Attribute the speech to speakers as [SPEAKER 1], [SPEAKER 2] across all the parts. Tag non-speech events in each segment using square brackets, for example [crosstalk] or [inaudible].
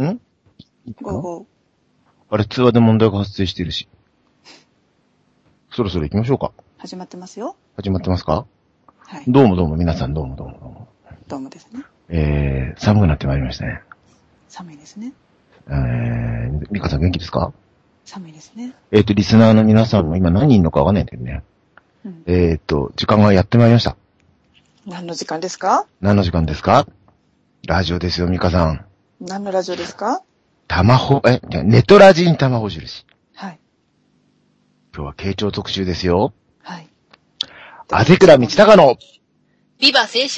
[SPEAKER 1] んいいか
[SPEAKER 2] ゴー
[SPEAKER 1] な
[SPEAKER 2] ゴー。
[SPEAKER 1] あれ、通話で問題が発生してるし。そろそろ行きましょうか。
[SPEAKER 2] 始まってますよ。
[SPEAKER 1] 始まってますか
[SPEAKER 2] はい。
[SPEAKER 1] どうもどうも皆さんどうもどうもどうも。
[SPEAKER 2] どうもですね。
[SPEAKER 1] えー、寒くなってまいりましたね。
[SPEAKER 2] 寒いですね。
[SPEAKER 1] えー、ミカさん元気ですか
[SPEAKER 2] 寒いですね。
[SPEAKER 1] えっ、と、リスナーの皆さんも今何人いるのかわかんないけどね。
[SPEAKER 2] うん。
[SPEAKER 1] えっ、と、時間がやってまいりました。
[SPEAKER 2] 何の時間ですか
[SPEAKER 1] 何の時間ですかラジオですよ、ミカさん。
[SPEAKER 2] 何のラジオですか
[SPEAKER 1] 玉ほ、え、じゃあネトラジン玉ほ印。
[SPEAKER 2] はい。
[SPEAKER 1] 今日は慶長特集ですよ。
[SPEAKER 2] はい。
[SPEAKER 1] あぜくら道高の、
[SPEAKER 3] ビバ青春、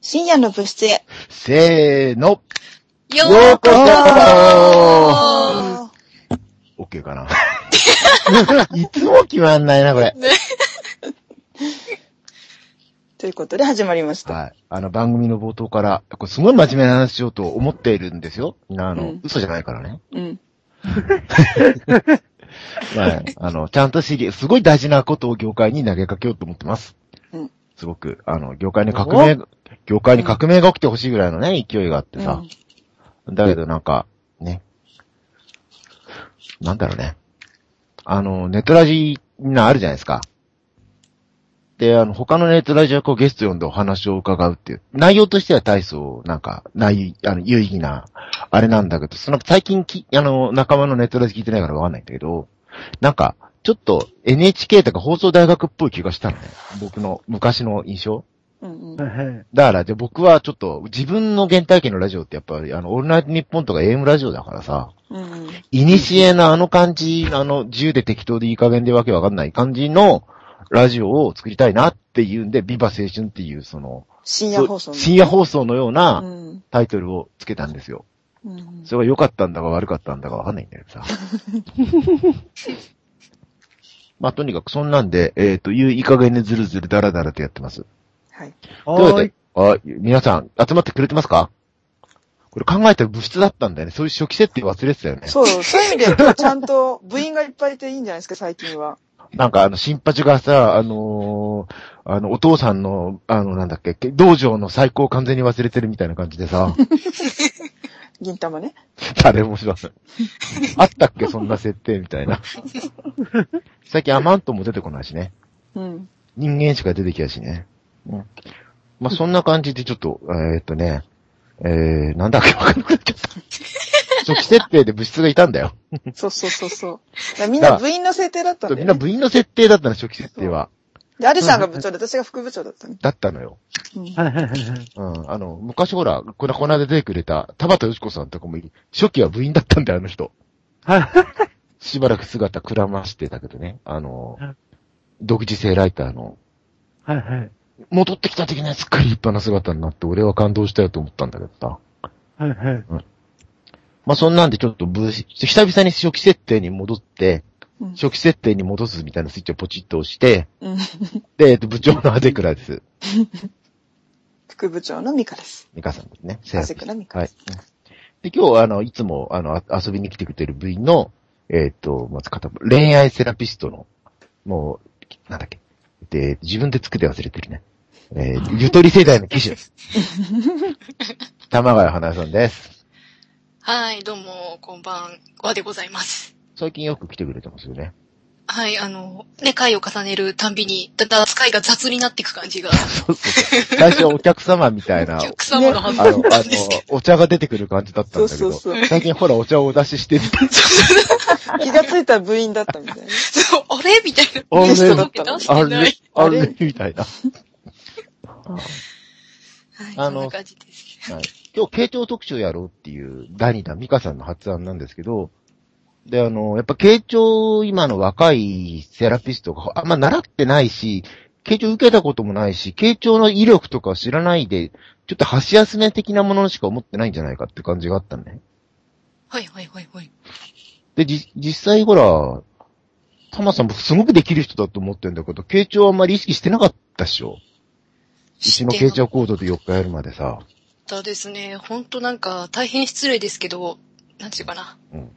[SPEAKER 2] 深夜の部室へ。
[SPEAKER 1] せーの、
[SPEAKER 3] よ
[SPEAKER 1] よう
[SPEAKER 3] ー
[SPEAKER 1] こそ
[SPEAKER 3] あ
[SPEAKER 1] オッケーかな。 [laughs] いつも決まんないな、これ。
[SPEAKER 2] ということで始まりました。
[SPEAKER 1] はい。あの、番組の冒頭から、これすごい真面目な話しようと思っているんですよ。みんな、あの、
[SPEAKER 2] うん
[SPEAKER 1] 嘘じゃないからね。
[SPEAKER 2] うん。
[SPEAKER 1] [laughs] はい。あの、ちゃんと知り、すごい大事なことを業界に投げかけようと思ってます。
[SPEAKER 2] うん
[SPEAKER 1] すごく、あの、業界に革命、業界に革命が起きてほしいぐらいのね、勢いがあってさ。だけどなんか、ね。なんだろうね。あの、ネットラジみんなあるじゃないですか。で、あの、他のネットラジはこうゲスト呼んでお話を伺うっていう。内容としては大層、なんか、ない、あの、有意義な、あれなんだけど、その最近き、あの、仲間のネットラジ聞いてないからわかんないんだけど、なんか、ちょっと NHK とか放送大学っぽい気がしたのね。僕の昔の印象。
[SPEAKER 2] うんうん。
[SPEAKER 1] だから、じゃあ僕はちょっと、自分の原体験のラジオってやっぱり、あの、オールナイトニッポンとか AM ラジオだからさ、
[SPEAKER 2] うんうん。
[SPEAKER 1] イニシエのあの感じ、あの、自由で適当でいい加減でわけわかんない感じの、ラジオを作りたいなっていうんで、ビバ青春っていう、その、
[SPEAKER 2] 深夜放送の。
[SPEAKER 1] 深夜放送のよう
[SPEAKER 2] う。
[SPEAKER 1] なんタイトルをつけたんですよ。
[SPEAKER 2] うん。
[SPEAKER 1] それが良かったんだか悪かったんだかわかんないんだけど
[SPEAKER 2] [laughs]
[SPEAKER 1] さ。まあ、とにかくそんなんで、えっ、と、いういい加減でずるずるだらだらとやってます。
[SPEAKER 2] はい。
[SPEAKER 1] というわけ
[SPEAKER 4] はーい
[SPEAKER 1] で。あ、皆さん、集まってくれてますかこれ考えたら部室だったんだよね。そういう初期設定忘れてたよね。
[SPEAKER 2] そう、そういう意味で、ちゃんと部員がいっぱいいていいんじゃないですか、最近は。
[SPEAKER 1] なんかあの、新八がさ、あのーあの、お父さんの、あの、なんだっけ、道場の最高完全に忘れてるみたいな感じでさ、
[SPEAKER 2] 銀玉ね。
[SPEAKER 1] 誰も知らない。あったっけ、そんな設定みたいな。最近アマントも出てこないしね。
[SPEAKER 2] うん。
[SPEAKER 1] 人間しか出てきやしね。うん。まあ、そんな感じでちょっと、えーっとね、えー、なんだっけわかんなくなっちゃった。初期設定で部室がいたんだよ。
[SPEAKER 2] そうそうそうそう。だからみんな部員の制定だったん
[SPEAKER 1] み
[SPEAKER 2] で、
[SPEAKER 1] んな
[SPEAKER 2] ね。
[SPEAKER 1] 部員の設定だったの、初期設定は。
[SPEAKER 2] で、アリさんが部長で、私が副部長だったね。
[SPEAKER 1] だったのよ。
[SPEAKER 2] うん。
[SPEAKER 4] はいはいはいはい
[SPEAKER 1] うん。あの、昔ほら、この、この間出てくれた、田畑よし子さんとかも、初期は部員だったんだよ、あの人。
[SPEAKER 4] はい。
[SPEAKER 1] しばらく姿くらましてたけどね。あの
[SPEAKER 4] うん、
[SPEAKER 1] 独自性ライターの、
[SPEAKER 4] はいはい。
[SPEAKER 1] 戻ってきた的なすっかり立派な姿になって、俺は感動したよと思ったんだけどさ。
[SPEAKER 4] はいはい。
[SPEAKER 1] まあ、そんなんでちょっとブーシ、久々に初期設定に戻って、
[SPEAKER 2] うん
[SPEAKER 1] 初期設定に戻すみたいなスイッチをポチッと押して、
[SPEAKER 2] うん。
[SPEAKER 1] で、えっと、部長のアゼクラです。
[SPEAKER 2] 副部長のミカです。
[SPEAKER 1] ミカさんですね。
[SPEAKER 2] アゼクラミカ
[SPEAKER 1] はい
[SPEAKER 2] です。。
[SPEAKER 1] うんで、今日、あの、いつも、あの、あ遊びに来てくれてる部員の、えっ、と、まず片方、恋愛セラピストの、もう、なんだっけ。で、自分で作って忘れてるね。え
[SPEAKER 2] [laughs]
[SPEAKER 1] ー、ゆとり世代の騎士です。玉川花さんです。
[SPEAKER 3] はい、どうも、こんばんはでございます。
[SPEAKER 1] 最近よく来てくれてますよ
[SPEAKER 2] [laughs]
[SPEAKER 1] ね。
[SPEAKER 3] はい、あの、ね、回を重ねるたんびに、だんだん扱いが雑になっていく感じが、
[SPEAKER 1] そうそう。最初お客様みたいな
[SPEAKER 3] お、客様のはず
[SPEAKER 1] あの、あの
[SPEAKER 3] なんですけど。、
[SPEAKER 1] お茶が出てくる感じだったんだけど
[SPEAKER 2] そうそうそ、
[SPEAKER 1] 最近ほらお茶をお出ししてみたいな。
[SPEAKER 2] 気がついた部員だったみたいな。
[SPEAKER 3] そう [laughs] あれみたいな。
[SPEAKER 1] あれ
[SPEAKER 3] ゲストだけ出して
[SPEAKER 1] あ
[SPEAKER 3] な
[SPEAKER 1] れ
[SPEAKER 3] い。
[SPEAKER 1] あれみたいな。
[SPEAKER 3] はい、
[SPEAKER 1] あ
[SPEAKER 3] そん
[SPEAKER 1] の
[SPEAKER 3] な感じです。
[SPEAKER 1] はい今日、慶長特集やろうっていう、ダニダミカさんの発案なんですけど、で、あの、やっぱ慶長、今の若いセラピストがあんま習ってないし、慶長受けたこともないし、慶長の威力とか知らないで、ちょっと箸休め的なものしか思ってないんじゃないかって感じがあったのね。
[SPEAKER 3] はい、はい、はい、はい。
[SPEAKER 1] で、じ、実際ほら、タマさん僕すごくできる人だと思ってんだけど、慶長あんまり意識してなかったっしょうちの
[SPEAKER 3] 知って
[SPEAKER 1] 慶
[SPEAKER 3] なか
[SPEAKER 1] 長行動で4日やるまでさ。
[SPEAKER 3] ったですね。ほんとなんか、大変失礼ですけど、なんていうかな。
[SPEAKER 1] うん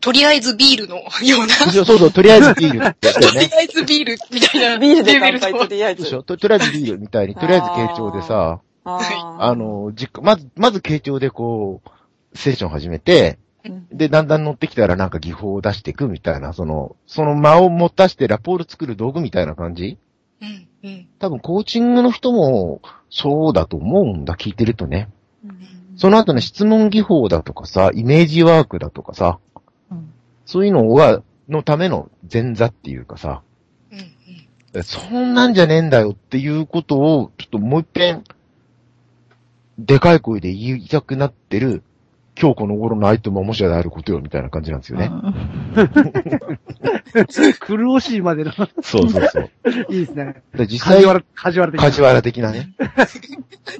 [SPEAKER 3] とりあえずビールのような、
[SPEAKER 1] [laughs] そうそう、とりあえずビールって言ったよ
[SPEAKER 3] とり [laughs]
[SPEAKER 1] ね。
[SPEAKER 3] あえずビールみたいな
[SPEAKER 2] ビールで
[SPEAKER 3] レベ
[SPEAKER 2] 乾
[SPEAKER 3] ルの
[SPEAKER 2] 杯とりあえ
[SPEAKER 1] そうで
[SPEAKER 2] ず
[SPEAKER 1] し。ょととりあえずビールみたいに、とりあえず慶長でさ、
[SPEAKER 2] あー
[SPEAKER 1] あ、の、じまず、まず慶長でこう、セッション始めて、
[SPEAKER 2] うん
[SPEAKER 1] で、だんだん乗ってきたらなんか技法を出していくみたいな、その、その間を持たしてラポール作る道具みたいな感じ
[SPEAKER 3] うん、うん。
[SPEAKER 1] 多分コーチングの人もそうだと思うんだ、聞いてるとね。
[SPEAKER 2] うん
[SPEAKER 1] その後ね、質問技法だとかさ、イメージワークだとかさ、
[SPEAKER 2] うん
[SPEAKER 1] そういうのは、のための前座っていうかさ、
[SPEAKER 3] うん、うん。
[SPEAKER 1] そんなんじゃねえんだよっていうことを、ちょっともう一遍、でかい声で言いたくなってる、今日この頃のアイテムはもしやであることよ、みたいな感じなんですよね。
[SPEAKER 4] 苦しいまでの、
[SPEAKER 1] そうそうそう。
[SPEAKER 4] いいですね。
[SPEAKER 1] [laughs] で実
[SPEAKER 4] カジ
[SPEAKER 1] 際
[SPEAKER 4] ュア、ル、カジュアル的な
[SPEAKER 1] カジュアル的な
[SPEAKER 2] [laughs]
[SPEAKER 1] ね。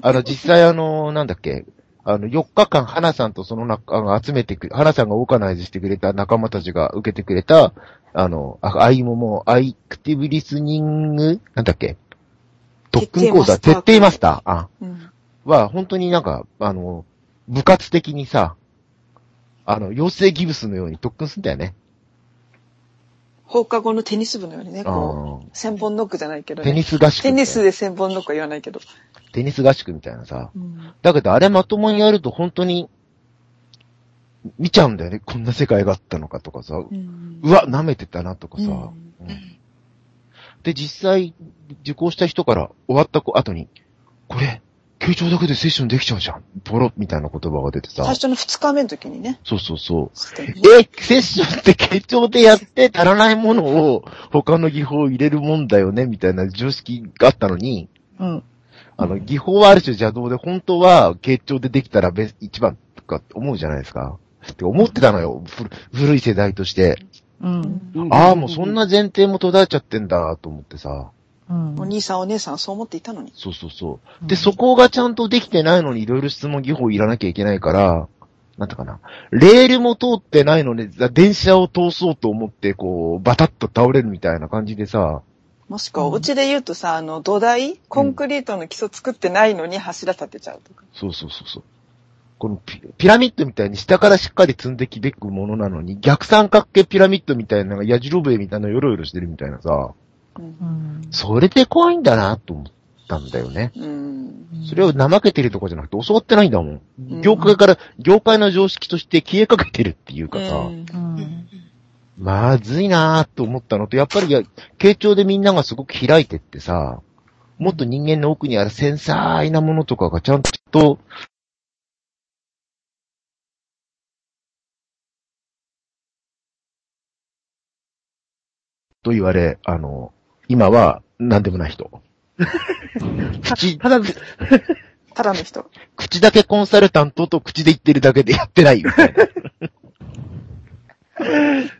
[SPEAKER 1] あの、実際あの、なんだっけ、あの、4日間、花さんとその中、あの、集めてく、花さんがオーガナイズしてくれた仲間たちが受けてくれた、あの、あアイモモ、アイクティブリスニング、なんだっけ、特訓講座、
[SPEAKER 2] 徹
[SPEAKER 1] 徹
[SPEAKER 2] 底
[SPEAKER 1] 底
[SPEAKER 2] マ
[SPEAKER 1] マ
[SPEAKER 2] ス
[SPEAKER 1] ス
[SPEAKER 2] タ
[SPEAKER 1] ターあ
[SPEAKER 2] うん
[SPEAKER 1] は、本当になんか、あの、部活的にさ、あの、妖精ギブスのように特訓すんだよね。
[SPEAKER 2] 放課後のテニス部のようにね、こ
[SPEAKER 1] うん
[SPEAKER 2] う、千本ノックじゃないけどね、
[SPEAKER 1] テニス合宿みた
[SPEAKER 2] テ
[SPEAKER 1] いな。
[SPEAKER 2] ニスで千本ノックは言わないけど。
[SPEAKER 1] テニス合宿みたいなさ。
[SPEAKER 2] うん
[SPEAKER 1] だけどあれまともにやると本当に、見ちゃうんだよね。こんな世界があったのかとかさ。
[SPEAKER 2] うん
[SPEAKER 1] うわ、舐めてたなとかさ。
[SPEAKER 2] うん
[SPEAKER 1] う
[SPEAKER 3] うんん
[SPEAKER 1] で、実際、受講した人から終わった後に、これ、傾聴だけでセッションできちゃうじゃん。ボロッみたいな言葉が出てさ
[SPEAKER 2] 最。初の二日目の時にね。
[SPEAKER 1] そうそうそう。
[SPEAKER 2] 知ってね
[SPEAKER 1] え、セッションって傾聴でやって足らないものを他の技法を入れるもんだよね、みたいな常識があったのに、
[SPEAKER 2] うん。
[SPEAKER 1] あの、技法はある種邪道で、本当は、結腸でできたらべ一番とか思うじゃないですか。って思ってたのよ。ふ古い世代として。
[SPEAKER 5] うん。
[SPEAKER 1] ああ、もうそん。な前提も途絶えちゃってんだ、と思ってさ。
[SPEAKER 5] うん
[SPEAKER 2] お兄さんお姉さんそう思っていたのに。
[SPEAKER 1] そうそうそう。で、そこがちゃんとできてないのに、いろいろ質問技法いらなきゃいけないから、なんとかな。レールも通ってないのに、ざ電車を通そうと思って、こう、バタッと倒れるみたいな感じでさ。
[SPEAKER 2] もしくはお家で言うとさ、あの土台、コンクリートの基礎作ってないのに柱立てちゃうとか。
[SPEAKER 1] そうそうそうそう。このピピラミッドみたいに下からしっかり積んできべくものなのに、逆三角形ピラミッドみたいなのが矢印笛みたいなのよろよろしてるみたいなさ、
[SPEAKER 2] うん
[SPEAKER 5] うん。
[SPEAKER 1] それで怖いんだなと思ったんだよね。
[SPEAKER 2] うん。
[SPEAKER 1] それを怠けてるとかじゃなくて教わってないんだも
[SPEAKER 2] うん
[SPEAKER 1] ん。業界から、業界の常識として消えかけてるっていうかさ、
[SPEAKER 2] うん
[SPEAKER 5] うん、
[SPEAKER 3] うん、う
[SPEAKER 5] うん。
[SPEAKER 3] ん。
[SPEAKER 1] まずいなと思ったのと、やっぱりや、傾聴でみんながすごく開いてってさ、もっと人間の奥にある繊細なものとかがちゃんとと言われ、あの、今は何でもない人。
[SPEAKER 2] [laughs]
[SPEAKER 1] 口、
[SPEAKER 4] ただ、
[SPEAKER 2] ただの人。
[SPEAKER 1] 口だけコンサルタントと口で言ってるだけでやってないみた
[SPEAKER 2] [laughs]
[SPEAKER 1] いな。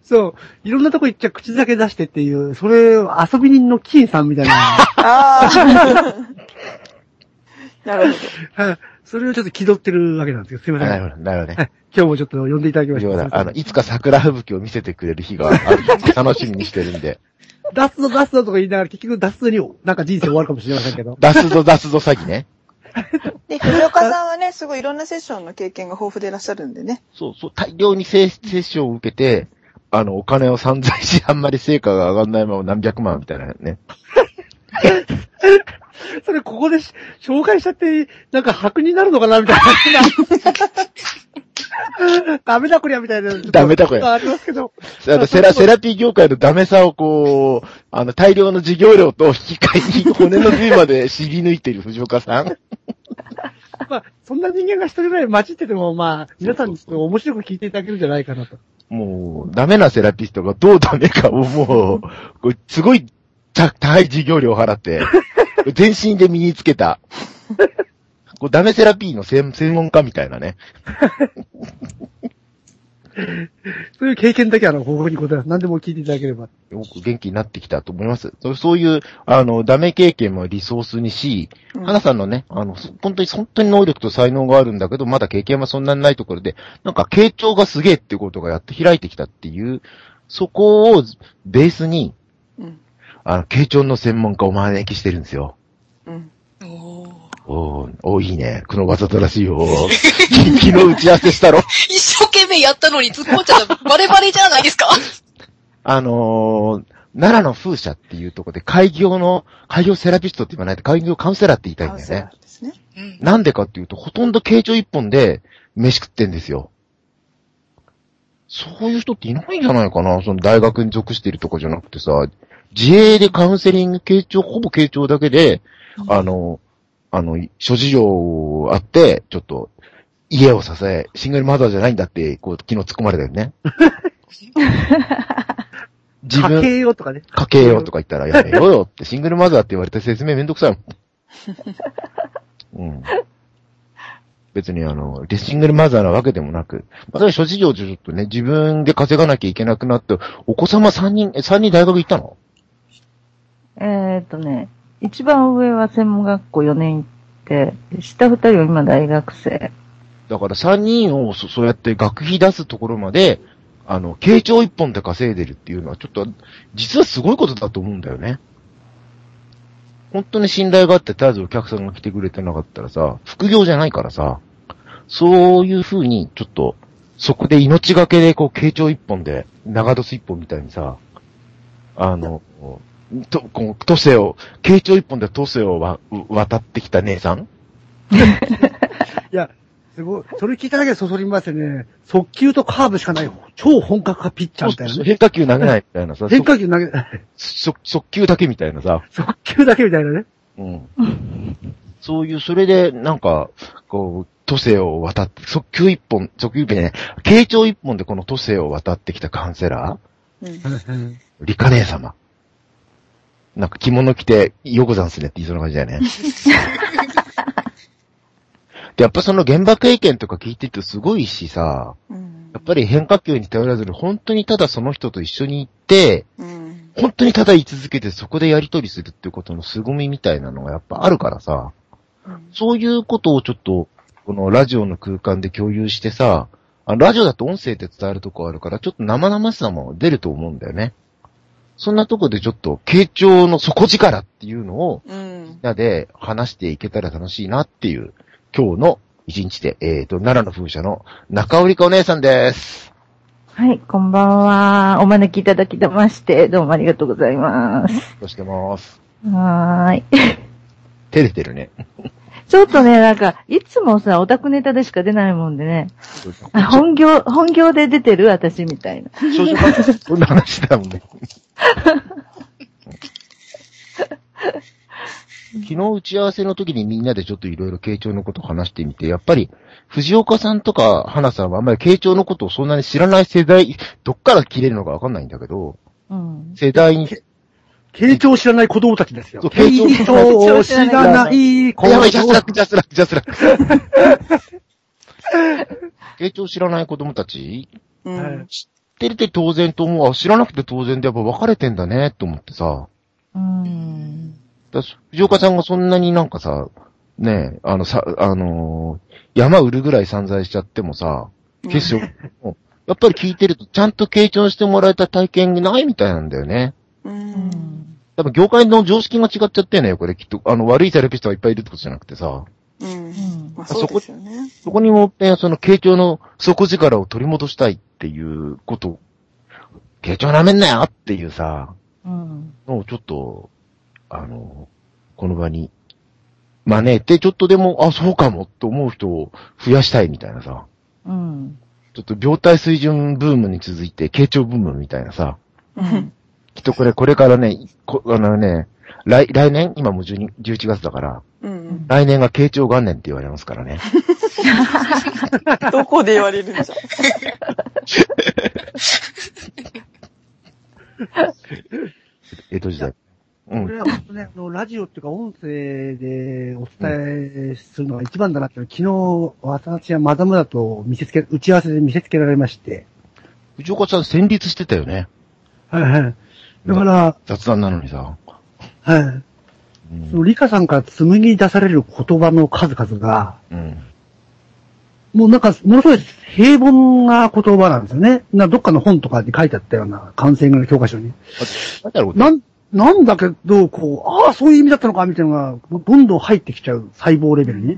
[SPEAKER 4] そう、いろんなとこ行っちゃ口だけ出してっていう、それ、遊び人の金さんみたいな、
[SPEAKER 2] ああ。 [laughs] なるほ
[SPEAKER 4] はいそれをちょっと気取ってるわけなんですけど、すいません。
[SPEAKER 1] な
[SPEAKER 4] 今
[SPEAKER 1] るほど、なるほどね。
[SPEAKER 4] 日もちょっと呼んでいただきまし
[SPEAKER 1] 以上だ
[SPEAKER 4] た。
[SPEAKER 1] あの、いつか桜吹雪を見せてくれる日があ [laughs] るので楽しみにしてるんで。
[SPEAKER 4] 出すぞ出すぞとか言いながら、結局出すぞに、なんか人生終わるかもしれませんけど。
[SPEAKER 1] 出すぞ出すぞ詐欺ね。
[SPEAKER 2] ど。で、藤岡さんはね、すごいいろんなセッションの経験が豊富でいらっしゃるんでね。
[SPEAKER 1] そうそう、大量にセセッションを受けて、あの、お金を散財し、あんまり成果が上がんないまま何百万みたいなね。
[SPEAKER 4] それここでし紹介しちゃって、なんか白になるのかなみたいな。 [laughs] ダメだこりゃみたいな。
[SPEAKER 1] ダメだこりゃ
[SPEAKER 4] ありますけど。
[SPEAKER 1] あの、セラ、セラピー業界のダメさをこう、あの、大量の事業量と引き換えに骨の髄まで [laughs] 尻抜いている藤岡さん。
[SPEAKER 4] まあ、そんな人間が一人ぐらい混じってても、まあ、皆さんにちょっと面白く聞いていただけるんじゃないかなと。
[SPEAKER 1] もう、ダメなセラピストがどうダメかをもう、こうすごいた高い授業料を払って、全身で身につけた。こうダメセラピーの専専門家みたいなね。
[SPEAKER 4] そういう経験だけあの、方法にございます。何でも聞いていただければ。
[SPEAKER 1] よく元気になってきたと思います。そうそういう、あの、ダメ経験もリソースにし、
[SPEAKER 2] うん
[SPEAKER 1] 花さんのね、あの、そ本当に、本当に能力と才能があるんだけど、まだ経験はそんなにないところで、なんか、傾聴がすげえってことがやって開いてきたっていう、そこをベースに、
[SPEAKER 2] うん。
[SPEAKER 1] あの、傾聴の専門家をお招きしてるんですよ。
[SPEAKER 2] うん。
[SPEAKER 3] おー
[SPEAKER 1] おー、おーいいね。このわざとらしいよ。
[SPEAKER 2] [laughs]
[SPEAKER 1] き昨日打ち合わせしたろ。
[SPEAKER 3] 一生懸命やったのに突っ込んじゃったバレバレじゃないですか。
[SPEAKER 1] あのー、奈良の風車っていうところで、開業の、開業セラピストって言わないと、開業カウンセラーって言いたいんだよね。
[SPEAKER 2] ですね。
[SPEAKER 3] うん。
[SPEAKER 1] なんでかっていうと、ほとんど傾聴一本で、飯食ってんですよ。そういう人っていないんじゃないかなその大学に属しているとかじゃなくてさ、自営でカウンセリング傾聴、ほぼ傾聴だけで、あの、あの、諸事情あって、ちょっと、家を支え、シングルマザーじゃないんだって、こう、昨日突っ込まれたよね。自
[SPEAKER 4] 家
[SPEAKER 1] 分、
[SPEAKER 4] 計よとかね。
[SPEAKER 1] 家計よとか言ったら、やめろよって、シングルマザーって言われて説明めんどくさいもん。うん。別にあの、でシングルマザーなわけでもなく、まあ、それは諸事情でちょっとね、自分で稼がなきゃいけなくなって、お子様3人、え、3人大学行ったの
[SPEAKER 5] えーっとね、一番上は専門学校4年行って、下二人は今大学生。
[SPEAKER 1] だから3人をそそうやって学費出すところまで、あの、傾聴1本で稼いでるっていうのはちょっと、実はすごいことだと思うんだよね。本当に信頼があって絶えずお客さんが来てくれてなかったらさ、副業じゃないからさ、そういう風にちょっと、そこで命がけでこう、傾聴1本で、長ドス1本みたいにさ、あの、と、こう、都政を、傾聴1本で都政をわ渡ってきた姉さん
[SPEAKER 4] いや、すごい。それ聞いただけでそそりますよね。速球とカーブしかない、超本格派ピッチャーみたいなね。
[SPEAKER 1] 変化球投げないみたいなさ、
[SPEAKER 4] 変化球投げ、 [laughs]
[SPEAKER 1] 速、速球だけみたいなさ。
[SPEAKER 4] 速球だけみたいなね。
[SPEAKER 1] うん。そういう、それで、なんか、こう、都政を渡って、速球一本、速球一本じゃない、慶長一本でこの都政を渡ってきたカウンセラ
[SPEAKER 2] うん
[SPEAKER 1] ーリカ姉様。なんか着物着て、よこざんすねって言いそうな感じだよね。で、やっぱその現場経験とか聞いてるとすごいしさ、
[SPEAKER 2] うん
[SPEAKER 1] やっぱり変化球に頼らずに、本当にただその人と一緒に行って、
[SPEAKER 2] うん
[SPEAKER 1] 本当にただ言い続けてそこでやりとりするっていうことの凄みみたいなのがやっぱあるからさ、
[SPEAKER 2] うん
[SPEAKER 1] そういうことをちょっと、このラジオの空間で共有してさ、あラジオだと音声で伝えるとこあるから、ちょっと生々しさも出ると思うんだよね。そんなとこでちょっと、傾聴の底力っていうのを、
[SPEAKER 2] うん
[SPEAKER 1] みんなで話していけたら楽しいなっていう、今日の一日で、えーと、奈良の風車の中織かお姉さんです。
[SPEAKER 5] はい、こんばんは。お招きいただきまして、どうもありがとうございます。
[SPEAKER 1] どうしてます。
[SPEAKER 5] はーい。
[SPEAKER 1] 照れてるね。
[SPEAKER 5] ちょっとね、なんか、いつもさ、オタクネタでしか出ないもんでね、あ
[SPEAKER 1] ん
[SPEAKER 5] 本業、本業で出てる私みたいな。
[SPEAKER 1] 少女漫画そんな話だもん [laughs] ね。昨日打ち合わせの時にみんなでちょっといろいろ慶長のことを話してみて、やっぱり藤岡さんとか花さんはあんまり慶長のことをそんなに知らない世代、どっから切れるのかわかんないんだけど、
[SPEAKER 5] うん。
[SPEAKER 1] 世代に、
[SPEAKER 4] 傾聴を知らない子供たちですよ。
[SPEAKER 1] そう
[SPEAKER 4] 傾聴を知らない子
[SPEAKER 1] やばい、ジャス
[SPEAKER 4] 供
[SPEAKER 1] ラッ
[SPEAKER 4] た
[SPEAKER 1] ク、ジャスラック、ジャスラック。慶長知らない子供たち
[SPEAKER 2] う
[SPEAKER 4] はい
[SPEAKER 2] ん
[SPEAKER 1] 知ってるって当然と思う。あ、知らなくて当然でやっぱ分かれてんだね、と思ってさ。
[SPEAKER 5] うん。
[SPEAKER 1] だから藤岡さんがそんなになんかさ、ねえ、あのさ、あのー山売るぐらい散財しちゃってもさ、決しもやっぱり聞いてるとちゃんと傾聴してもらえた体験がないみたいなんだよね。
[SPEAKER 2] う
[SPEAKER 5] うんん。
[SPEAKER 1] 多分業界の常識が違っちゃってんのよ、これきっと。あの、悪いセラピストがいっぱいいるってことじゃなくてさ。
[SPEAKER 2] うん
[SPEAKER 5] うん
[SPEAKER 2] まあそうですよね。
[SPEAKER 1] そこにもっぺんその傾聴の底力を取り戻したいっていうこと、傾聴なめんなよっていうさ、
[SPEAKER 5] うん。
[SPEAKER 1] のをちょっと、あの、この場に招いて、ちょっとでも、あ、そうかもと思う人を増やしたいみたいなさ、
[SPEAKER 5] うん。
[SPEAKER 1] ちょっと病態水準ブームに続いて、傾聴ブームみたいなさ、
[SPEAKER 5] うん。
[SPEAKER 1] きっとこれ、これからね、こあのね、来、来年今もう12 11月だから、
[SPEAKER 2] うん
[SPEAKER 1] 来年が傾聴元年って言われますから
[SPEAKER 4] [laughs]
[SPEAKER 1] ね。
[SPEAKER 2] どこで言われるんじゃ。
[SPEAKER 1] 江戸時代。う
[SPEAKER 4] これ
[SPEAKER 1] ん。
[SPEAKER 4] は本当ね、あの、ラジオっていうか音声でお伝えするのが一番だなっていうのは、昨日、私はマダムだと見せつけ、打ち合わせで見せつけられまして。
[SPEAKER 1] 藤岡さん戦慄してたよね。
[SPEAKER 4] はいはい。だから、
[SPEAKER 1] 雑談なのにさ。
[SPEAKER 4] はい。
[SPEAKER 1] う
[SPEAKER 4] その
[SPEAKER 1] ん。
[SPEAKER 4] リカさんから紡ぎ出される言葉の数々が、
[SPEAKER 1] うん。
[SPEAKER 4] もうなんか、ものすごい平凡な言葉なんですよね。などっかの本とかに書いてあったような、感染の教科書に。
[SPEAKER 1] あったらこと
[SPEAKER 4] なん、なんだけど、こう、ああ、そういう意味だったのか、みたいなのが、どんどん入ってきちゃう、細胞レベルに。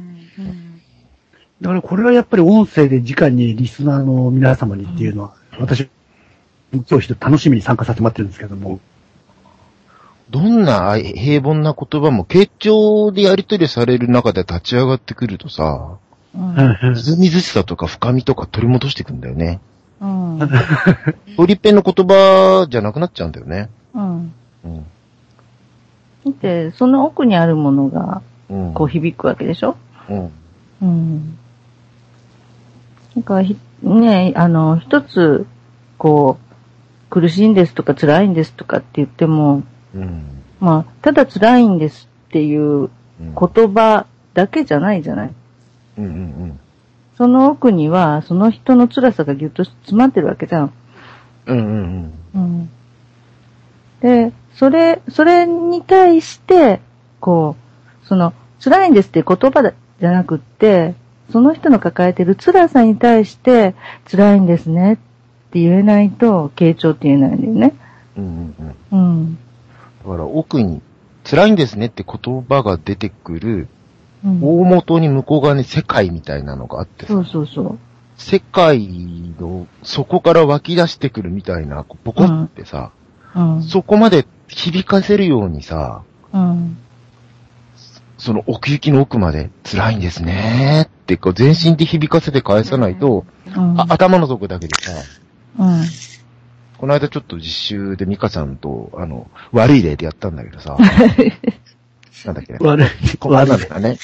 [SPEAKER 4] だからこれはやっぱり音声で直にリスナーの皆様にっていうのは、私、今日一楽しみに参加させてもらってるんですけども、
[SPEAKER 1] どんなあい平凡な言葉も、傾聴でやり取りされる中で立ち上がってくるとさ、
[SPEAKER 5] うん
[SPEAKER 4] はいはい
[SPEAKER 1] みずみずしさとか深みとか取り戻していくんだよね。
[SPEAKER 5] うん。
[SPEAKER 1] 通りっぺんの言葉じゃなくなっちゃうんだよね。
[SPEAKER 5] うん。
[SPEAKER 1] うん。
[SPEAKER 5] 見て、その奥にあるものが、
[SPEAKER 1] うん。
[SPEAKER 5] こう響くわけでしょ
[SPEAKER 1] うん。
[SPEAKER 5] うん。なんかひ、ね、あの、一つ、こう、苦しいんですとか辛いんですとかって言っても、
[SPEAKER 1] うん。
[SPEAKER 5] まあ、ただ辛いんですっていう
[SPEAKER 1] うん。
[SPEAKER 5] 言葉だけじゃないじゃない。
[SPEAKER 1] うんうん
[SPEAKER 5] その奥には、その人の辛さがぎゅっと詰まってるわけじゃん。
[SPEAKER 1] うん。うんうんうん。
[SPEAKER 5] うん。で、それ、それに対して、こう、その、辛いんですっていう言葉だじゃなくって、その人の抱えてる辛さに対して、辛いんですねって言えないと、傾聴って言えないんだよね。
[SPEAKER 1] うんうんうん。
[SPEAKER 5] うん。
[SPEAKER 1] だから奥に、辛いんですねって言葉が出てくる、
[SPEAKER 5] うん、
[SPEAKER 1] 大元に向こう側に世界みたいなのがあって
[SPEAKER 5] そ
[SPEAKER 1] さ
[SPEAKER 5] う、そうそう。
[SPEAKER 1] 世界の底から湧き出してくるみたいな、こうポコってさ、
[SPEAKER 5] うん。
[SPEAKER 1] そこまで響かせるようにさ、
[SPEAKER 5] うん。
[SPEAKER 1] その奥行きの奥まで辛いんですねーって、こう全身で響かせて返さないと、
[SPEAKER 5] うん。
[SPEAKER 1] あ頭のとこだけでさ、
[SPEAKER 5] うん。
[SPEAKER 1] この間ちょっと実習でミカさんと、あの、悪い例でやったんだけど
[SPEAKER 5] [laughs]
[SPEAKER 1] さ、なんだっけ、
[SPEAKER 4] 悪い。
[SPEAKER 1] こあ
[SPEAKER 4] 悪
[SPEAKER 1] ないん。だね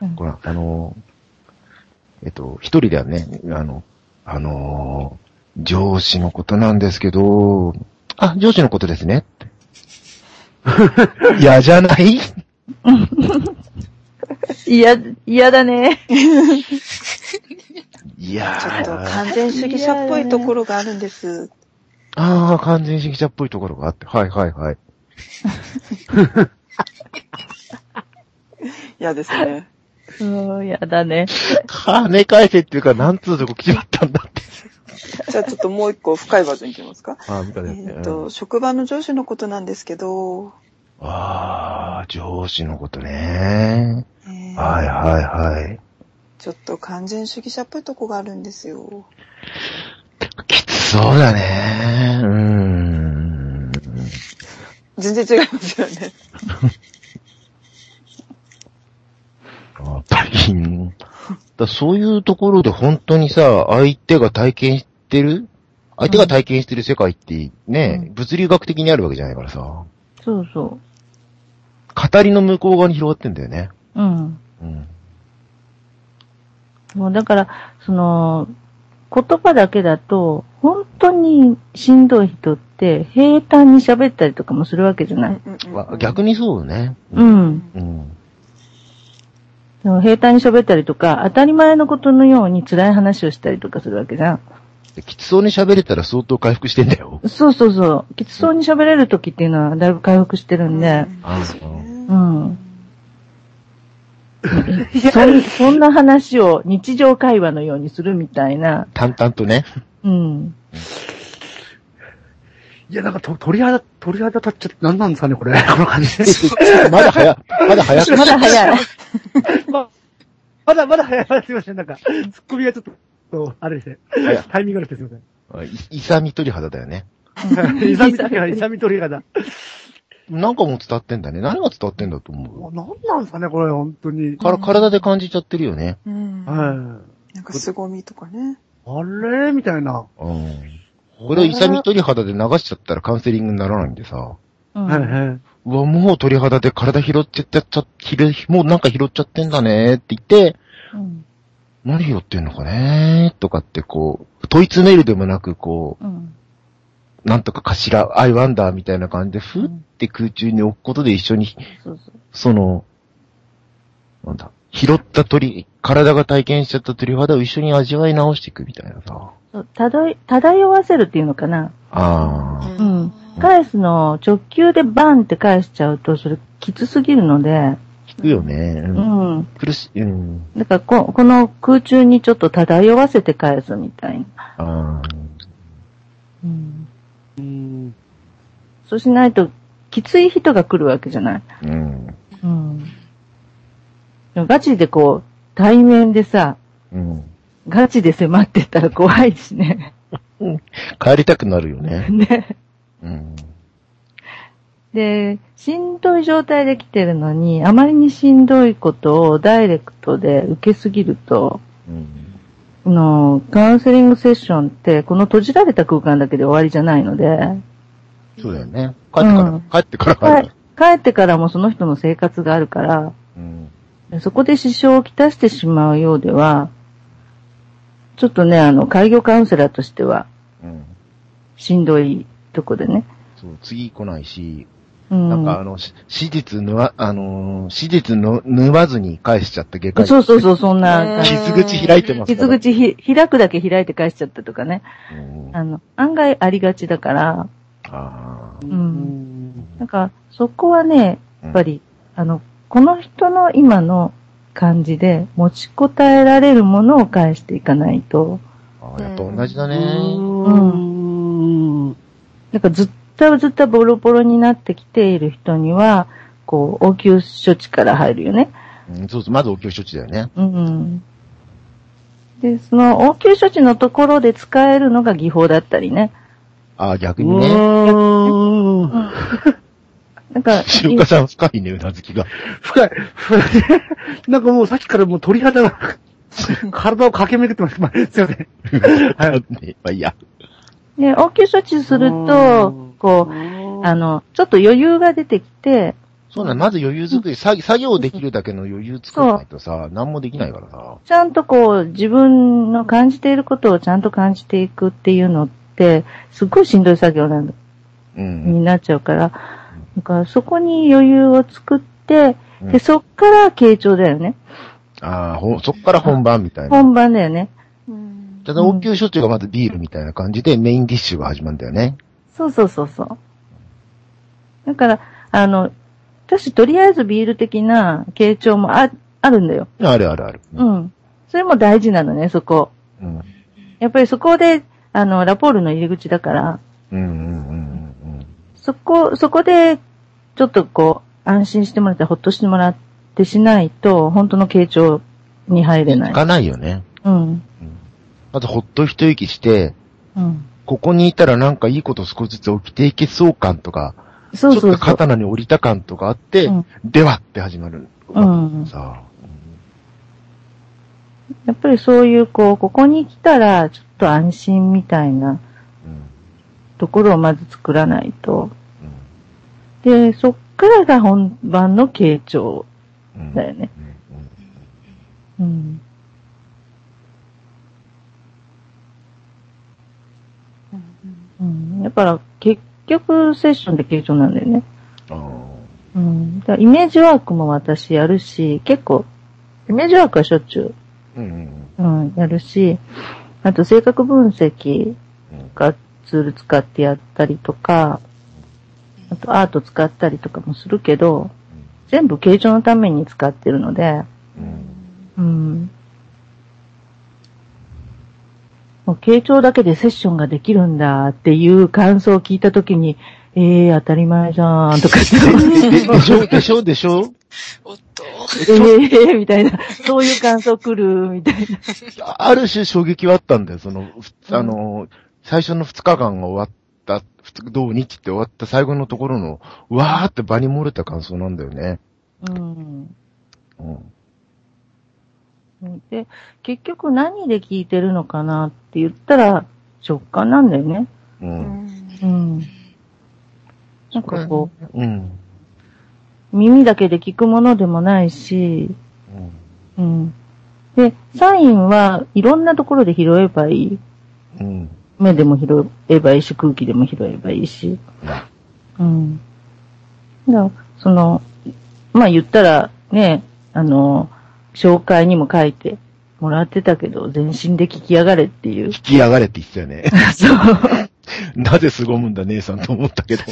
[SPEAKER 5] うん。
[SPEAKER 1] ほら、あの、えっと、一人ではね、あの、あのー、上司のことなんですけど、あ、上司のことですねっ
[SPEAKER 5] [laughs]
[SPEAKER 1] て。嫌じゃない
[SPEAKER 5] 嫌、嫌だね。
[SPEAKER 1] いや
[SPEAKER 2] ちょっと
[SPEAKER 1] ー。
[SPEAKER 2] 完全主義者っぽいところがあるんです。
[SPEAKER 1] ああ、完全主義者っぽいところがあって。はいはいはい。
[SPEAKER 2] 嫌ですね。
[SPEAKER 5] うん、嫌だね。
[SPEAKER 1] 金返せっていうか、なんつうとこ来ちまったんだって。
[SPEAKER 2] じゃあちょっともう一個深いバージョンいきますか。
[SPEAKER 1] [laughs] ああ、見た
[SPEAKER 2] え
[SPEAKER 1] ね。
[SPEAKER 2] ーっと、職場の上司のことなんですけど、
[SPEAKER 1] ああ、上司のことね。
[SPEAKER 2] えー
[SPEAKER 1] はいはいはい。
[SPEAKER 2] ちょっと完全主義者っぽいとこがあるんですよ。
[SPEAKER 1] きつそうだね。うーん。
[SPEAKER 2] 全然違いますよね。
[SPEAKER 1] やっぱり、うんだそういうところで本当にさ、相手が体験してる相手が体験してる世界ってね、
[SPEAKER 5] うん
[SPEAKER 1] 物理学的にあるわけじゃないからさ、
[SPEAKER 5] そうそ
[SPEAKER 1] 語りの向こう側に広がってんだよね。
[SPEAKER 5] う。うん。
[SPEAKER 1] うん。
[SPEAKER 5] もうだから、その、言葉だけだと、本当にしんどい人って平坦に喋ったりとかもするわけじゃない。
[SPEAKER 1] わ逆にそうね。
[SPEAKER 5] うん。
[SPEAKER 1] うん。
[SPEAKER 5] その平坦に喋ったりとか、当たり前のことのように辛い話をしたりとかするわけじゃん。
[SPEAKER 1] できつそうに喋れたら相当回復してんだよ。
[SPEAKER 5] そうそうそう。きつそうに喋れる時っていうのはだいぶ回復してるんで、
[SPEAKER 1] あ
[SPEAKER 5] うん。そんそんな話を日常会話のようにするみたいな。
[SPEAKER 1] 淡々とね。
[SPEAKER 5] うん。
[SPEAKER 4] いや、なんかと鳥肌、鳥肌立っちゃって、なんなんですかね、これ。この感じで。
[SPEAKER 1] まだ早、まだ早く。
[SPEAKER 5] まだ早い。
[SPEAKER 4] まだまだ早い、まだすいません。なんか、ツッコミがちょっと、こうあれですね。
[SPEAKER 1] 早
[SPEAKER 4] タイミングが悪くてすいません。
[SPEAKER 1] いいさみ鳥肌だよね。
[SPEAKER 4] イサミ鳥肌、イサミ鳥肌。
[SPEAKER 1] なんかもう伝わってんだね。何が伝わってんだと思
[SPEAKER 4] もう何なんですかね、これ、本当に
[SPEAKER 1] う。。から体で感じちゃってるよね。
[SPEAKER 2] うん
[SPEAKER 4] は
[SPEAKER 2] なんか凄みとかね。
[SPEAKER 4] い。あれみたいな。
[SPEAKER 1] うん。これをイサミ鳥肌で流しちゃったらカウンセリングにならないんでさ。
[SPEAKER 5] う
[SPEAKER 4] はい
[SPEAKER 5] ん。
[SPEAKER 4] は
[SPEAKER 1] うわ、もう鳥肌で体拾っちゃっちゃ、ひれもうなんか拾っちゃってんだねって言って、
[SPEAKER 5] うん。
[SPEAKER 1] 何拾ってんのかねとかってこう、問い詰めるでもなくこ
[SPEAKER 5] うん。
[SPEAKER 1] う、なんとかかしら、アイワンダーみたいな感じで、ふって空中に置くことで一緒に
[SPEAKER 5] そうそう。
[SPEAKER 1] その、なんだ、拾った鳥、体が体験しちゃった鳥肌を一緒に味わい直していくみたいなさ。
[SPEAKER 5] そう漂い漂わせるっていうのかな。
[SPEAKER 1] あ
[SPEAKER 5] うん。返すの、直球でバンって返しちゃうと、それきつすぎるので、
[SPEAKER 1] あ、聞くよね。う。
[SPEAKER 5] うんん。
[SPEAKER 1] 苦し、うん。
[SPEAKER 5] だからこ、この空中にちょっと漂わせて返すみたいな。
[SPEAKER 1] ああ、
[SPEAKER 5] うん。
[SPEAKER 4] い。うん。
[SPEAKER 5] そうしないと、きつい人が来るわけじゃない。
[SPEAKER 1] うん。
[SPEAKER 5] うん。でもガチでこう、対面でさ、
[SPEAKER 1] うん。
[SPEAKER 5] ガチで迫ってったら怖いしね。
[SPEAKER 1] 帰りたくなるよね。
[SPEAKER 5] [laughs] ね。
[SPEAKER 1] うん。
[SPEAKER 5] で、しんどい状態で来てるのに、あまりにしんどいことをダイレクトで受けすぎると、
[SPEAKER 1] うん。
[SPEAKER 5] あの、カウンセリングセッションって、この閉じられた空間だけで終わりじゃないので、
[SPEAKER 1] そうだよね。帰ってから、帰ってから
[SPEAKER 5] うんは
[SPEAKER 1] 入
[SPEAKER 5] い
[SPEAKER 1] る。
[SPEAKER 5] 帰ってからもその人の生活があるから、
[SPEAKER 1] うん。
[SPEAKER 5] そこで支障をきたしてしまうようでは、ちょっとね、あの、開業カウンセラーとしては、
[SPEAKER 1] うん。
[SPEAKER 5] しんどいとこでね。
[SPEAKER 1] そう、次来ないし、
[SPEAKER 5] うん。
[SPEAKER 1] なんかあの、し史実ぬわ、あのー、史実ぬ、ぬわずに返しちゃった外科医。
[SPEAKER 5] そうそうそう、そんな感じ。
[SPEAKER 1] 傷口開いてますか
[SPEAKER 5] 傷
[SPEAKER 1] ら。
[SPEAKER 5] 口ひ開くだけ開いて返しちゃったとかね。
[SPEAKER 1] うん。あ
[SPEAKER 5] あの、案外ありがちだから、
[SPEAKER 1] あー。
[SPEAKER 5] うんなんか、そこはね、やっぱ
[SPEAKER 1] り。
[SPEAKER 5] り、あの、この人の今の感じで持ちこたえられるものを返していかないと、
[SPEAKER 1] ああ、やっぱ同じだ
[SPEAKER 4] う
[SPEAKER 1] ね。
[SPEAKER 4] ーん。
[SPEAKER 5] なんかずっとずっとボロボロになってきている人には、こう、応急処置から入るよね。
[SPEAKER 1] うん、そうそう、まず応急処置だよね。
[SPEAKER 5] うん。で、その応急処置のところで使えるのが技法だったりね。
[SPEAKER 1] ああ、逆
[SPEAKER 4] う
[SPEAKER 1] にね。
[SPEAKER 4] ーん。
[SPEAKER 5] なんか、
[SPEAKER 1] 白岡さん深いね、うなずきが。
[SPEAKER 4] 深い。深いなんかもうさっきからもう鳥肌が、体を駆け巡ってます。まあ、すいません。はい
[SPEAKER 1] ねまあいいや。
[SPEAKER 5] ね、応急処置すると
[SPEAKER 4] うん、
[SPEAKER 5] こう、あの、ちょっと余裕が出てきて、
[SPEAKER 1] そうだね、まず余裕作り、作作業できるだけの余裕作らないとさ、何もできないからさ。
[SPEAKER 5] ちゃんとこう、自分の感じていることをちゃんと感じていくっていうのって、すっごいしんどい作業なん
[SPEAKER 1] う
[SPEAKER 5] に
[SPEAKER 1] ん。
[SPEAKER 5] なっちゃうから、だからそこに余裕を作って、
[SPEAKER 1] うん
[SPEAKER 5] で、そっから傾聴だよね。
[SPEAKER 1] ああ、ほそっから本番みたいな。
[SPEAKER 5] 本番だよね。
[SPEAKER 2] うん
[SPEAKER 1] ただ応急処置がまずビールみたいな感じでメインディッシュが始まるんだよね。
[SPEAKER 5] そうそうそうそう。だから、あの、私とりあえずビール的な傾聴もあ、あるんだよ。
[SPEAKER 1] あるあるある。
[SPEAKER 5] うん。それも大事なのね、そこ。
[SPEAKER 1] うん。
[SPEAKER 5] やっぱりそこで、あの、ラポールの入り口だから、
[SPEAKER 1] うんうんうんうん
[SPEAKER 5] そこ、そこで、ちょっとこう、安心してもらって、ほっとしてもらってしないと、本当の傾聴に入
[SPEAKER 1] う
[SPEAKER 5] れ
[SPEAKER 1] ん。
[SPEAKER 5] な
[SPEAKER 1] 行
[SPEAKER 5] い。
[SPEAKER 1] かないよね。
[SPEAKER 5] うん。
[SPEAKER 1] まずほっと一息して、
[SPEAKER 5] うん。
[SPEAKER 1] ここにいたらなんかいいこと少しずつ起きていけそう感とか、
[SPEAKER 5] そうそ
[SPEAKER 1] ち
[SPEAKER 5] うそ
[SPEAKER 1] ょ
[SPEAKER 5] う。
[SPEAKER 1] っと刀に降りた感とかあって、
[SPEAKER 5] うん
[SPEAKER 1] ではって始まる。
[SPEAKER 5] うん
[SPEAKER 1] さあ。
[SPEAKER 5] やっぱりそういう、こう、ここに来たら、ちょっと安心みたいな
[SPEAKER 1] うん
[SPEAKER 5] ところをまず作らないと。
[SPEAKER 1] う
[SPEAKER 5] で、そっからが本番の傾聴
[SPEAKER 1] んうん
[SPEAKER 5] だよね。
[SPEAKER 1] うんうん
[SPEAKER 5] うん。うん。だから、結局、セッションで傾聴なんだよね。
[SPEAKER 1] あー
[SPEAKER 5] うん。だからイメージワークも私やるし、結構、イメージワークはしょっちゅ
[SPEAKER 1] うんうん
[SPEAKER 5] う、うん、やるし、あと性格分析
[SPEAKER 1] うん
[SPEAKER 5] がツール使ってやったりとか、あとアート使ったりとかもするけど、全部形状のために使ってるので、
[SPEAKER 1] うん
[SPEAKER 5] うん。もう傾聴だけでセッションができるんだっていう感想を聞いたときに、ええー、当たり前じゃんとかして、
[SPEAKER 1] ででしょでしょでしょ
[SPEAKER 3] おっと。
[SPEAKER 5] ええー、みたいな、そういう感想来る、みたいな。
[SPEAKER 1] ある種衝撃はあったんだよ。その、ふあの、最初の2日間が終わった、ふつどうにって終わった最後のところの、わーって場に漏れた感想なんだよね。
[SPEAKER 5] うん。
[SPEAKER 1] うん。
[SPEAKER 5] で、結局何で聞いてるのかなって言ったら、直感なんだよね。
[SPEAKER 1] うん。
[SPEAKER 5] うん。なんかこう、
[SPEAKER 1] うん。
[SPEAKER 5] 耳だけで聞くものでもないし、
[SPEAKER 1] うん
[SPEAKER 5] うん。で、サインはいろんなところで拾えばいい。
[SPEAKER 1] うん。
[SPEAKER 5] 目でも拾えばいいし、空気でも拾えばいいし。うん。だからその、まあ言ったら、ね、あの、紹介にも書いてもらってたけど、全身で聞きやがれっていう
[SPEAKER 1] 引。き上がれって言ってたよね。
[SPEAKER 5] [laughs]
[SPEAKER 1] [laughs]
[SPEAKER 5] そう。
[SPEAKER 1] なぜ凄むんだ姉さんと思った [laughs] けど。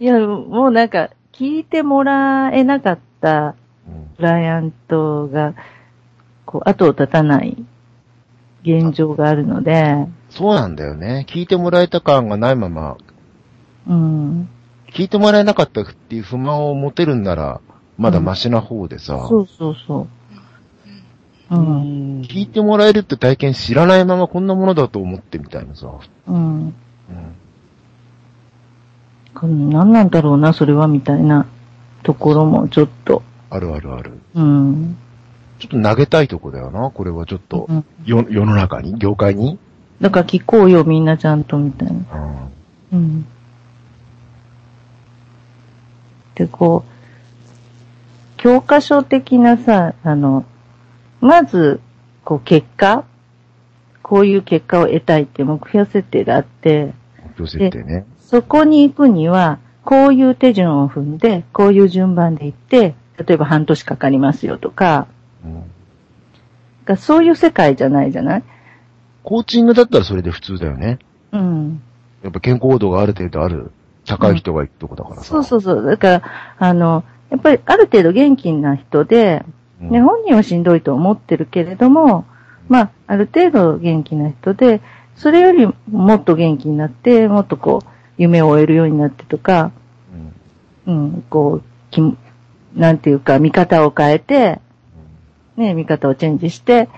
[SPEAKER 5] いや、もうなんか、聞いてもらえなかった
[SPEAKER 1] うん
[SPEAKER 5] クライアントが、こう、後を絶たない現状があるので、
[SPEAKER 1] そうなんだよね。聞いてもらえた感がないまま、
[SPEAKER 5] うん。
[SPEAKER 1] 聞いてもらえなかったっていう不満を持てるんなら、まだマシな方でさ、
[SPEAKER 5] そうそうそう。うん。
[SPEAKER 1] 聞いてもらえるって体験知らないままこんなものだと思ってみたいなさ、
[SPEAKER 5] うん。
[SPEAKER 1] うん、
[SPEAKER 5] この何なんだろうな、それは、みたいなところもちょっと
[SPEAKER 1] あるあるある。
[SPEAKER 5] うん。
[SPEAKER 1] ちょっと投げたいとこだよな、これはちょっと
[SPEAKER 5] う。ん
[SPEAKER 1] よ、世の中に業界に
[SPEAKER 5] だから聞こうよ、みんなちゃんと、みたいな。
[SPEAKER 1] うん。
[SPEAKER 5] うん。で、こう、教科書的なさ、あの、まず、こう、結果こういう結果を得たいって目標設定があって、
[SPEAKER 1] 女性ってね。
[SPEAKER 5] そこに行くには、こういう手順を踏んで、こういう順番で行って、例えば半年かかりますよとか、
[SPEAKER 1] うん。
[SPEAKER 5] だからそういう世界じゃないじゃない
[SPEAKER 1] コーチングだったらそれで普通だよね。
[SPEAKER 5] うん。
[SPEAKER 1] やっぱ健康度がある程度ある、高い人が行くとこだからさ。
[SPEAKER 5] そうそうそう。だから、あの、やっぱりある程度元気な人で、
[SPEAKER 1] うん。
[SPEAKER 5] ね、本人はしんどいと思ってるけれども、まあ、ある程度元気な人で、それよりもっと元気になって、もっとこう、夢を追えるようになってとか、
[SPEAKER 1] うん
[SPEAKER 5] うん、こう、きもなんていうか、見方を変えて、ね、見方をチェンジして、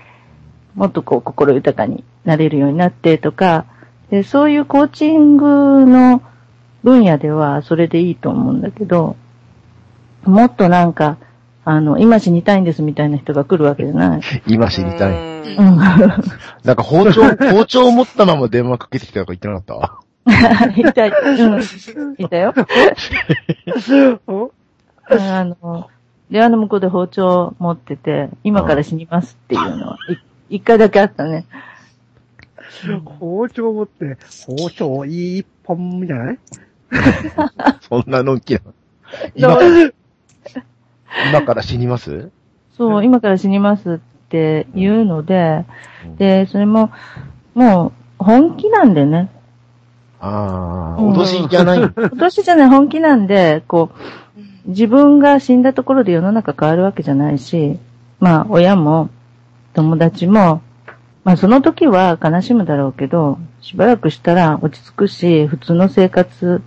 [SPEAKER 5] もっとこう、心豊かになれるようになってとか、でそういうコーチングの分野では、それでいいと思うんだけど、もっとなんか、あの、今死にたいんですみたいな人が来るわけじゃない。
[SPEAKER 1] 今知りたい。
[SPEAKER 2] い
[SPEAKER 5] うん。 [laughs]
[SPEAKER 1] なんか包丁、 [laughs] 包丁を持ったまま電話かけてきたとか言ってなかっ
[SPEAKER 5] いたい。うん。いたよ。あの、電話の向こうで包丁持ってて、今から死にますっていうのは、い一回だけあったね。
[SPEAKER 4] 包丁持って、包丁いい一本みたいなね。
[SPEAKER 1] た [laughs] そんなのんきな。今
[SPEAKER 5] そ
[SPEAKER 1] から、
[SPEAKER 5] う、
[SPEAKER 1] 今から死にます
[SPEAKER 5] そう今から死にますっていうので、で、それも、もう、本気なんでね。
[SPEAKER 1] ああ、
[SPEAKER 5] うん
[SPEAKER 1] 脅しじゃない。
[SPEAKER 5] [laughs] 今年じゃない本気なんで、こう、自分が死んだところで世の中変わるわけじゃないし、まあ、親も、友達も、まあ、その時は悲しむだろうけど、しばらくしたら落ち着くし、普通の生活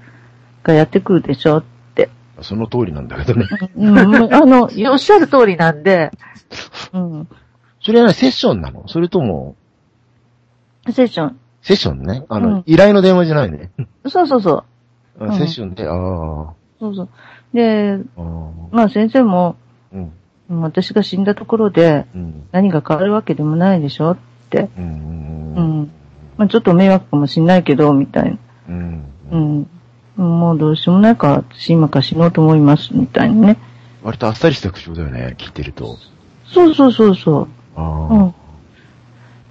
[SPEAKER 5] がやってくるでしょって。
[SPEAKER 1] その通りなんだけどね。
[SPEAKER 5] うん、うんあの、おっしゃる通りなんで、うん。
[SPEAKER 1] それはねセッションなのそれとも、
[SPEAKER 5] セッション。
[SPEAKER 1] セッションね。あの、
[SPEAKER 5] うん
[SPEAKER 1] 依頼の電話じゃないね。
[SPEAKER 5] そうそうそう。
[SPEAKER 1] あ
[SPEAKER 5] うん
[SPEAKER 1] セッションで、あー
[SPEAKER 5] そうそう。で、
[SPEAKER 1] あー、
[SPEAKER 5] まあ先生も、
[SPEAKER 1] うん、
[SPEAKER 5] うん私が死んだところで
[SPEAKER 1] うん、
[SPEAKER 5] 何が変わるわけでもないでしょ
[SPEAKER 1] うん、うん
[SPEAKER 5] う、ん。まあちょっと迷惑かもしんないけど、みたいな。
[SPEAKER 1] うんう。
[SPEAKER 5] うんん。もうどうしようもないから、私今から死のうと思います、みたいなね。
[SPEAKER 1] 割とあっさりした口調だよね、聞いてると。
[SPEAKER 5] そうそうそうそ
[SPEAKER 1] あ
[SPEAKER 5] う。
[SPEAKER 1] あ、
[SPEAKER 5] う
[SPEAKER 1] い
[SPEAKER 5] ん。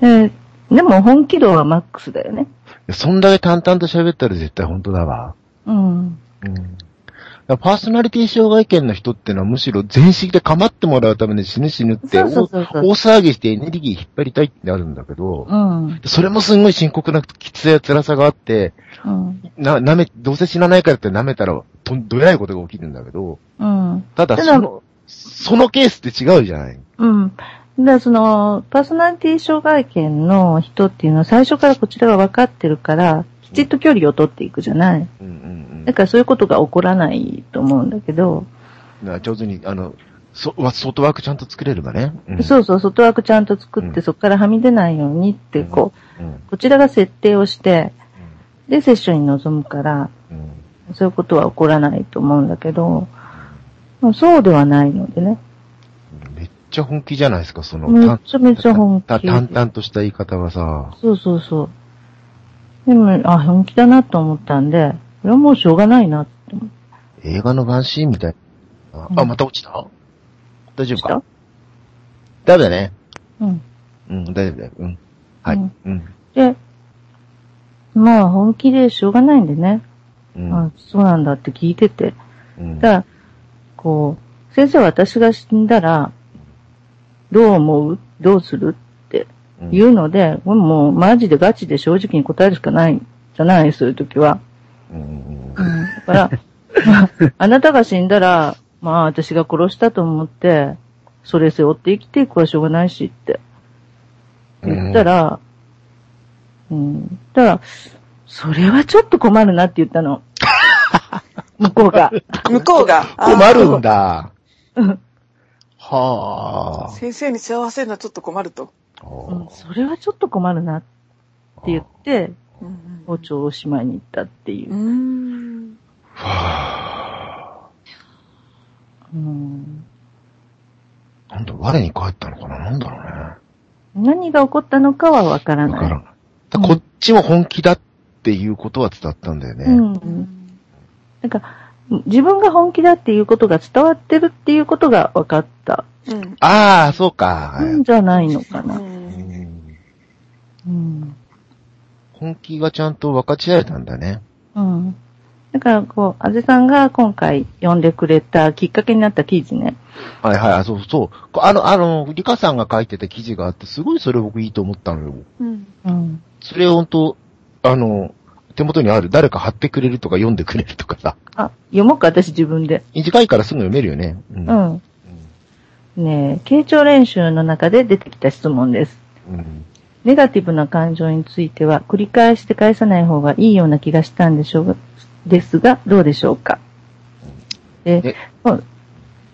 [SPEAKER 5] えーでも本気度はマックスだよね。
[SPEAKER 1] やそんだけ淡々と喋ったら絶対本当だわ。
[SPEAKER 5] うん。
[SPEAKER 1] うん。だからパーソナリティ障害権の人ってのはむしろ全身で構ってもらうために死ぬ死ぬって
[SPEAKER 5] そうそう
[SPEAKER 1] 大
[SPEAKER 5] そうそう。
[SPEAKER 1] 騒ぎしてエネルギー引っ張りたいってあるんだけど、
[SPEAKER 5] うん。うん。
[SPEAKER 1] それもすんごい深刻なきつや辛さがあって、な、舐め、どうせ死なないからって舐めたら、とん、どえらいことが起きるんだけど、
[SPEAKER 5] うん。
[SPEAKER 1] ただ
[SPEAKER 5] ただ
[SPEAKER 1] その、そのケースって違うじゃない。
[SPEAKER 5] うん。だからその、パーソナリティ障害権の人っていうのは最初からこちらが分かってるから、きちっと距離を取っていくじゃない。
[SPEAKER 1] うんうん
[SPEAKER 5] だからそういうことが起こらないと思うんだけど、
[SPEAKER 1] うん。な上手に、あの、そ、わ外枠ちゃんと作れればね。うん、
[SPEAKER 5] そうそう、外枠ちゃんと作っ
[SPEAKER 1] う
[SPEAKER 5] て、
[SPEAKER 1] ん
[SPEAKER 5] そこからはみ出ないようにって、こう、
[SPEAKER 1] うん。
[SPEAKER 5] こちらが設定をして、で、セッションに臨むから、
[SPEAKER 1] うん。
[SPEAKER 5] そういうことは起こらないと思うんだけど、まあそうではないのでね。
[SPEAKER 1] うんめっちゃ本気じゃないですか、その、
[SPEAKER 5] めちゃめちゃ本
[SPEAKER 1] た
[SPEAKER 5] 気。
[SPEAKER 1] 淡々とした言い方がさ、
[SPEAKER 5] そうそうそう。でも、あ、本気だなと思ったんで、これはもうしょうがないなって思っ
[SPEAKER 1] 映画のワンシーンみたいな。
[SPEAKER 5] うん
[SPEAKER 1] あ、また落ちた大丈夫
[SPEAKER 5] た
[SPEAKER 1] か。大丈夫だね。
[SPEAKER 5] うん。
[SPEAKER 1] うん、大丈夫だよ。うん。はい。
[SPEAKER 5] う
[SPEAKER 1] うんん。
[SPEAKER 5] で、まあ本気でしょうがないんでね。
[SPEAKER 1] うん。
[SPEAKER 5] あそうなんだって聞いてて。
[SPEAKER 1] うん
[SPEAKER 5] だから、こう、先生は私が死んだら、どう思うどうする
[SPEAKER 1] うん
[SPEAKER 5] 言うので、もうマジでガチで正直に答えるしかないじゃない、そういう時は。
[SPEAKER 1] うんうん
[SPEAKER 3] うん
[SPEAKER 5] だから、まあ、あなたが死んだら、まあ私が殺したと思って、それ背負って生きていくはしょうがないしって
[SPEAKER 1] うん
[SPEAKER 5] 言ったら、うん、だから、それはちょっと困るなって言っ
[SPEAKER 1] [laughs]
[SPEAKER 5] たの。向こうが。
[SPEAKER 2] 向こうが、あー
[SPEAKER 1] 困るんだ。
[SPEAKER 5] うん
[SPEAKER 1] はあ。
[SPEAKER 2] 先生に幸せなちょっと困ると。
[SPEAKER 5] うんそれはちょっと困るなって言って、包丁をしまいに行ったっていうう。
[SPEAKER 2] ん。
[SPEAKER 5] うん
[SPEAKER 1] なんだ、我に返ったのかななんだろうね。
[SPEAKER 5] 何が起こったのかはわから
[SPEAKER 1] わからな。
[SPEAKER 5] ない
[SPEAKER 1] だこっちも本気だっていうことは伝わったんだよね。
[SPEAKER 5] い。うん。なんか、自分が本気だっていうことが伝わってるっていうことが分かった
[SPEAKER 2] うん。
[SPEAKER 1] ああ、そうか。はい
[SPEAKER 5] んじゃないのかな。
[SPEAKER 1] うん
[SPEAKER 5] うん。
[SPEAKER 1] 本気がちゃんと分かち合えたんだね。
[SPEAKER 5] うん。だから、こう、あぜさんが今回読んでくれたきっかけになった記事ね。
[SPEAKER 1] はいはい、あそうそう。こあの、あの、リカさんが書いてた記事があって、すごいそれ僕いいと思ったのよ。
[SPEAKER 2] うん。
[SPEAKER 5] うん。
[SPEAKER 1] それを本当あの、手元にある、誰か貼ってくれるとか読んでくれるとかさ。
[SPEAKER 5] あ、読もうか、私自分で。
[SPEAKER 1] 短いからすぐ読めるよね。う。
[SPEAKER 5] うんん。ねえ、傾聴練習の中で出てきた質問です。
[SPEAKER 1] うん。
[SPEAKER 5] ネガティブな感情については繰り返して返さない方がいいような気がしたんでしょうが、ですが、どうでしょうかえ
[SPEAKER 1] え
[SPEAKER 5] うんっ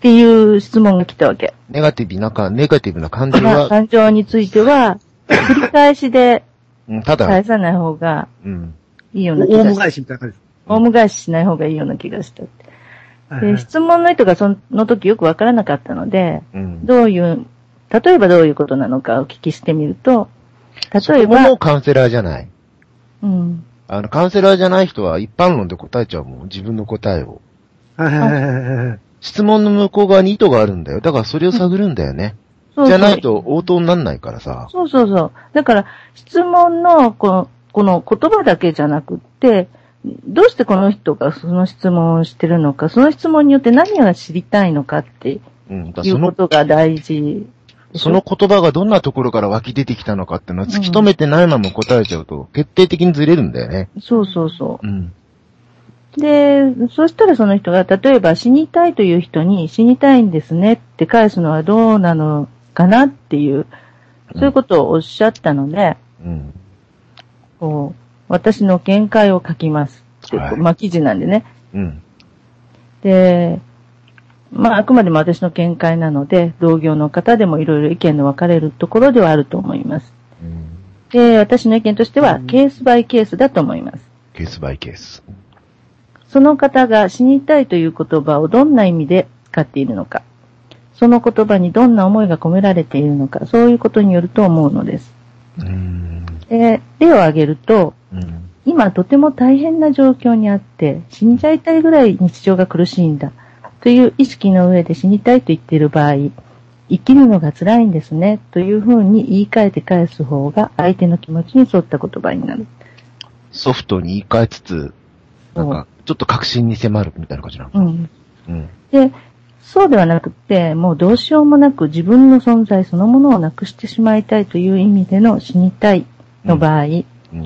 [SPEAKER 5] ていう質問が来たわけ。
[SPEAKER 1] ネガティブなか、ネガティブな感情
[SPEAKER 5] まあ
[SPEAKER 1] は、
[SPEAKER 5] 感情については、繰り返しで
[SPEAKER 1] うん、ただ
[SPEAKER 5] 返、さない方が
[SPEAKER 1] うん。
[SPEAKER 5] いいような気
[SPEAKER 4] 大
[SPEAKER 5] が
[SPEAKER 4] も
[SPEAKER 5] した。
[SPEAKER 4] 返しみたいな感じ
[SPEAKER 5] オウム返ししない方がいいような気がしたって。
[SPEAKER 4] です。
[SPEAKER 5] で、質問の意図がその時よくわからなかったので、
[SPEAKER 1] うん。
[SPEAKER 5] どういう、例えばどういうことなのかお聞きしてみると、
[SPEAKER 1] そ
[SPEAKER 5] 例え
[SPEAKER 1] こも
[SPEAKER 5] ば、
[SPEAKER 1] カウンセラーじゃない。
[SPEAKER 5] うん、
[SPEAKER 1] あの、カウンセラーじゃない人は一般論で答えちゃうもん。自分の答えを。
[SPEAKER 4] はいはいはいはいはい。
[SPEAKER 1] 質問の向こう側に意図があるんだよ。だからそれを探るんだよね。
[SPEAKER 5] そうそう
[SPEAKER 1] じゃないと応答になんないからさ。
[SPEAKER 5] そうそうそう。だから、質問のこの、この言葉だけじゃなくって、どうしてこの人がその質問をしてるのか、その質問によって何が知りたいのかってい
[SPEAKER 1] うん。だからそう
[SPEAKER 5] こ
[SPEAKER 1] の、
[SPEAKER 5] とが大事。
[SPEAKER 1] その言葉がどんなところから湧き出てきたのかっていうのは突き止めてないまま答えちゃうと、決定的にずれるんだよね。
[SPEAKER 5] そうそうそ
[SPEAKER 1] うん。
[SPEAKER 5] う。で、そしたらその人が、例えば死にたいという人に死にたいんですねって返すのはどうなのかなっていう、そういうことをおっしゃったので、
[SPEAKER 1] うん。
[SPEAKER 5] こう、私の見解を書きます。
[SPEAKER 1] はい
[SPEAKER 5] まあ記事なんでね。
[SPEAKER 1] うん。
[SPEAKER 5] で、まあ、あくまでも私の見解なので、同業の方でもいろいろ意見の分かれるところではあると思います。
[SPEAKER 1] うん。
[SPEAKER 5] で、私の意見としては、
[SPEAKER 4] うん
[SPEAKER 5] ケースバイケースだと思います。
[SPEAKER 1] ケースバイケース。
[SPEAKER 5] その方が死にたいという言葉をどんな意味で使っているのか、その言葉にどんな思いが込められているのか、そういうことによると思うのです。
[SPEAKER 1] うん。
[SPEAKER 5] で例を挙げると、
[SPEAKER 1] うん。
[SPEAKER 5] 今とても大変な状況にあって、死んじゃいたいぐらい日常が苦しいんだ。という意識の上で死にたいと言っている場合、生きるのが辛いんですね。というふうに言い換えて返す方が相手の気持ちに沿った言葉になる。
[SPEAKER 1] ソフトに言い換えつつ、なんか、ちょっと確信に迫るみたいな感じなの。
[SPEAKER 5] うん。
[SPEAKER 1] うん。
[SPEAKER 5] で、そうではなくって、もうどうしようもなく自分の存在そのものをなくしてしまいたいという意味での死にたいの場合、
[SPEAKER 1] うん。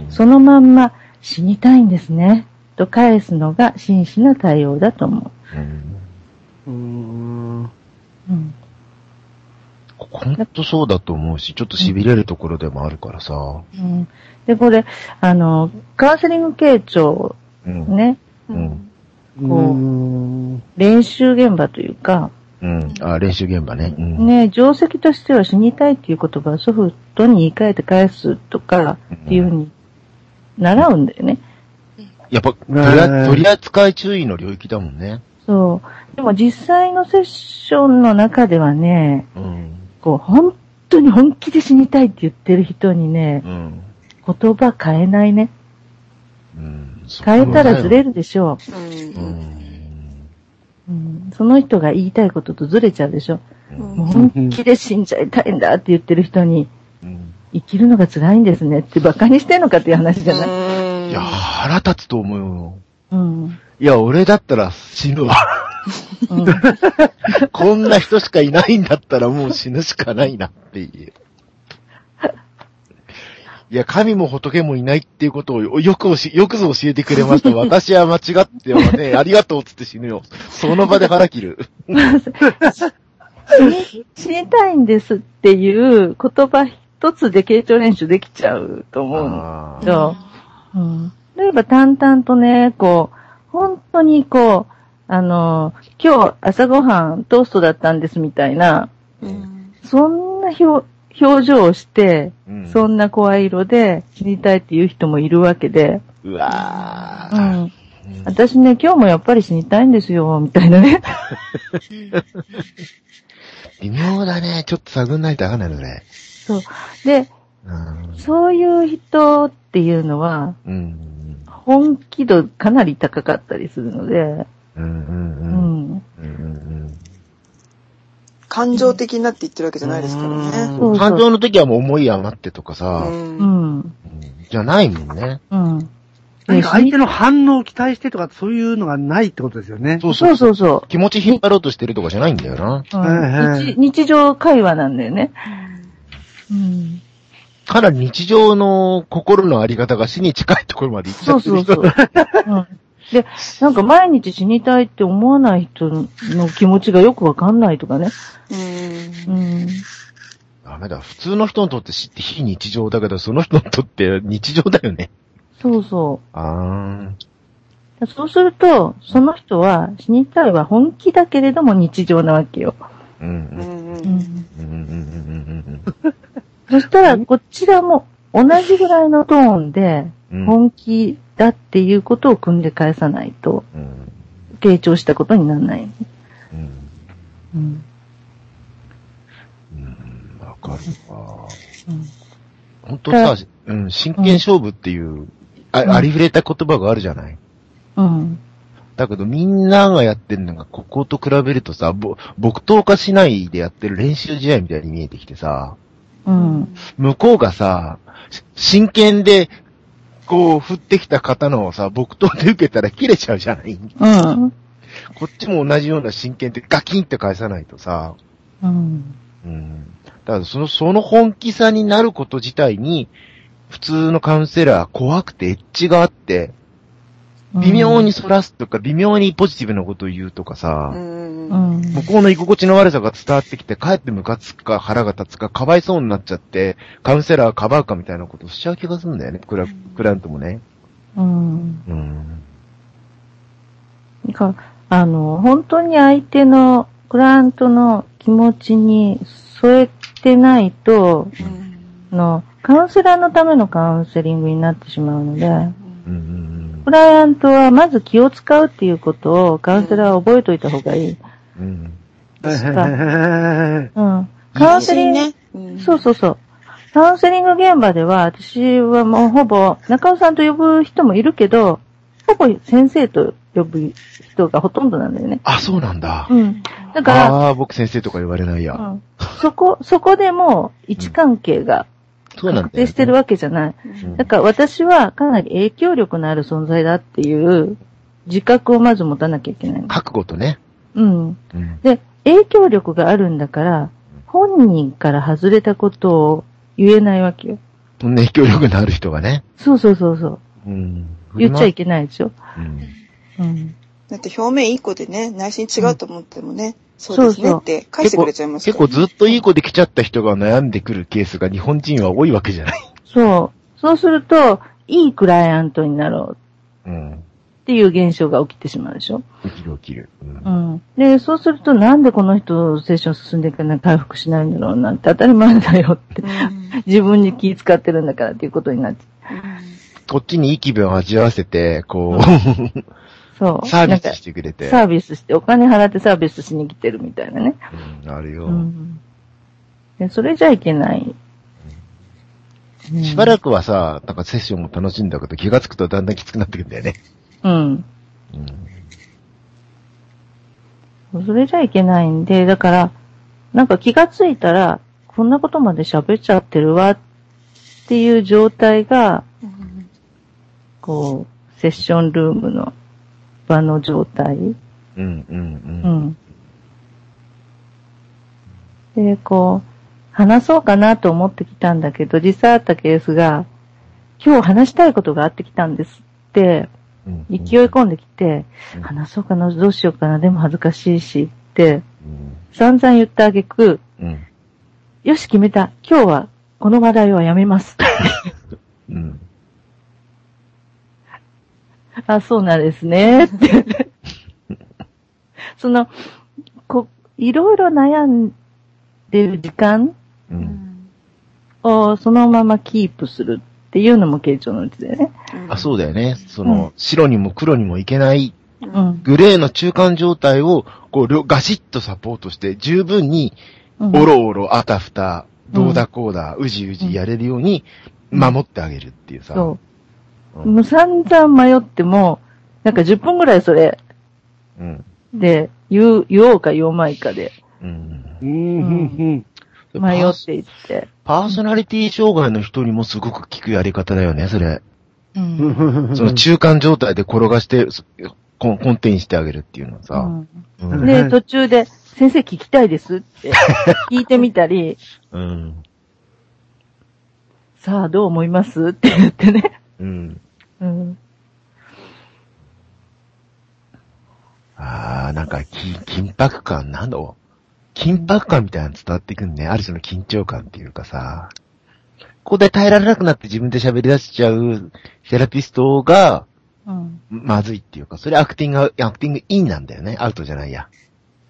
[SPEAKER 5] そのまんま死にたいんですね。と返すのが真摯な対応だと思
[SPEAKER 1] うん
[SPEAKER 4] うーん。
[SPEAKER 5] う。うん
[SPEAKER 1] ほんとそうだと思うし、ちょっと痺れるところでもあるからさ。
[SPEAKER 5] うんで、これ、あの、カウンセリング傾聴
[SPEAKER 1] うん。
[SPEAKER 5] ね、
[SPEAKER 1] うん。
[SPEAKER 4] うーん。
[SPEAKER 5] 練習現場というか、
[SPEAKER 1] うん。あ、練習現場ね。うん。
[SPEAKER 5] ね、定石としては死にたいっていう言葉をソフトに言い換えて返すとかっていうふうに習うんだよね。
[SPEAKER 1] やっぱ、取り
[SPEAKER 4] ね
[SPEAKER 1] あ
[SPEAKER 4] え
[SPEAKER 1] 取り扱い注意の領域だもんね。
[SPEAKER 5] そう。でも実際のセッションの中ではね、
[SPEAKER 1] うん。
[SPEAKER 5] こう、本当に本気で死にたいって言ってる人にね
[SPEAKER 1] う、ん。
[SPEAKER 5] 言葉変えないね。
[SPEAKER 1] うん。そこは
[SPEAKER 5] 変えたらずれるでしょ
[SPEAKER 2] う。
[SPEAKER 1] うんん。
[SPEAKER 5] う。うん、その人が言いたいこととずれちゃうでしょ。
[SPEAKER 1] うん
[SPEAKER 5] もう本気で死んじゃいたいんだって言ってる人に、
[SPEAKER 1] うん。
[SPEAKER 5] 生きるのが辛いんですねって馬鹿にしてんのかっていう話じゃない、
[SPEAKER 1] いや、腹立つと思うよ。
[SPEAKER 5] うん、
[SPEAKER 1] いや、俺だったら死ぬわ。 [laughs]
[SPEAKER 5] うん。
[SPEAKER 1] こんな人しかいないんだったらもう死ぬしかないなっていう。いや、神も仏もいないっていうことをよくおし、よくぞ教えてくれました。私は間違ってはね、ありがとうっつって死ぬよ。その場で腹切る。
[SPEAKER 5] 死にたいんですっていう言葉一つで傾聴練習できちゃうと思うの。
[SPEAKER 1] あ
[SPEAKER 5] じゃあ、うん。例えば淡々とね、こう、本当にこう、あの、今日朝ごはんトーストだったんですみたいな、
[SPEAKER 2] うん。
[SPEAKER 5] そんな表表情をして、
[SPEAKER 1] ーうん
[SPEAKER 5] そんな声色で死にたいっていう人もいるわけで、
[SPEAKER 1] うわ
[SPEAKER 5] う
[SPEAKER 1] ー
[SPEAKER 5] ん。私ね、今日もやっぱり死にたいんですよ、みたいなね。
[SPEAKER 1] 微妙だね。ちょっと探んないとわかんないのね。
[SPEAKER 5] で、
[SPEAKER 1] うん。
[SPEAKER 5] そういう人っていうのは、
[SPEAKER 1] うん。
[SPEAKER 5] 本気度かなり高かったりするので、
[SPEAKER 1] うん。うん。う。
[SPEAKER 5] うんん。
[SPEAKER 1] うん。うん。
[SPEAKER 2] 感情的になって言ってるわけじゃないですからね。
[SPEAKER 5] そうそう
[SPEAKER 1] 感情の時はもう思い余ってとか
[SPEAKER 2] う。
[SPEAKER 1] さ、
[SPEAKER 5] うんん。
[SPEAKER 1] うんじゃないもんね。
[SPEAKER 5] うん。
[SPEAKER 4] なんか相
[SPEAKER 5] で
[SPEAKER 4] 手の反応を期待してとか、そういうのがないってことですよね。
[SPEAKER 1] そう
[SPEAKER 5] そうそうそ
[SPEAKER 1] 気持ち引っ張ろうとしてるとかじゃないんだよな。
[SPEAKER 5] う。うん
[SPEAKER 4] はいはい
[SPEAKER 5] 日日常会話なんだよね。うん。
[SPEAKER 1] かなり日常の心のあり方が死に近いところまで行っちゃ
[SPEAKER 5] そう
[SPEAKER 1] ってる
[SPEAKER 5] そうそう。うんで、なんか毎日死にたいって思わない人の気持ちがよくわかんないとかね。
[SPEAKER 2] うん
[SPEAKER 5] うん。
[SPEAKER 1] ダメだ。普通の人にとって死って非日常だけど、その人にとって日常だよね。
[SPEAKER 5] そうそ
[SPEAKER 1] あー。
[SPEAKER 5] う。そうすると、その人は死にたいは本気だけれども日常なわけよ。
[SPEAKER 1] うんう
[SPEAKER 2] う
[SPEAKER 1] ん
[SPEAKER 2] んうん
[SPEAKER 5] う
[SPEAKER 1] う
[SPEAKER 5] ん。
[SPEAKER 1] んうんうん
[SPEAKER 5] そしたら、こちらも同じぐらいのトーンで、
[SPEAKER 1] うんうんうん
[SPEAKER 5] 本気だっていうことを組んで返さないと、
[SPEAKER 1] うん
[SPEAKER 5] 傾聴したことにならない。
[SPEAKER 1] うん
[SPEAKER 5] うん。
[SPEAKER 1] うんわかるわ。
[SPEAKER 5] うん
[SPEAKER 1] 本当さ、うん、真剣勝負っていう、
[SPEAKER 5] うん
[SPEAKER 1] あありふれた言葉があるじゃない。
[SPEAKER 5] うん。
[SPEAKER 1] だけどみんながやってるのが、ここと比べるとさ、ぼ、木刀化しないでやってる練習試合みたいに見えてきてさ、
[SPEAKER 5] うん。
[SPEAKER 1] 向こうがさ、し真剣で、こう、振ってきた刀をさ、木刀で受けたら切れちゃうじゃない
[SPEAKER 5] うん。
[SPEAKER 1] こっちも同じような真剣でガキンって返さないとさ、
[SPEAKER 5] うん。
[SPEAKER 1] うん。だからその、その本気さになること自体に、普通のカウンセラーは怖くてエッジがあって、微妙に反らすとか、微妙にポジティブなことを言うとかさ、
[SPEAKER 2] うん
[SPEAKER 5] う
[SPEAKER 2] うん
[SPEAKER 5] ん。
[SPEAKER 1] 向こうの居心地の悪さが伝わってきて、帰ってムカつくか腹が立つか、かわいそうになっちゃって、カウンセラーをかばうかみたいなことをしちゃう気がするんだよね、クラ、クライアントもね。
[SPEAKER 5] うん。
[SPEAKER 1] うん。
[SPEAKER 5] か、あの、本当に相手の、クライアントの気持ちに添えてないと、あの、カウンセラーのためのカウンセリングになってしまうので、
[SPEAKER 1] うんうん
[SPEAKER 5] クライアントはまず気を使うっていうことをカウンセラーは覚えておいた方がいい。
[SPEAKER 1] うん。うん。
[SPEAKER 4] へ
[SPEAKER 5] うん。カウ
[SPEAKER 2] 感
[SPEAKER 5] ンセリ
[SPEAKER 2] 心
[SPEAKER 5] ング、
[SPEAKER 2] ね。うん
[SPEAKER 5] そうそうそう。カウンセリング現場では、私はもうほぼ、中尾さんと呼ぶ人もいるけど、ほぼ先生と呼ぶ人がほとんどなんだよね。
[SPEAKER 1] あ、そうなんだ。
[SPEAKER 5] うん。だから、
[SPEAKER 1] ああ、僕先生とか言われないや。
[SPEAKER 5] うんそこ、そこでもう位置関係が
[SPEAKER 1] そうなん
[SPEAKER 5] 確
[SPEAKER 1] だよ、ね。
[SPEAKER 5] 定してるわけじゃない。
[SPEAKER 1] うん
[SPEAKER 5] だから私はかなり影響力のある存在だっていう自覚をまず持たなきゃいけない。
[SPEAKER 1] 覚悟とね。
[SPEAKER 5] うん。
[SPEAKER 1] うん。
[SPEAKER 5] で、影響力があるんだから、本人から外れたことを言えないわけよ。
[SPEAKER 1] そんな影響力のある人がね。
[SPEAKER 5] そうそうそうそう。
[SPEAKER 1] うん。
[SPEAKER 5] 言っちゃいけないでしょ。
[SPEAKER 1] うん。
[SPEAKER 5] うん。
[SPEAKER 2] だって表面いい子でね、内心違うと思ってもね、そうですねって返してくれちゃいます
[SPEAKER 1] 結
[SPEAKER 2] から
[SPEAKER 1] 構ずっといい子で来ちゃった人が悩んでくるケースが日本人は多いわけじゃない。
[SPEAKER 5] そう。そうすると、いいクライアントになろう
[SPEAKER 1] うん。
[SPEAKER 5] っていう現象が起きてしまうでしょ。
[SPEAKER 1] 起きる起きる。うん
[SPEAKER 5] う。ん。で、そうするとなんでこの人セッション進んでいかない、回復しないんだろうなんて当たり前だよって。 [laughs] 自分に気使ってるんだからっていうことになって。
[SPEAKER 1] こっちにいい気分を味わわせて、こ
[SPEAKER 5] そう。
[SPEAKER 1] う、 [laughs] サービ
[SPEAKER 5] なん
[SPEAKER 1] スしてくれ
[SPEAKER 5] か
[SPEAKER 1] て。
[SPEAKER 5] サービスして、お金払ってサービスしに来てるみたいなね。
[SPEAKER 1] うん、あるよ。
[SPEAKER 5] うん。でそれじゃいけない。うん
[SPEAKER 1] しばらくはさ、なんかセッションも楽しいんだけど、気がつくとだんだんきつくなってくるんだよね。
[SPEAKER 5] うん。
[SPEAKER 1] うん。
[SPEAKER 5] それじゃいけないんで、だから、なんか気がついたら、こんなことまで喋っちゃってるわっていう状態が、こう、セッションルームの場の状態。
[SPEAKER 1] うん、うん、
[SPEAKER 5] う
[SPEAKER 1] うん。
[SPEAKER 5] ん。で、こう、話そうかなと思ってきたんだけど、実際あったケースが、今日話したいことがあってきたんですって、
[SPEAKER 1] うん
[SPEAKER 5] 勢い込んできて、
[SPEAKER 1] うん
[SPEAKER 5] 話そうかな、どうしようかな、でも恥ずかしいしって、
[SPEAKER 1] うん。
[SPEAKER 5] 散々言ったあげく、
[SPEAKER 1] うん。
[SPEAKER 5] よし決めた、今日はこの話題はや
[SPEAKER 1] [laughs]
[SPEAKER 5] めます。
[SPEAKER 1] うん。
[SPEAKER 5] あ、そうなんですね。って。 [laughs] その、こ、いろいろ悩んでる時間
[SPEAKER 1] うん。
[SPEAKER 5] をそのままキープするっていうのも傾聴のうちでね。
[SPEAKER 1] あ、そうだよね。その、白にも黒にもいけない
[SPEAKER 5] うん。
[SPEAKER 1] グレーの中間状態を、こう、両ガシッとサポートして、十分に
[SPEAKER 5] うん
[SPEAKER 1] おろおろ、あたふた、どうだこうだ、うじうじやれるように、守ってあげるっていうさ。
[SPEAKER 5] そう。
[SPEAKER 1] うん
[SPEAKER 5] もう散々迷っても、なんか10分ぐらいそれ
[SPEAKER 1] うん。
[SPEAKER 5] で、言う、言おうか言おうまいかで、
[SPEAKER 1] うん。
[SPEAKER 4] うん、うん、
[SPEAKER 5] 迷っていって。
[SPEAKER 1] パーソナリティ障害の人にもすごく効くやり方だよね、それ。
[SPEAKER 3] う。
[SPEAKER 4] うんん。
[SPEAKER 1] その中間状態で転がして、そコンコンテインしてあげるっていうのは
[SPEAKER 5] う
[SPEAKER 1] さ。
[SPEAKER 5] ん
[SPEAKER 1] う
[SPEAKER 4] うん
[SPEAKER 1] ん。
[SPEAKER 5] で、途中で、先生聞きたいです [laughs] って聞いてみたり、
[SPEAKER 1] うん。
[SPEAKER 5] さあどう思いますって言ってね。
[SPEAKER 1] うん。
[SPEAKER 5] うん。
[SPEAKER 1] あー、なんか、き、緊迫感、なんだろう緊迫感みたいなの伝わってくんね。ある種の緊張感っていうかさ。ここで耐えられなくなって自分で喋り出しちゃうセラピストが、
[SPEAKER 5] うん。
[SPEAKER 1] まずいっていうか、それアクティング、アクティングインなんだよね。アウトじゃないや。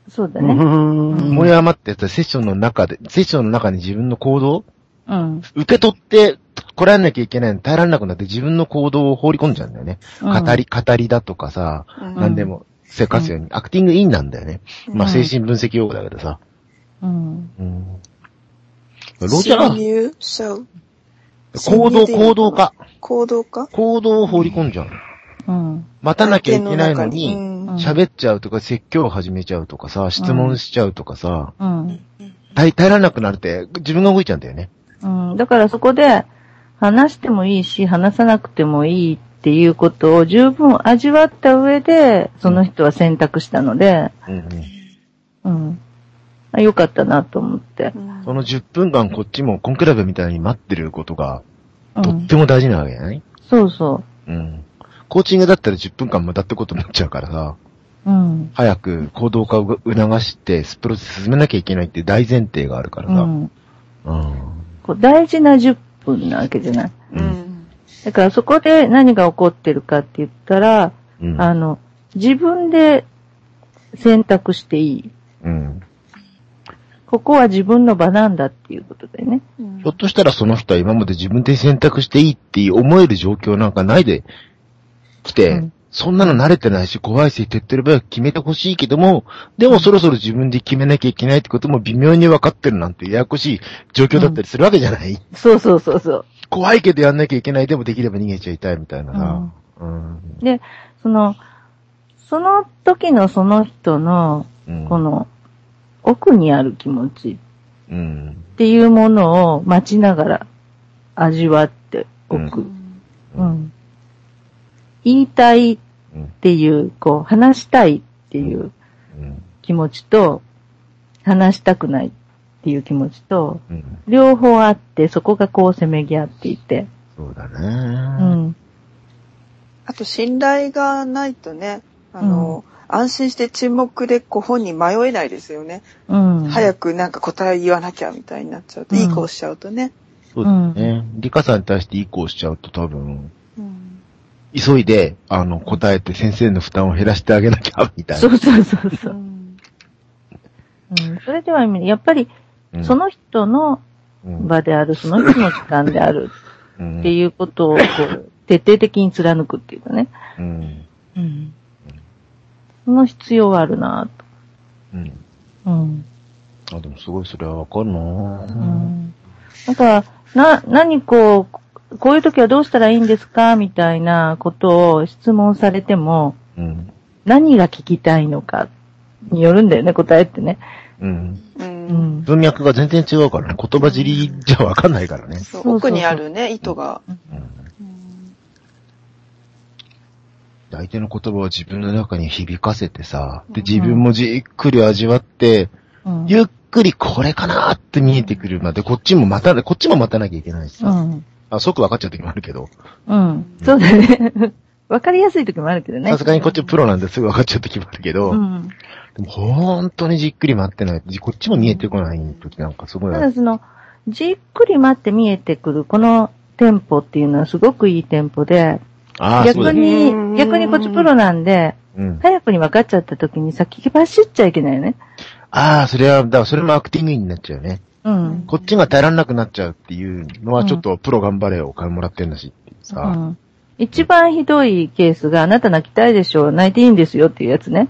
[SPEAKER 5] そうだね。
[SPEAKER 4] うん
[SPEAKER 1] 思い余ってたセッションの中で、セッションの中に自分の行動
[SPEAKER 5] うん。
[SPEAKER 1] 受け取って、こらえなきゃいけないの耐えられなくなって自分の行動を放り込んじゃうんだよね。
[SPEAKER 5] うん
[SPEAKER 1] 語り、語りだとかさ、
[SPEAKER 2] うん
[SPEAKER 1] 何でも、せかすように、アクティングインなんだよね。まあ、
[SPEAKER 5] うん
[SPEAKER 1] 精神分析用語だけどさ。
[SPEAKER 5] うん。
[SPEAKER 1] うん。ロジャー、
[SPEAKER 2] 入者
[SPEAKER 1] 行動、行動化。
[SPEAKER 2] 行動か
[SPEAKER 1] 行動を放り込んじゃう。
[SPEAKER 5] うん。
[SPEAKER 1] 待たなきゃいけないの
[SPEAKER 2] う
[SPEAKER 1] に、
[SPEAKER 2] ん
[SPEAKER 5] うん
[SPEAKER 1] 喋っちゃうとか、説教を始めちゃうとかさ、質問しちゃうとかさ、
[SPEAKER 5] うん。
[SPEAKER 1] 耐え耐えられなくなるって、自分が動いちゃうんだよね。
[SPEAKER 5] うん。だからそこで、話してもいいし、話さなくてもいいっていうことを十分味わった上で、その人は選択したので、
[SPEAKER 1] うんうん。
[SPEAKER 5] うん。あよかったなと思って。
[SPEAKER 2] うん
[SPEAKER 1] その10分間こっちもコンクラブみたいに待ってることが、
[SPEAKER 5] う
[SPEAKER 1] とっ
[SPEAKER 5] ん。
[SPEAKER 1] ても大事なわけじゃない
[SPEAKER 5] そうそ
[SPEAKER 1] うん。コーチングだったら10分間無駄ってことになっちゃうからさ、
[SPEAKER 5] う。うん。
[SPEAKER 1] 早く行動化を促して、プロセス進めなきゃいけないって大前提があるから
[SPEAKER 5] う
[SPEAKER 1] さ。
[SPEAKER 5] ん。
[SPEAKER 1] うん。
[SPEAKER 5] こう大事な10分なわけじゃない。
[SPEAKER 2] うん
[SPEAKER 5] だからそこで何が起こってるかって言ったら、
[SPEAKER 1] うん。
[SPEAKER 5] あの、自分で選択していい。
[SPEAKER 1] うん。
[SPEAKER 5] ここは自分の場なんだっていうことでね。
[SPEAKER 2] うん
[SPEAKER 1] ひょっとしたらその人は今まで自分で選択していいって思える状況なんかないで来て、
[SPEAKER 5] うん
[SPEAKER 1] そんなの慣れてないし、怖いし、手っ取り早く決めてほしいけども、でもそろそろ自分で決めなきゃいけないってことも微妙に分かってるなんてややこしい状況だったりするわけじゃない、
[SPEAKER 5] そうそうそうそう。
[SPEAKER 1] 怖いけどやんなきゃいけない、でもできれば逃げちゃいたいみたいなさ。うん。
[SPEAKER 5] その、その時のその人の、
[SPEAKER 1] うん
[SPEAKER 5] この、奥にある気持ち
[SPEAKER 1] うん。
[SPEAKER 5] っていうものを待ちながら味わってお
[SPEAKER 2] う
[SPEAKER 5] く。
[SPEAKER 2] ん
[SPEAKER 5] うん。言いたいっていう、こう、話したいっていう
[SPEAKER 1] うん。
[SPEAKER 5] 気持ちと、話したくないっていう気持ちと、
[SPEAKER 1] うん。
[SPEAKER 5] 両方あって、そこがこうせめぎ合っていて、
[SPEAKER 1] そうだ
[SPEAKER 5] う
[SPEAKER 1] ね。
[SPEAKER 5] ん、
[SPEAKER 2] あと信頼がないとね、あの、安心して沈黙でこう本に迷えないですよね。
[SPEAKER 5] うん。
[SPEAKER 2] 早くなんか答え言わなきゃみたいになっちゃうと、
[SPEAKER 5] うん
[SPEAKER 2] いい顔しちゃうとね。
[SPEAKER 1] そうだね。リカさんに対していい子をしちゃうと多分、
[SPEAKER 2] うん
[SPEAKER 1] 急いで、あの、答えて先生の負担を減らしてあげなきゃ、みたい
[SPEAKER 5] [laughs] そ
[SPEAKER 1] な。
[SPEAKER 5] うそうそうそうう。
[SPEAKER 2] ん
[SPEAKER 5] うん、それでは意味ないやっぱり、
[SPEAKER 1] うん
[SPEAKER 5] そ、の人の
[SPEAKER 1] うん
[SPEAKER 5] 場である、その人の時間である
[SPEAKER 1] うん
[SPEAKER 5] っていうことを、こう、徹底的に貫くっていうかね。
[SPEAKER 1] うん。
[SPEAKER 3] うん。
[SPEAKER 5] その必要はあるな
[SPEAKER 1] うん。
[SPEAKER 5] と。うん。
[SPEAKER 1] あ、でもすごいそれはわかるな
[SPEAKER 5] う
[SPEAKER 1] ぁ
[SPEAKER 5] ん。だから、な、何こう、こういう時はどうしたらいいんですかみたいなことを質問されても、
[SPEAKER 1] うん。
[SPEAKER 5] 何が聞きたいのかによるんだよね、答えってね。
[SPEAKER 1] うん。
[SPEAKER 2] う
[SPEAKER 5] うんん。
[SPEAKER 1] 文脈が全然違うからね。言葉尻じゃわかんないからね。
[SPEAKER 2] そう
[SPEAKER 5] そうそう
[SPEAKER 2] 奥にあるね、意図が。
[SPEAKER 1] うん。相手の言葉を自分の中に響かせてさ、で、自分もじっくり味わって、
[SPEAKER 5] うん。
[SPEAKER 1] ゆっくりこれかなーって見えてくるまで、こっちも待たな、こっちも待たなきゃいけないし
[SPEAKER 5] う
[SPEAKER 1] さ。
[SPEAKER 5] ん。
[SPEAKER 1] あ、即分かっちゃう時もあるけど、
[SPEAKER 5] うん。そうだね。 [laughs] わかりやすい時もあるけどね。
[SPEAKER 1] さすがにこっちプロなんですぐ分かっちゃう時もあるけど、
[SPEAKER 5] うん。
[SPEAKER 1] でも本当にじっくり待ってないと、こっちも見えてこない時なんかすごい
[SPEAKER 5] た
[SPEAKER 1] ある。
[SPEAKER 5] だその、じっくり待って見えてくる、このテンポっていうのはすごくいいテンポで、
[SPEAKER 1] ああ、そう
[SPEAKER 5] 逆
[SPEAKER 1] だね。
[SPEAKER 5] に
[SPEAKER 2] うん、
[SPEAKER 5] 逆にこっちプロなんで、
[SPEAKER 1] うん。
[SPEAKER 5] 早くに分かっちゃった時に先走っちゃいけないよね。
[SPEAKER 1] ああ、それは、だからそれもアクティングになっちゃうね。
[SPEAKER 5] うん。
[SPEAKER 1] こっちが耐えらんなくなっちゃうっていうのは、ちょっとプロ頑張れよ、お金もらってんだしっていう
[SPEAKER 5] う
[SPEAKER 1] さ。
[SPEAKER 5] ん。一番ひどいケースが、あなた泣きたいでしょう、泣いていいんですよっていうやつね。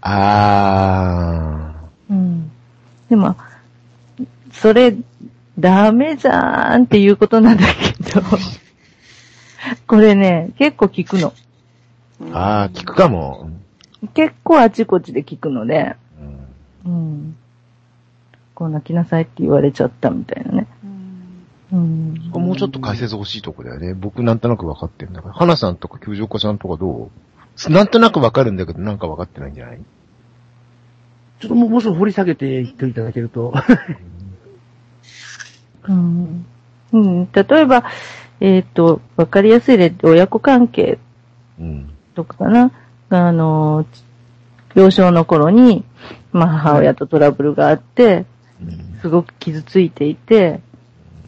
[SPEAKER 1] ああ、
[SPEAKER 5] うん。でも、それ、ダメじゃーんっていうことなんだけど、 [laughs] これね、結構聞くの。
[SPEAKER 2] うん
[SPEAKER 1] ああ、聞くかも。
[SPEAKER 5] 結構あちこちで聞くので、
[SPEAKER 1] うん
[SPEAKER 5] うん。こう泣きなさいって言われちゃったみたいなね。うん。
[SPEAKER 1] うんもうちょっと解説欲しいとこだよね。僕なんとなく分かってるんだから。花さんとか球場家さんとかどうなんとなく分かるんだけど、なんか分かってないんじゃない
[SPEAKER 4] ちょっともう、もうちょっと掘り下げて言っていただけると。
[SPEAKER 5] うん。うん。例えば、えっ、と、わかりやすい例で親子関係
[SPEAKER 1] うん。
[SPEAKER 5] とかかな。あの、幼少の頃に、まあ母親とトラブルがあって、
[SPEAKER 1] うん
[SPEAKER 5] すごく傷ついていて、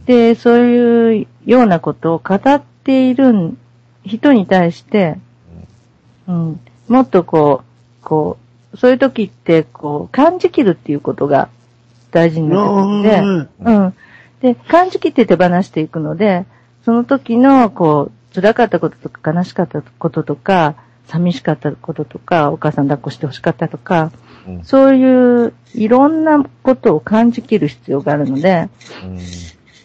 [SPEAKER 5] で、そういうようなことを語っている人に対して、うん、もっとこう、こう、そういう時って、こう、感じ切るっていうことが大事になってくるので、うん。で、感じ切って手放していくので、その時の、こう、辛かったこととか、悲しかったこととか、寂しかったこととか、お母さん抱っこしてほしかったとか、
[SPEAKER 1] うん
[SPEAKER 5] そういういろんなことを感じ切る必要があるので、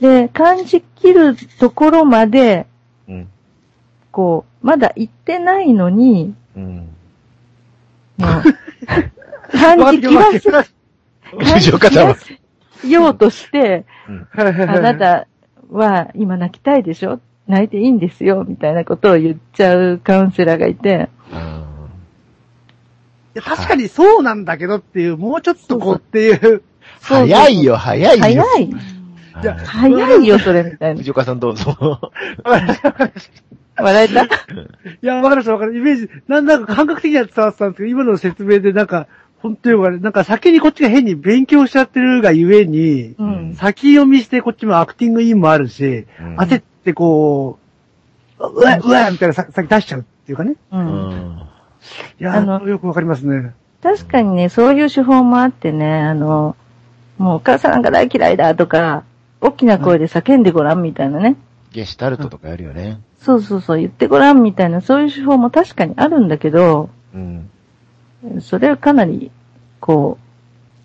[SPEAKER 5] で、感じ切るところまで、
[SPEAKER 1] うん。
[SPEAKER 5] こう、まだ行ってないのに、
[SPEAKER 1] うん。
[SPEAKER 5] もう、 [laughs] 感じ切らせ、感じ
[SPEAKER 1] 藤岡
[SPEAKER 5] 切
[SPEAKER 1] さんは
[SPEAKER 5] らせようとして、あ
[SPEAKER 4] あ
[SPEAKER 5] な。たは今泣きたいでしょ泣いていいんですよ、みたいなことを言っちゃうカウンセラーがいて、
[SPEAKER 1] あ
[SPEAKER 4] いや確かにそうなんだけどっていう、もうちょっとこうっていう。
[SPEAKER 1] ー早いよ、早いよ。
[SPEAKER 5] 早い、
[SPEAKER 1] はい
[SPEAKER 4] じゃ
[SPEAKER 5] 早いよ、それ、みたいな。
[SPEAKER 1] 藤岡さんどうぞ。
[SPEAKER 5] 笑えた
[SPEAKER 4] いや、わかりました、わかりました。イメージ、なんだか感覚的には伝わってたんですけど、今の説明でなんか、本当によくあれ、なんか先にこっちが変に勉強しちゃってるがゆえに、
[SPEAKER 5] うん。
[SPEAKER 4] 先読みしてこっちもアクティングインもあるし、
[SPEAKER 1] うん
[SPEAKER 4] 焦ってこう、うわ、うわ、みたいなさ先出しちゃうっていうかね。
[SPEAKER 5] う。
[SPEAKER 1] うんん。
[SPEAKER 4] いや
[SPEAKER 5] あの
[SPEAKER 4] ー、よくわかりますね。
[SPEAKER 5] 確かにね、そういう手法もあってね、あの、もうお母さんなんか大嫌いだとか、大きな声で叫んでごらんみたいなね。
[SPEAKER 1] ゲシュタルトとかやるよね。
[SPEAKER 5] そうそうそう、言ってごらんみたいな、そういう手法も確かにあるんだけど、
[SPEAKER 1] うん。
[SPEAKER 5] それはかなり、こ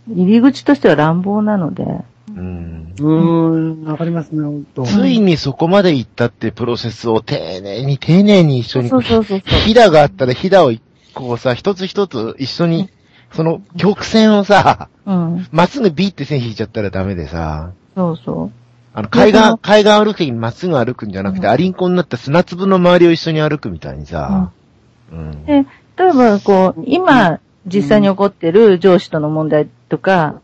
[SPEAKER 5] う、入り口としては乱暴なので、
[SPEAKER 1] うん。
[SPEAKER 4] うーん、わかりますね、ほんと。
[SPEAKER 1] ついにそこまで行ったってプロセスを丁寧に丁寧に一緒に
[SPEAKER 5] そうそうそうそう。
[SPEAKER 1] ひだがあったらひだをこうさ、一つ一つ一緒に、その曲線をさ、
[SPEAKER 5] うん、
[SPEAKER 1] まっすぐビーって線引いちゃったらダメでさ、
[SPEAKER 5] そうそう。
[SPEAKER 1] あの、海
[SPEAKER 5] いやで
[SPEAKER 1] 岸
[SPEAKER 5] も、
[SPEAKER 1] 海岸歩くときにまっすぐ歩くんじゃなくて、
[SPEAKER 5] うん
[SPEAKER 1] アリンコになった砂粒の周りを一緒に歩くみたいにさ、うん。
[SPEAKER 5] で例えば、こう、今、実際に起こってる上司との問題と
[SPEAKER 1] う
[SPEAKER 5] か、
[SPEAKER 1] ん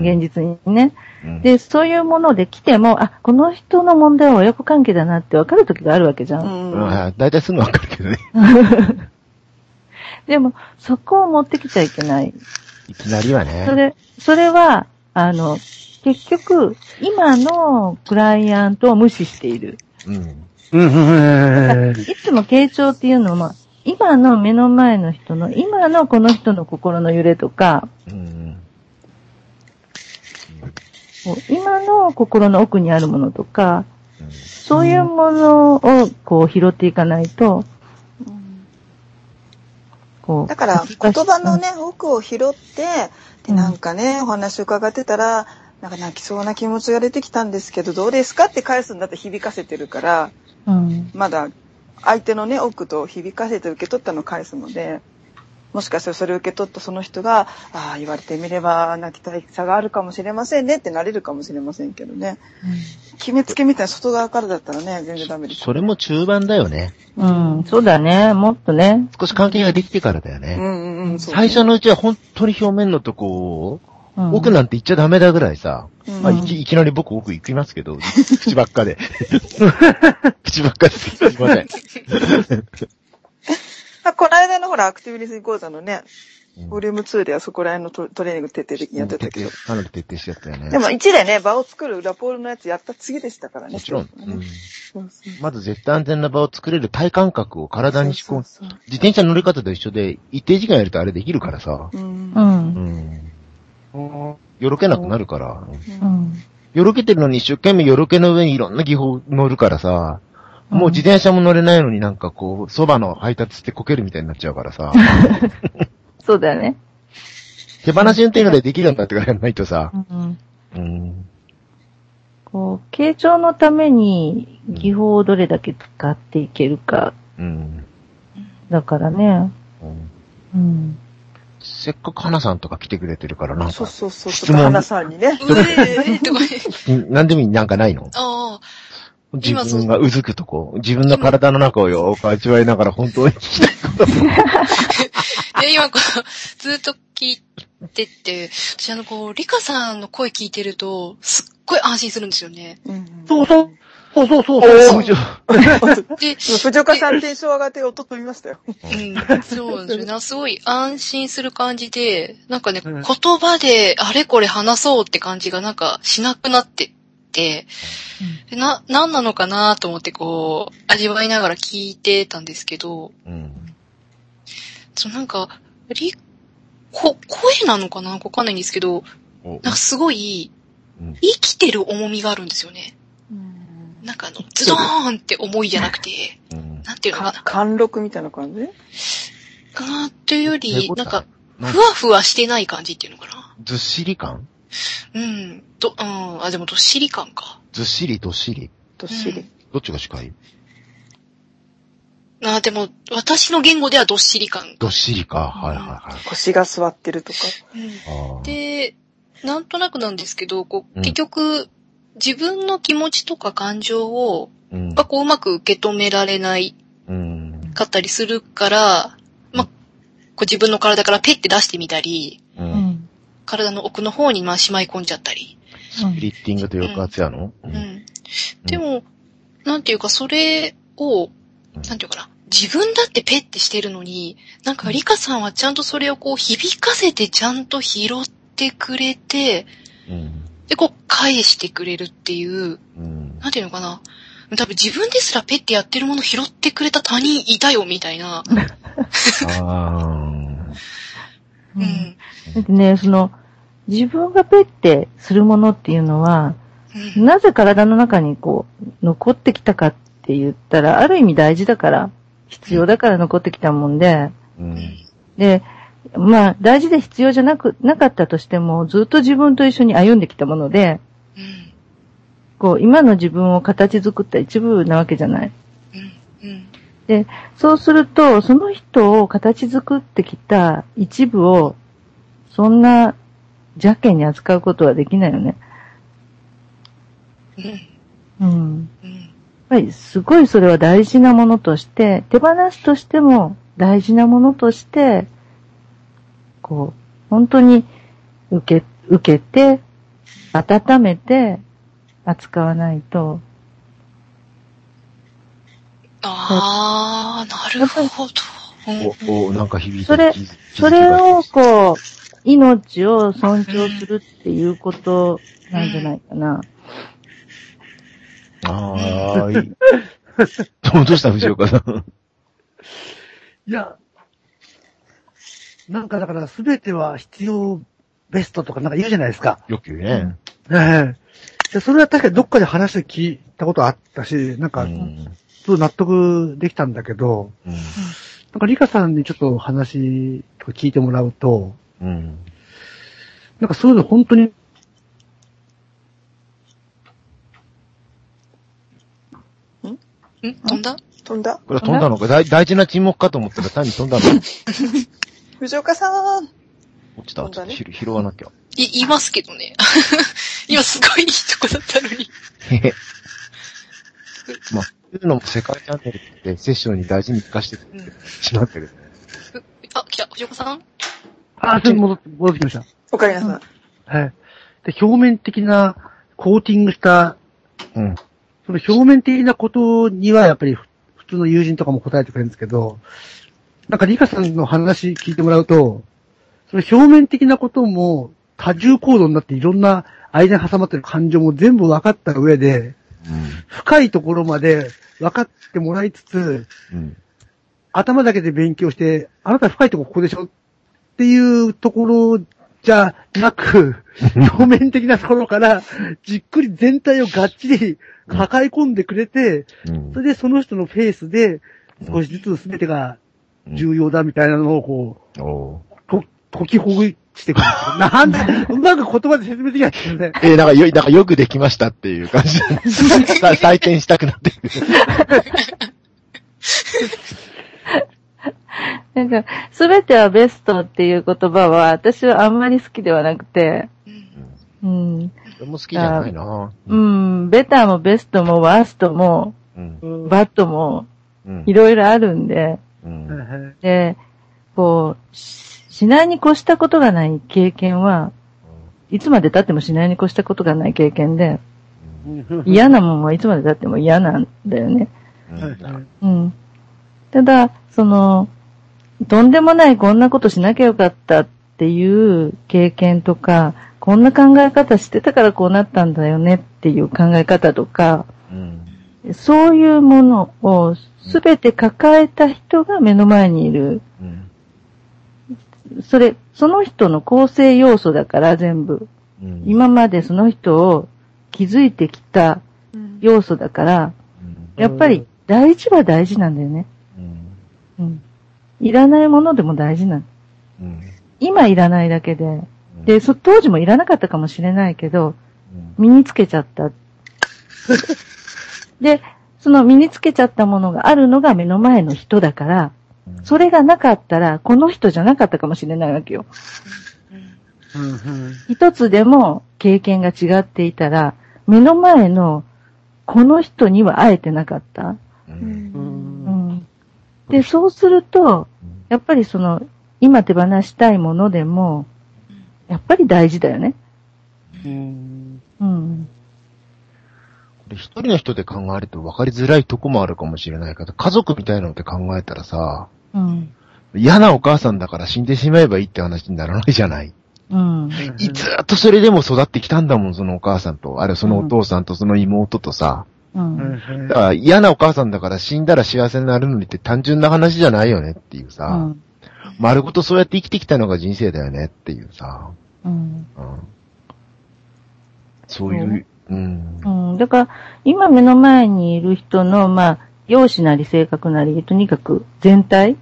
[SPEAKER 5] 現実にね、
[SPEAKER 1] うん
[SPEAKER 5] で、そういうもので来ても、あ、この人の問題は親子関係だなって分かる時があるわけじゃ。
[SPEAKER 2] うん
[SPEAKER 1] うん
[SPEAKER 2] ん。
[SPEAKER 1] はい大体すぐわかるけどね。
[SPEAKER 5] でも、そこを持ってきちゃいけない。
[SPEAKER 1] いきなりはね。
[SPEAKER 5] それ、それは、あの、結局、今のクライアントを無視している。
[SPEAKER 1] うん。
[SPEAKER 4] うん、うん、うん
[SPEAKER 5] いつも傾聴っていうのは、今の目の前の人の、今のこの人の心の揺れとか、
[SPEAKER 1] うん。
[SPEAKER 5] こう今の心の奥にあるものとか、そういうものをこう拾っていかないと、こう。
[SPEAKER 2] だから、言葉のね、奥を拾って、で、なんかね、お話伺ってたら、なんか泣きそうな気持ちが出てきたんですけど、どうですかって返すんだって響かせてるから、
[SPEAKER 5] うん、
[SPEAKER 2] まだ相手のね、奥と響かせて受け取ったのを返すので、もしかしたらそれを受け取ったその人が、ああ、言われてみれば泣きたい差があるかもしれませんねってなれるかもしれませんけどね。決めつけみたいな外側からだったらね、全然ダメです。
[SPEAKER 1] それも中盤だよね。
[SPEAKER 5] うん。うん、そうだね。もっとね。
[SPEAKER 1] 少し関係ができてからだよ
[SPEAKER 2] う
[SPEAKER 1] ね。
[SPEAKER 2] んうんうん、そう
[SPEAKER 1] 最初のうちは本当に表面のとこを、
[SPEAKER 5] うん、
[SPEAKER 1] 奥なんて行っちゃダメだぐらいさ、
[SPEAKER 2] うん
[SPEAKER 1] まあ、いきいきなり僕奥行きますけ
[SPEAKER 2] [laughs]
[SPEAKER 1] ど、口ばっかで。 [laughs] 口ばっかですけど、すいま
[SPEAKER 2] [laughs]
[SPEAKER 1] せん。
[SPEAKER 2] あこの間のほら、アクティブリスニング講座のね、
[SPEAKER 1] うん
[SPEAKER 2] ボリューム2ではそこら辺のトトレーニング徹底的にやってたけど。
[SPEAKER 1] かなり徹底してやったよね。
[SPEAKER 2] でも1でね、場を作るラポールのやつやった次でしたからね。
[SPEAKER 1] もちろん、うん
[SPEAKER 2] そうそう
[SPEAKER 1] まず絶対安全な場を作れる体感覚を体に仕込む。
[SPEAKER 2] そうそう
[SPEAKER 1] 自転車乗り方と一緒で、一定時間やるとあれできるからさ。
[SPEAKER 2] そううん
[SPEAKER 5] う。。
[SPEAKER 1] うんん。よろけなくなるから。
[SPEAKER 5] う
[SPEAKER 2] うん
[SPEAKER 5] ん。
[SPEAKER 1] よろけてるのに一生懸命よろけの上にいろんな技法乗るからさ。もう自転車も乗れないのになんかこう、そばの配達してこけるみたいになっちゃうからさ。
[SPEAKER 5] そうだよね。
[SPEAKER 1] 手放し運転ぐらいできるようになってからやんないとさ。
[SPEAKER 5] うん。
[SPEAKER 1] うん。
[SPEAKER 5] こう、傾聴のために技法をどれだけ使っていけるか、
[SPEAKER 1] うん。
[SPEAKER 5] だからね。
[SPEAKER 1] うん
[SPEAKER 5] うん。
[SPEAKER 1] せっかく花さんとか来てくれてるから、なん
[SPEAKER 2] そう
[SPEAKER 1] か、
[SPEAKER 2] そうそう。
[SPEAKER 1] 質
[SPEAKER 2] ちょ
[SPEAKER 1] 問
[SPEAKER 2] っと花さんにね。
[SPEAKER 3] うぜーとか言って。
[SPEAKER 1] なんでもいいなんかないの
[SPEAKER 3] ああ、
[SPEAKER 1] 自
[SPEAKER 3] 今そう
[SPEAKER 1] 分がうずくとこ、自分の体の中をよく味わいながら本当に聞きたい。
[SPEAKER 3] で、今こう、ずっと聞いてて、私あの、こう、リカさんの声聞いてると、すっごい安心するんですよね。
[SPEAKER 2] うん
[SPEAKER 4] そうそう。そうそうそう
[SPEAKER 1] 無
[SPEAKER 4] そう。
[SPEAKER 1] 情
[SPEAKER 3] で、
[SPEAKER 2] 藤岡さんテンション上がって音飛びましたよ。
[SPEAKER 3] [laughs] うん、そうなんですよね。すごい安心する感じで、なんかね、言葉であれこれ話そうって感じがなんかしなくなってって、でな、何なのかなと思ってこう、味わいながら聞いてたんですけど、
[SPEAKER 1] うん。
[SPEAKER 3] そうなんか、り、こ、声なのかなわかんないんですけど、
[SPEAKER 1] お
[SPEAKER 3] なんかすごい
[SPEAKER 1] うん、
[SPEAKER 3] 生きてる重みがあるんですよね。なんかあの、ズドーンって重いじゃなくて、
[SPEAKER 1] うん
[SPEAKER 3] なんていうのか
[SPEAKER 2] か貫禄みたいな感じ
[SPEAKER 3] な、かなっていうより、なんか、、
[SPEAKER 1] なん
[SPEAKER 3] ふわふわしてない感じっていうのかな。
[SPEAKER 1] ずっしり感
[SPEAKER 3] うん。ど、うん。あ、でもどっしり感か。
[SPEAKER 1] ずっしりどっしり
[SPEAKER 2] どっしり。
[SPEAKER 1] どっちが近い
[SPEAKER 3] あ、でも、私の言語ではどっしり感。
[SPEAKER 1] どっしりか。はいはいはい。
[SPEAKER 2] 腰が座ってるとか。
[SPEAKER 3] うん
[SPEAKER 1] あー、
[SPEAKER 3] で、なんとなくなんですけど、こ
[SPEAKER 1] う
[SPEAKER 3] う、
[SPEAKER 1] ん
[SPEAKER 3] 結局、自分の気持ちとか感情を、
[SPEAKER 1] うん
[SPEAKER 3] がこう、うまく受け止められない
[SPEAKER 1] うん。
[SPEAKER 3] かったりするから、まあ、こう自分の体からペッて出してみたり、
[SPEAKER 1] う。
[SPEAKER 5] うんん。
[SPEAKER 3] 体の奥の方にまあしまい込んじゃったり。
[SPEAKER 1] スプリッティングと抑圧やのう
[SPEAKER 3] う。ん。でも、なんていうか、それを、
[SPEAKER 1] うん
[SPEAKER 3] なんていうかな。自分だってペッてしてるのに、なんかリカさんはちゃんとそれをこう響かせてちゃんと拾ってくれて、
[SPEAKER 1] うん。
[SPEAKER 3] で、こう返してくれるっていう、
[SPEAKER 1] [laughs] うん。
[SPEAKER 3] なんていうのかな。多分自分ですらペッてやってるもの拾ってくれた他人いたよ、みたいな。
[SPEAKER 1] あ
[SPEAKER 3] う
[SPEAKER 5] うん
[SPEAKER 3] ん。
[SPEAKER 5] だってね、その、自分がペッてするものっていうのは、
[SPEAKER 3] うん。
[SPEAKER 5] なぜ体の中にこう、残ってきたかって言ったら、ある意味大事だから、必要だから残ってきたもんで、
[SPEAKER 1] ーうん。
[SPEAKER 5] で、まあ、大事で必要じゃなく、なかったとしても、ずっと自分と一緒に歩んできたもので、
[SPEAKER 3] うん。
[SPEAKER 5] こう、今の自分を形作った一部なわけじゃない。
[SPEAKER 3] うん。うん。
[SPEAKER 5] そうすると、その人を形作ってきた一部を、そんな邪険に扱うことはできないよね。
[SPEAKER 3] うん。
[SPEAKER 5] うん。
[SPEAKER 3] うん。
[SPEAKER 5] やっぱりすごいそれは大事なものとして、手放すとしても大事なものとして、こう、本当に受け、受けて、温めて扱わないと、
[SPEAKER 3] あー、なるほど。
[SPEAKER 1] お、
[SPEAKER 3] うん
[SPEAKER 1] お、なんか響いて
[SPEAKER 5] それ
[SPEAKER 1] 気づ気づきが
[SPEAKER 5] それをこう、命を尊重するっていうことなんじゃないかな。
[SPEAKER 1] ああ、いい。どうどうした藤岡さん。
[SPEAKER 4] いや、なんかだからすべては必要ベストとかなんか言うじゃないですか。
[SPEAKER 1] よくね。
[SPEAKER 4] ええ。で、それは確かにどっかで話を聞いたことあったし、なん
[SPEAKER 1] う
[SPEAKER 4] か、
[SPEAKER 1] ん。
[SPEAKER 4] そう納得できたんだけど、
[SPEAKER 1] うん
[SPEAKER 4] なんかリカさんにちょっと話とか聞いてもらうと、
[SPEAKER 1] うん。
[SPEAKER 4] なんかそういうの本当に、
[SPEAKER 3] ん飛んだ
[SPEAKER 2] 飛んだ
[SPEAKER 1] これは飛んだのか大大事な沈黙かと思ったら単に飛んだの [laughs] 落
[SPEAKER 2] 藤岡さん
[SPEAKER 1] ちた。ちょっと拾拾わなきゃ。
[SPEAKER 3] い、いますけどね。 [laughs] 今すごいいいとこだったのに。
[SPEAKER 1] へへまあ、そういうのも世界チャンネルってセッションに大事に活かしてる
[SPEAKER 3] うん
[SPEAKER 1] しなんだけどね。
[SPEAKER 3] あ、来た、藤岡さん
[SPEAKER 4] ああ、ちょっと戻って戻ってきました。
[SPEAKER 2] おかえりなさい。
[SPEAKER 4] はい。で、表面的なコーティングした、
[SPEAKER 1] うん。
[SPEAKER 4] その表面的なことにはやっぱりふ普通の友人とかも答えてくれるんですけど、なんかリカさんの話聞いてもらうと、その表面的なことも多重行動になっていろんな間に挟まってる感情も全部分かった上で、深いところまで分かってもらいつつ、
[SPEAKER 1] うん。
[SPEAKER 4] 頭だけで勉強して、あなた深いとこここでしょっていうところじゃなく、表面的なところから、じっくり全体をがっちり抱え込んでくれて、
[SPEAKER 1] うん
[SPEAKER 4] そ。れでその人のペースで、少しずつ全てが
[SPEAKER 1] うん
[SPEAKER 4] 重要だみたいなのをこ
[SPEAKER 1] お
[SPEAKER 4] う、と、解きほぐしてくるんですよ。なんで、うまく言葉で説明できないですよね。
[SPEAKER 1] えーなんかよ、なんかよくできましたっていう感じでさ採点したくなってる。
[SPEAKER 5] なんか、すべてはベストっていう言葉は、私はあんまり好きではなくて、
[SPEAKER 3] うん
[SPEAKER 5] うん、
[SPEAKER 1] 俺も好きじゃないな
[SPEAKER 5] う。ん、ベターもベストもワーストも、
[SPEAKER 1] うん。
[SPEAKER 5] バットも、
[SPEAKER 1] うん
[SPEAKER 5] い。ろいろあるんで、
[SPEAKER 1] うん。
[SPEAKER 5] で、こう、ししないに越したことがない経験は、いつまで経ってもしないに越したことがない経験で、嫌なもんはいつまで経っても嫌なんだよね。
[SPEAKER 1] うん
[SPEAKER 4] はいはい
[SPEAKER 5] うん。ただ、その、とんでもないこんなことしなきゃよかったっていう経験とか、こんな考え方してたからこうなったんだよねっていう考え方とか、
[SPEAKER 1] うん。
[SPEAKER 5] そういうものをすべて抱えた人が目の前にいる。
[SPEAKER 1] うん。
[SPEAKER 5] それ、その人の構成要素だから全部。
[SPEAKER 1] うん。
[SPEAKER 5] 今までその人を築いてきた要素だから、
[SPEAKER 1] うん。
[SPEAKER 5] やっぱり大事は大事なんだよね。
[SPEAKER 1] うん。
[SPEAKER 5] うん。いらないものでも大事なの。
[SPEAKER 1] うん。
[SPEAKER 5] 今いらないだけで。で、そ、当時もいらなかったかもしれないけど、
[SPEAKER 1] うん、
[SPEAKER 5] 身につけち
[SPEAKER 1] [laughs]
[SPEAKER 5] ゃった。で、その身につけちゃったものがあるのが目の前の人だから、
[SPEAKER 1] うん
[SPEAKER 5] それがなかったら、この人じゃなかったかもしれないわけよ。一つでも経験が違っていたら、目の前のこの人には会えてなかった。
[SPEAKER 1] うん。
[SPEAKER 5] うん。で、そうすると、やっぱりその、今手放したいものでも、やっぱり大事だよね。うん。
[SPEAKER 1] これ一人の人で考えると分かりづらいとこもあるかもしれないけど、家族みたいなのって考えたらさ、
[SPEAKER 5] うん。
[SPEAKER 1] 嫌なお母さんだから死んでしまえばいいって話にならないじゃない。
[SPEAKER 5] うん。
[SPEAKER 1] いずーっとそれでも育ってきたんだもん、そのお母さんと。あるいはそのお父さんとその妹とさ。
[SPEAKER 5] うん。
[SPEAKER 1] だから嫌なお母さんだから死んだら幸せになるのにって単純な話じゃないよねっていう
[SPEAKER 5] う
[SPEAKER 1] さ。
[SPEAKER 5] ん。
[SPEAKER 1] 丸ごとそうやって生きてきたのが人生だよねっていうさ。
[SPEAKER 5] うん。
[SPEAKER 1] うんそういう、うん。
[SPEAKER 5] うん。だから、今目の前にいる人の、まあ、容姿なり性格なり、とにかく全体、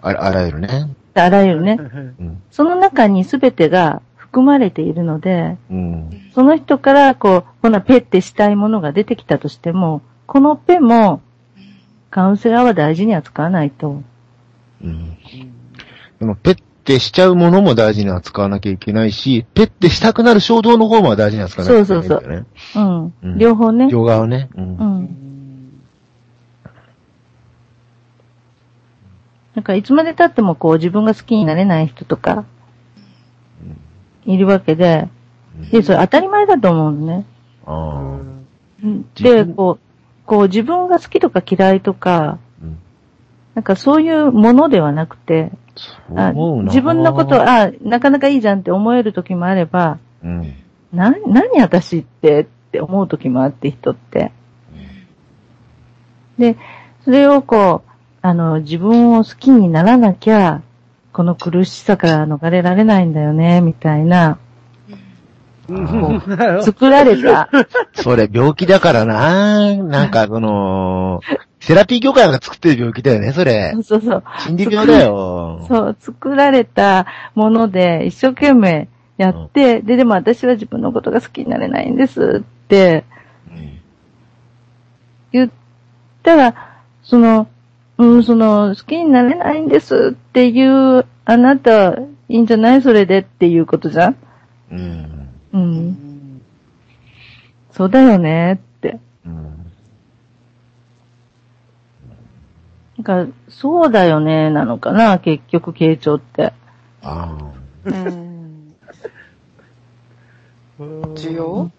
[SPEAKER 1] あらあらゆるね。
[SPEAKER 5] あらゆるね、
[SPEAKER 1] うん。
[SPEAKER 5] その中に全てが含まれているので、
[SPEAKER 1] うん。
[SPEAKER 5] その人から、こう、こんなペってしたいものが出てきたとしても、このペも、カウンセラーは大事に扱わないと。
[SPEAKER 1] うん。でも、ペッてしちゃうものも大事に扱わなきゃいけないし、ペッてしたくなる衝動の方も大事に扱わなきゃいけないんだよね。
[SPEAKER 5] うん。
[SPEAKER 1] うん
[SPEAKER 5] 両方ね。
[SPEAKER 1] 両側をね。うん
[SPEAKER 5] う。ん。なんかいつまで経ってもこう自分が好きになれない人とか、いるわけで、
[SPEAKER 1] うん
[SPEAKER 5] で、それ当たり前だと思うのね。
[SPEAKER 1] ああ。
[SPEAKER 5] で、
[SPEAKER 1] 自分
[SPEAKER 5] こう、こう自分が好きとか嫌いとか、
[SPEAKER 1] うん
[SPEAKER 5] なんかそういうものではなくて、
[SPEAKER 1] そう
[SPEAKER 5] あ
[SPEAKER 1] 思うな。
[SPEAKER 5] 自分のこと、あなかなかいいじゃんって思える時もあれば、
[SPEAKER 1] うん。
[SPEAKER 5] な、何私ってって思う時もあって人って。で、それをこう、あの、自分を好きにならなきゃ、この苦しさから逃れられないんだよね、みたいな、作られた、
[SPEAKER 1] [laughs] それ、病気だからな。なんか、そ
[SPEAKER 5] [laughs]
[SPEAKER 1] の、セラピー業界が作ってる病気だよね、それ
[SPEAKER 5] [laughs] そ。うそうそう、
[SPEAKER 1] 心理病だよ。
[SPEAKER 5] そう、作られたもので、一生懸命やって、で、でも私は自分のことが好きになれないんですって
[SPEAKER 1] うん。
[SPEAKER 5] 言ったら、その、うん、その、好きになれないんですっていう、あなた、いいんじゃないそれでっていうことじゃん
[SPEAKER 1] うん。
[SPEAKER 5] うん。そうだよねって。
[SPEAKER 1] うん。
[SPEAKER 5] なんか、そうだよねなのかな、結局、傾聴って。
[SPEAKER 1] ああ。
[SPEAKER 2] うん需要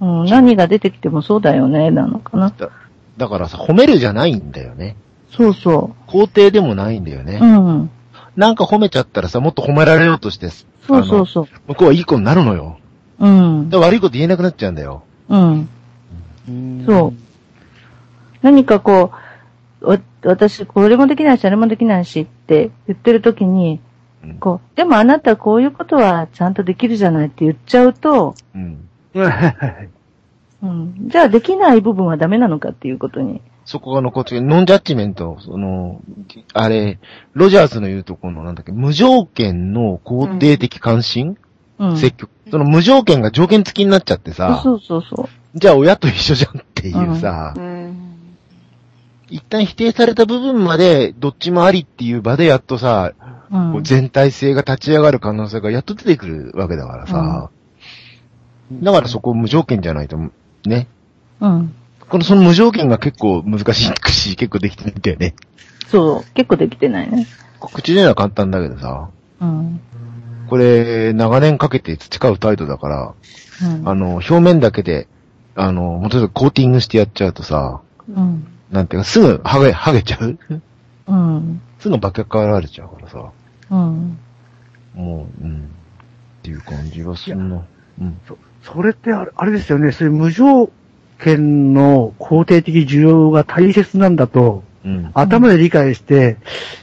[SPEAKER 5] うん、何が出てきてもそうだよねなのかな。
[SPEAKER 1] だだからさ、褒めるじゃないんだよね。
[SPEAKER 5] そうそ
[SPEAKER 1] 肯定でもないんだよね。
[SPEAKER 5] う。うん。
[SPEAKER 1] なんか褒めちゃったらさ、もっと褒められようとして、
[SPEAKER 5] そうそうそう。
[SPEAKER 1] 向こうはいい子になるのよ。
[SPEAKER 5] うん
[SPEAKER 1] で。悪いこと言えなくなっちゃうんだよ。
[SPEAKER 5] うん。そう。何かこう、わ私、これもできないし、あれもできないしって言ってる時に
[SPEAKER 1] うん、
[SPEAKER 5] こう、でもあなたこういうことはちゃんとできるじゃないって言っちゃうと、
[SPEAKER 1] うん。
[SPEAKER 5] うん、じゃあできない部分はダメなのかっていうことに
[SPEAKER 1] そこが残ってる、ノンジャッジメント、その、あれ、ロジャースの言うとこの、なんだっけ、無条件の肯定的関心、
[SPEAKER 5] うん。
[SPEAKER 1] 積極。その無条件が条件付きになっちゃってさ、
[SPEAKER 5] そうそうそう。
[SPEAKER 1] じゃあ親と一緒じゃんっていうさ、
[SPEAKER 2] うん。
[SPEAKER 1] 一旦否定された部分まで、どっちもありっていう場でやっとさ、
[SPEAKER 5] うん
[SPEAKER 1] こう全体性が立ち上がる可能性がやっと出てくるわけだからさ、だからそこ無条件じゃないと、ね。
[SPEAKER 5] うん。
[SPEAKER 1] このその無条件が結構難しいし、結構できてないんだよね。
[SPEAKER 5] そう。結構できてないね。
[SPEAKER 1] 口で言うのは簡単だけどさ、
[SPEAKER 5] うん。
[SPEAKER 1] これ、長年かけて培う態度だから、
[SPEAKER 5] うん。
[SPEAKER 1] あの、表面だけで、あの、もうちょっとコーティングしてやっちゃうとさ、
[SPEAKER 5] うん。
[SPEAKER 1] なんていうか、すぐ、はげ、はげちゃう [laughs]
[SPEAKER 5] うん。
[SPEAKER 1] すぐ化け変わられちゃうからさ、
[SPEAKER 5] うん。
[SPEAKER 1] もう、うん。っていう感じがするな。うん。
[SPEAKER 4] [laughs] それってあれあれですよね、そういう無条件の肯定的需要が大切なんだと、
[SPEAKER 1] うん。
[SPEAKER 4] 頭で理解して、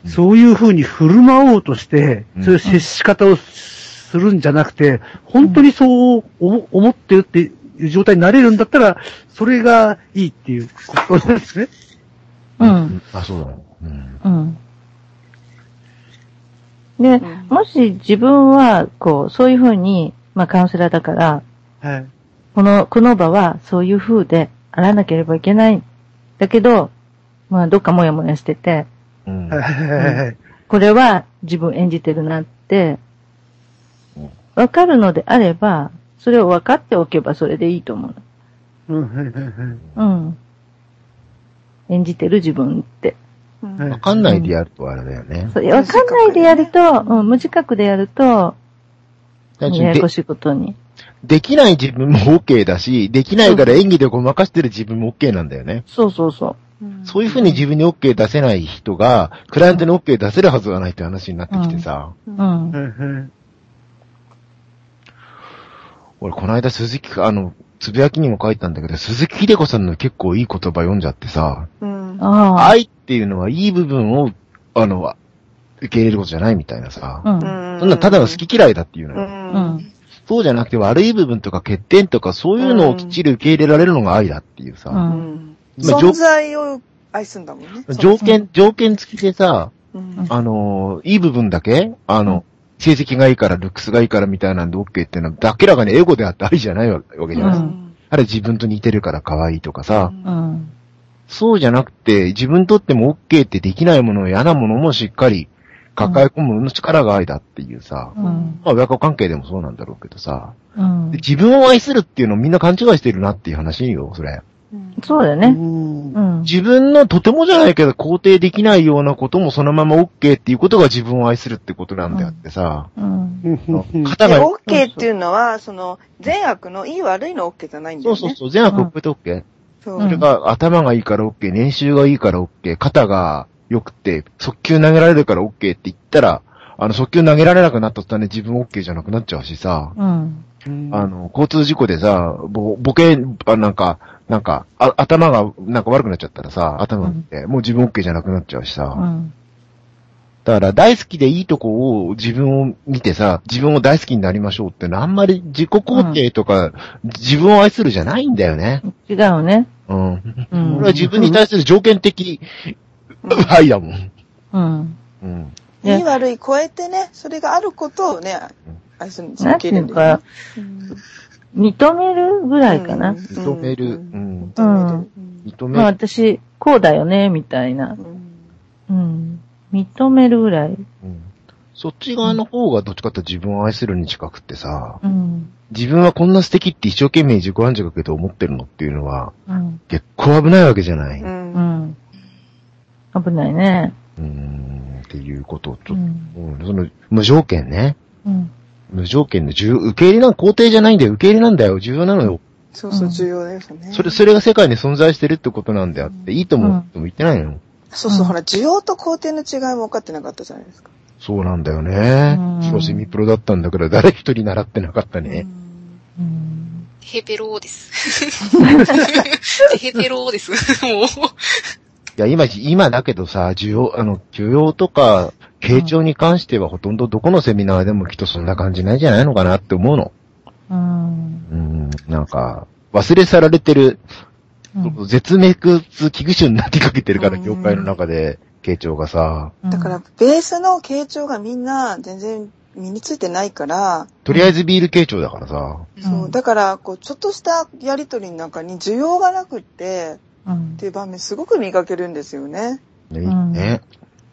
[SPEAKER 1] うん
[SPEAKER 4] そういう風に振る舞おうとして、
[SPEAKER 1] うん
[SPEAKER 4] そういう接し方をするんじゃなくて、本当にそう思思ってるっていう状態になれるんだったら、それがいいっていうことなんですね。
[SPEAKER 5] うん。
[SPEAKER 1] あ、そうだね。うん。
[SPEAKER 5] うん。で、もし自分は、こう、そういうふうに、まあカウンセラーだから、
[SPEAKER 4] はい。
[SPEAKER 5] この、この場はそういう風であらなければいけない。だけど、まあどっかもやもやしてて、
[SPEAKER 1] うん。
[SPEAKER 4] はいはいはいはい。
[SPEAKER 5] これは自分演じてるなって、わかるのであれば、それを分かっておけばそれでいいと思う
[SPEAKER 4] うんはいはいはい
[SPEAKER 5] の。うん。演じてる自分って。
[SPEAKER 2] うん
[SPEAKER 4] はい
[SPEAKER 1] わかんないでやるとあれだよね。
[SPEAKER 5] そうわかんないでやると、うん、無自覚でやると、
[SPEAKER 1] 単
[SPEAKER 5] や
[SPEAKER 1] 純
[SPEAKER 5] や
[SPEAKER 1] に
[SPEAKER 5] こ
[SPEAKER 1] で
[SPEAKER 5] しいことに。
[SPEAKER 1] できない自分も OK だし、できないから演技でごまかしてる自分も OK なんだよね。
[SPEAKER 5] そうそうそう。
[SPEAKER 1] そういうふうに自分に OK 出せない人が、クライアントに OK 出せるはずがないって話になってきてさ、
[SPEAKER 5] うん。
[SPEAKER 4] はいはい。
[SPEAKER 1] 俺この間鈴木、あの、つぶやきにも書いたんだけど、鈴木秀子さんの結構いい言葉読んじゃってさ、
[SPEAKER 2] うん。
[SPEAKER 5] あ
[SPEAKER 1] 愛っていうのはいい部分を、あの、受け入れることじゃないみたいなさ、
[SPEAKER 5] あ。うん。
[SPEAKER 1] そんなただの好き嫌いだっていうの
[SPEAKER 2] う
[SPEAKER 1] よ。
[SPEAKER 2] ん。
[SPEAKER 5] う
[SPEAKER 2] うん。
[SPEAKER 5] ん。
[SPEAKER 1] そうじゃなくて悪い部分とか欠点とかそういうのをきっちり受け入れられるのが愛だっていうさ、
[SPEAKER 5] うん
[SPEAKER 1] まあ条
[SPEAKER 2] 存在を愛すんだもんね。
[SPEAKER 1] 条件、条件付きでさ、
[SPEAKER 2] うん。
[SPEAKER 1] あのーいい部分だけあの、成績がいいから、ルックスがいいからみたいなんで OK っていうのは、だけらがね、エゴであって愛じゃないわけじゃない、
[SPEAKER 5] うん
[SPEAKER 1] あれ自分と似てるから可愛いとかさ、
[SPEAKER 5] うん。
[SPEAKER 1] そうじゃなくて、自分にとっても OK ってできないもの、嫌なものもしっかり抱え込むの力が愛だっていうさ、
[SPEAKER 5] うん。
[SPEAKER 1] まあ親子関係でもそうなんだろうけどさ、
[SPEAKER 5] うん
[SPEAKER 1] で。自分を愛するっていうのをみんな勘違いしてるなっていう話よ、それ。
[SPEAKER 5] そうだよ
[SPEAKER 4] う
[SPEAKER 5] ね。
[SPEAKER 4] ん
[SPEAKER 5] うん。
[SPEAKER 1] 自分のとてもじゃないけど肯定できないようなこともそのまま OK っていうことが自分を愛するってことなんだよってさ、
[SPEAKER 5] うん。
[SPEAKER 4] うんうんうん
[SPEAKER 1] 肩
[SPEAKER 2] で、
[SPEAKER 1] が、
[SPEAKER 2] OK っていうのは、その、善悪のいい悪いの OK じゃないんだ
[SPEAKER 1] そ
[SPEAKER 2] よ
[SPEAKER 1] う
[SPEAKER 2] ね。
[SPEAKER 1] そうそう、善悪を超えて OK。
[SPEAKER 2] そう
[SPEAKER 1] それ
[SPEAKER 5] ん
[SPEAKER 1] が頭がいいから OK、年収がいいから OK、肩が良くて、速球投げられるから OK って言ったら、あの、速球投げられなくなった途端に自分 OK じゃなくなっちゃうしさ、
[SPEAKER 5] うん。
[SPEAKER 1] あの、交通事故でさ、ぼ、ボケ、あなんか、なんか、あ、頭が、なんか悪くなっちゃったらさ、頭がって、もう自分 OK じゃなくなっちゃうしさ、
[SPEAKER 5] うん。
[SPEAKER 1] だから大好きでいいとこを自分を見てさ、自分を大好きになりましょうっていうのはあんまり自己肯定とか、自分を愛するじゃないんだよね。
[SPEAKER 5] 違うね。
[SPEAKER 1] うん。
[SPEAKER 5] う
[SPEAKER 1] こ
[SPEAKER 5] ん
[SPEAKER 1] れは。自分に対する条件的愛だもん。
[SPEAKER 5] うん。
[SPEAKER 1] うん。
[SPEAKER 2] いい悪い超えてね、それがあることをね、愛するんです
[SPEAKER 5] なんていうか、認めるぐらいかな。
[SPEAKER 1] 認める。う。ん。
[SPEAKER 2] 認
[SPEAKER 1] 認
[SPEAKER 5] まあ
[SPEAKER 1] める。
[SPEAKER 5] 私、こうだよね、みたいな
[SPEAKER 2] め。る。
[SPEAKER 5] うん。認めるぐらい。
[SPEAKER 1] うんそっち側の方がどっちかっていうと自分を愛するに近くってさ、
[SPEAKER 5] うん。
[SPEAKER 1] 自分はこんな素敵って一生懸命自己暗示かけて思ってるのっていうのは、
[SPEAKER 5] うん。
[SPEAKER 1] 結構危ないわけじゃない。
[SPEAKER 2] う。
[SPEAKER 1] うん
[SPEAKER 5] うんん。危ないね。
[SPEAKER 1] ーん。っていうことをち
[SPEAKER 5] う
[SPEAKER 1] ょっ
[SPEAKER 5] ん。
[SPEAKER 1] と、うん、その、無条件ね。
[SPEAKER 5] うん。
[SPEAKER 1] 無条件の重、受け入れなん、肯定じゃないんだよ。受け入れなんだよ。重要なのよ。
[SPEAKER 2] そうそう、重要ですね。
[SPEAKER 1] それ、それが世界に存在してるってことなんだよって、いいとも、とも言ってないの。
[SPEAKER 2] そうそう、ほら、需要と肯定の違いも分かってなかったじゃないですか。
[SPEAKER 1] そうなんだよね
[SPEAKER 5] うん。
[SPEAKER 1] 少しミプロだったんだから、 [laughs] 誰一人習ってなかったね。
[SPEAKER 5] うん。
[SPEAKER 3] ヘペローです。ヘペローです。もう。
[SPEAKER 1] いや、今、今だけどさ、需要、あの、需要とか、傾聴に関してはほとんどどこのセミナーでもきっとそんな感じないんじゃないのかなって思うの。
[SPEAKER 5] うん。
[SPEAKER 1] うん、なんか、忘れ去られてる、絶滅危惧種になってかけてるから、業界の中で、傾聴がさ。
[SPEAKER 2] だから、ベースの傾聴がみんな全然身についてないから、
[SPEAKER 1] とりあえずビール傾聴だからさ。
[SPEAKER 2] そう、だから、こう、ちょっとしたやりとりの中に需要がなくって、
[SPEAKER 5] うん
[SPEAKER 2] っていう場面すごく見かけるんですよね。
[SPEAKER 1] ね、
[SPEAKER 5] うん
[SPEAKER 1] ね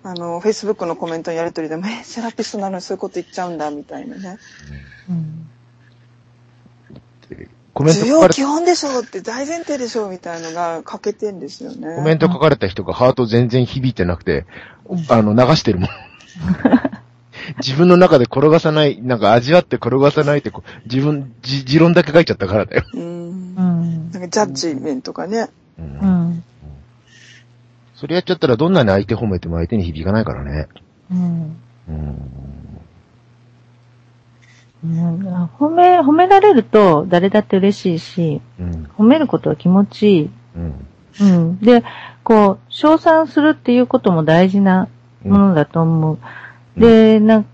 [SPEAKER 2] あの、Facebook のコメントのやりとりでも、え、セラピストなのにそういうこと言っちゃうんだ、みたいなね。
[SPEAKER 5] うん
[SPEAKER 1] コメント書
[SPEAKER 2] 需
[SPEAKER 1] か
[SPEAKER 2] 要
[SPEAKER 1] れた
[SPEAKER 2] 基本でしょうって大前提でしょうみたいのが欠けてんですよね。
[SPEAKER 1] コメント書かれた人がハート全然響いてなくて、あの、流してる [laughs] もん。自分の中で転がさない、なんか味わって転がさないってこう、自分、じ、持論だけ書いちゃったからだよ。
[SPEAKER 2] うん。
[SPEAKER 5] う
[SPEAKER 2] なん
[SPEAKER 5] ん
[SPEAKER 2] かジャッジメントがね。
[SPEAKER 1] うん
[SPEAKER 5] うん
[SPEAKER 1] それやっちゃったらどんなに相手褒めても相手に響かないからね。
[SPEAKER 5] うん
[SPEAKER 1] うん。
[SPEAKER 5] うん褒め、褒められると誰だって嬉しいし、
[SPEAKER 1] うん。
[SPEAKER 5] 褒めることは気持ちいい。
[SPEAKER 1] うん。
[SPEAKER 5] うん。で、こう、称賛するっていうことも大事なものだと思う。
[SPEAKER 1] うん
[SPEAKER 5] で、なんか、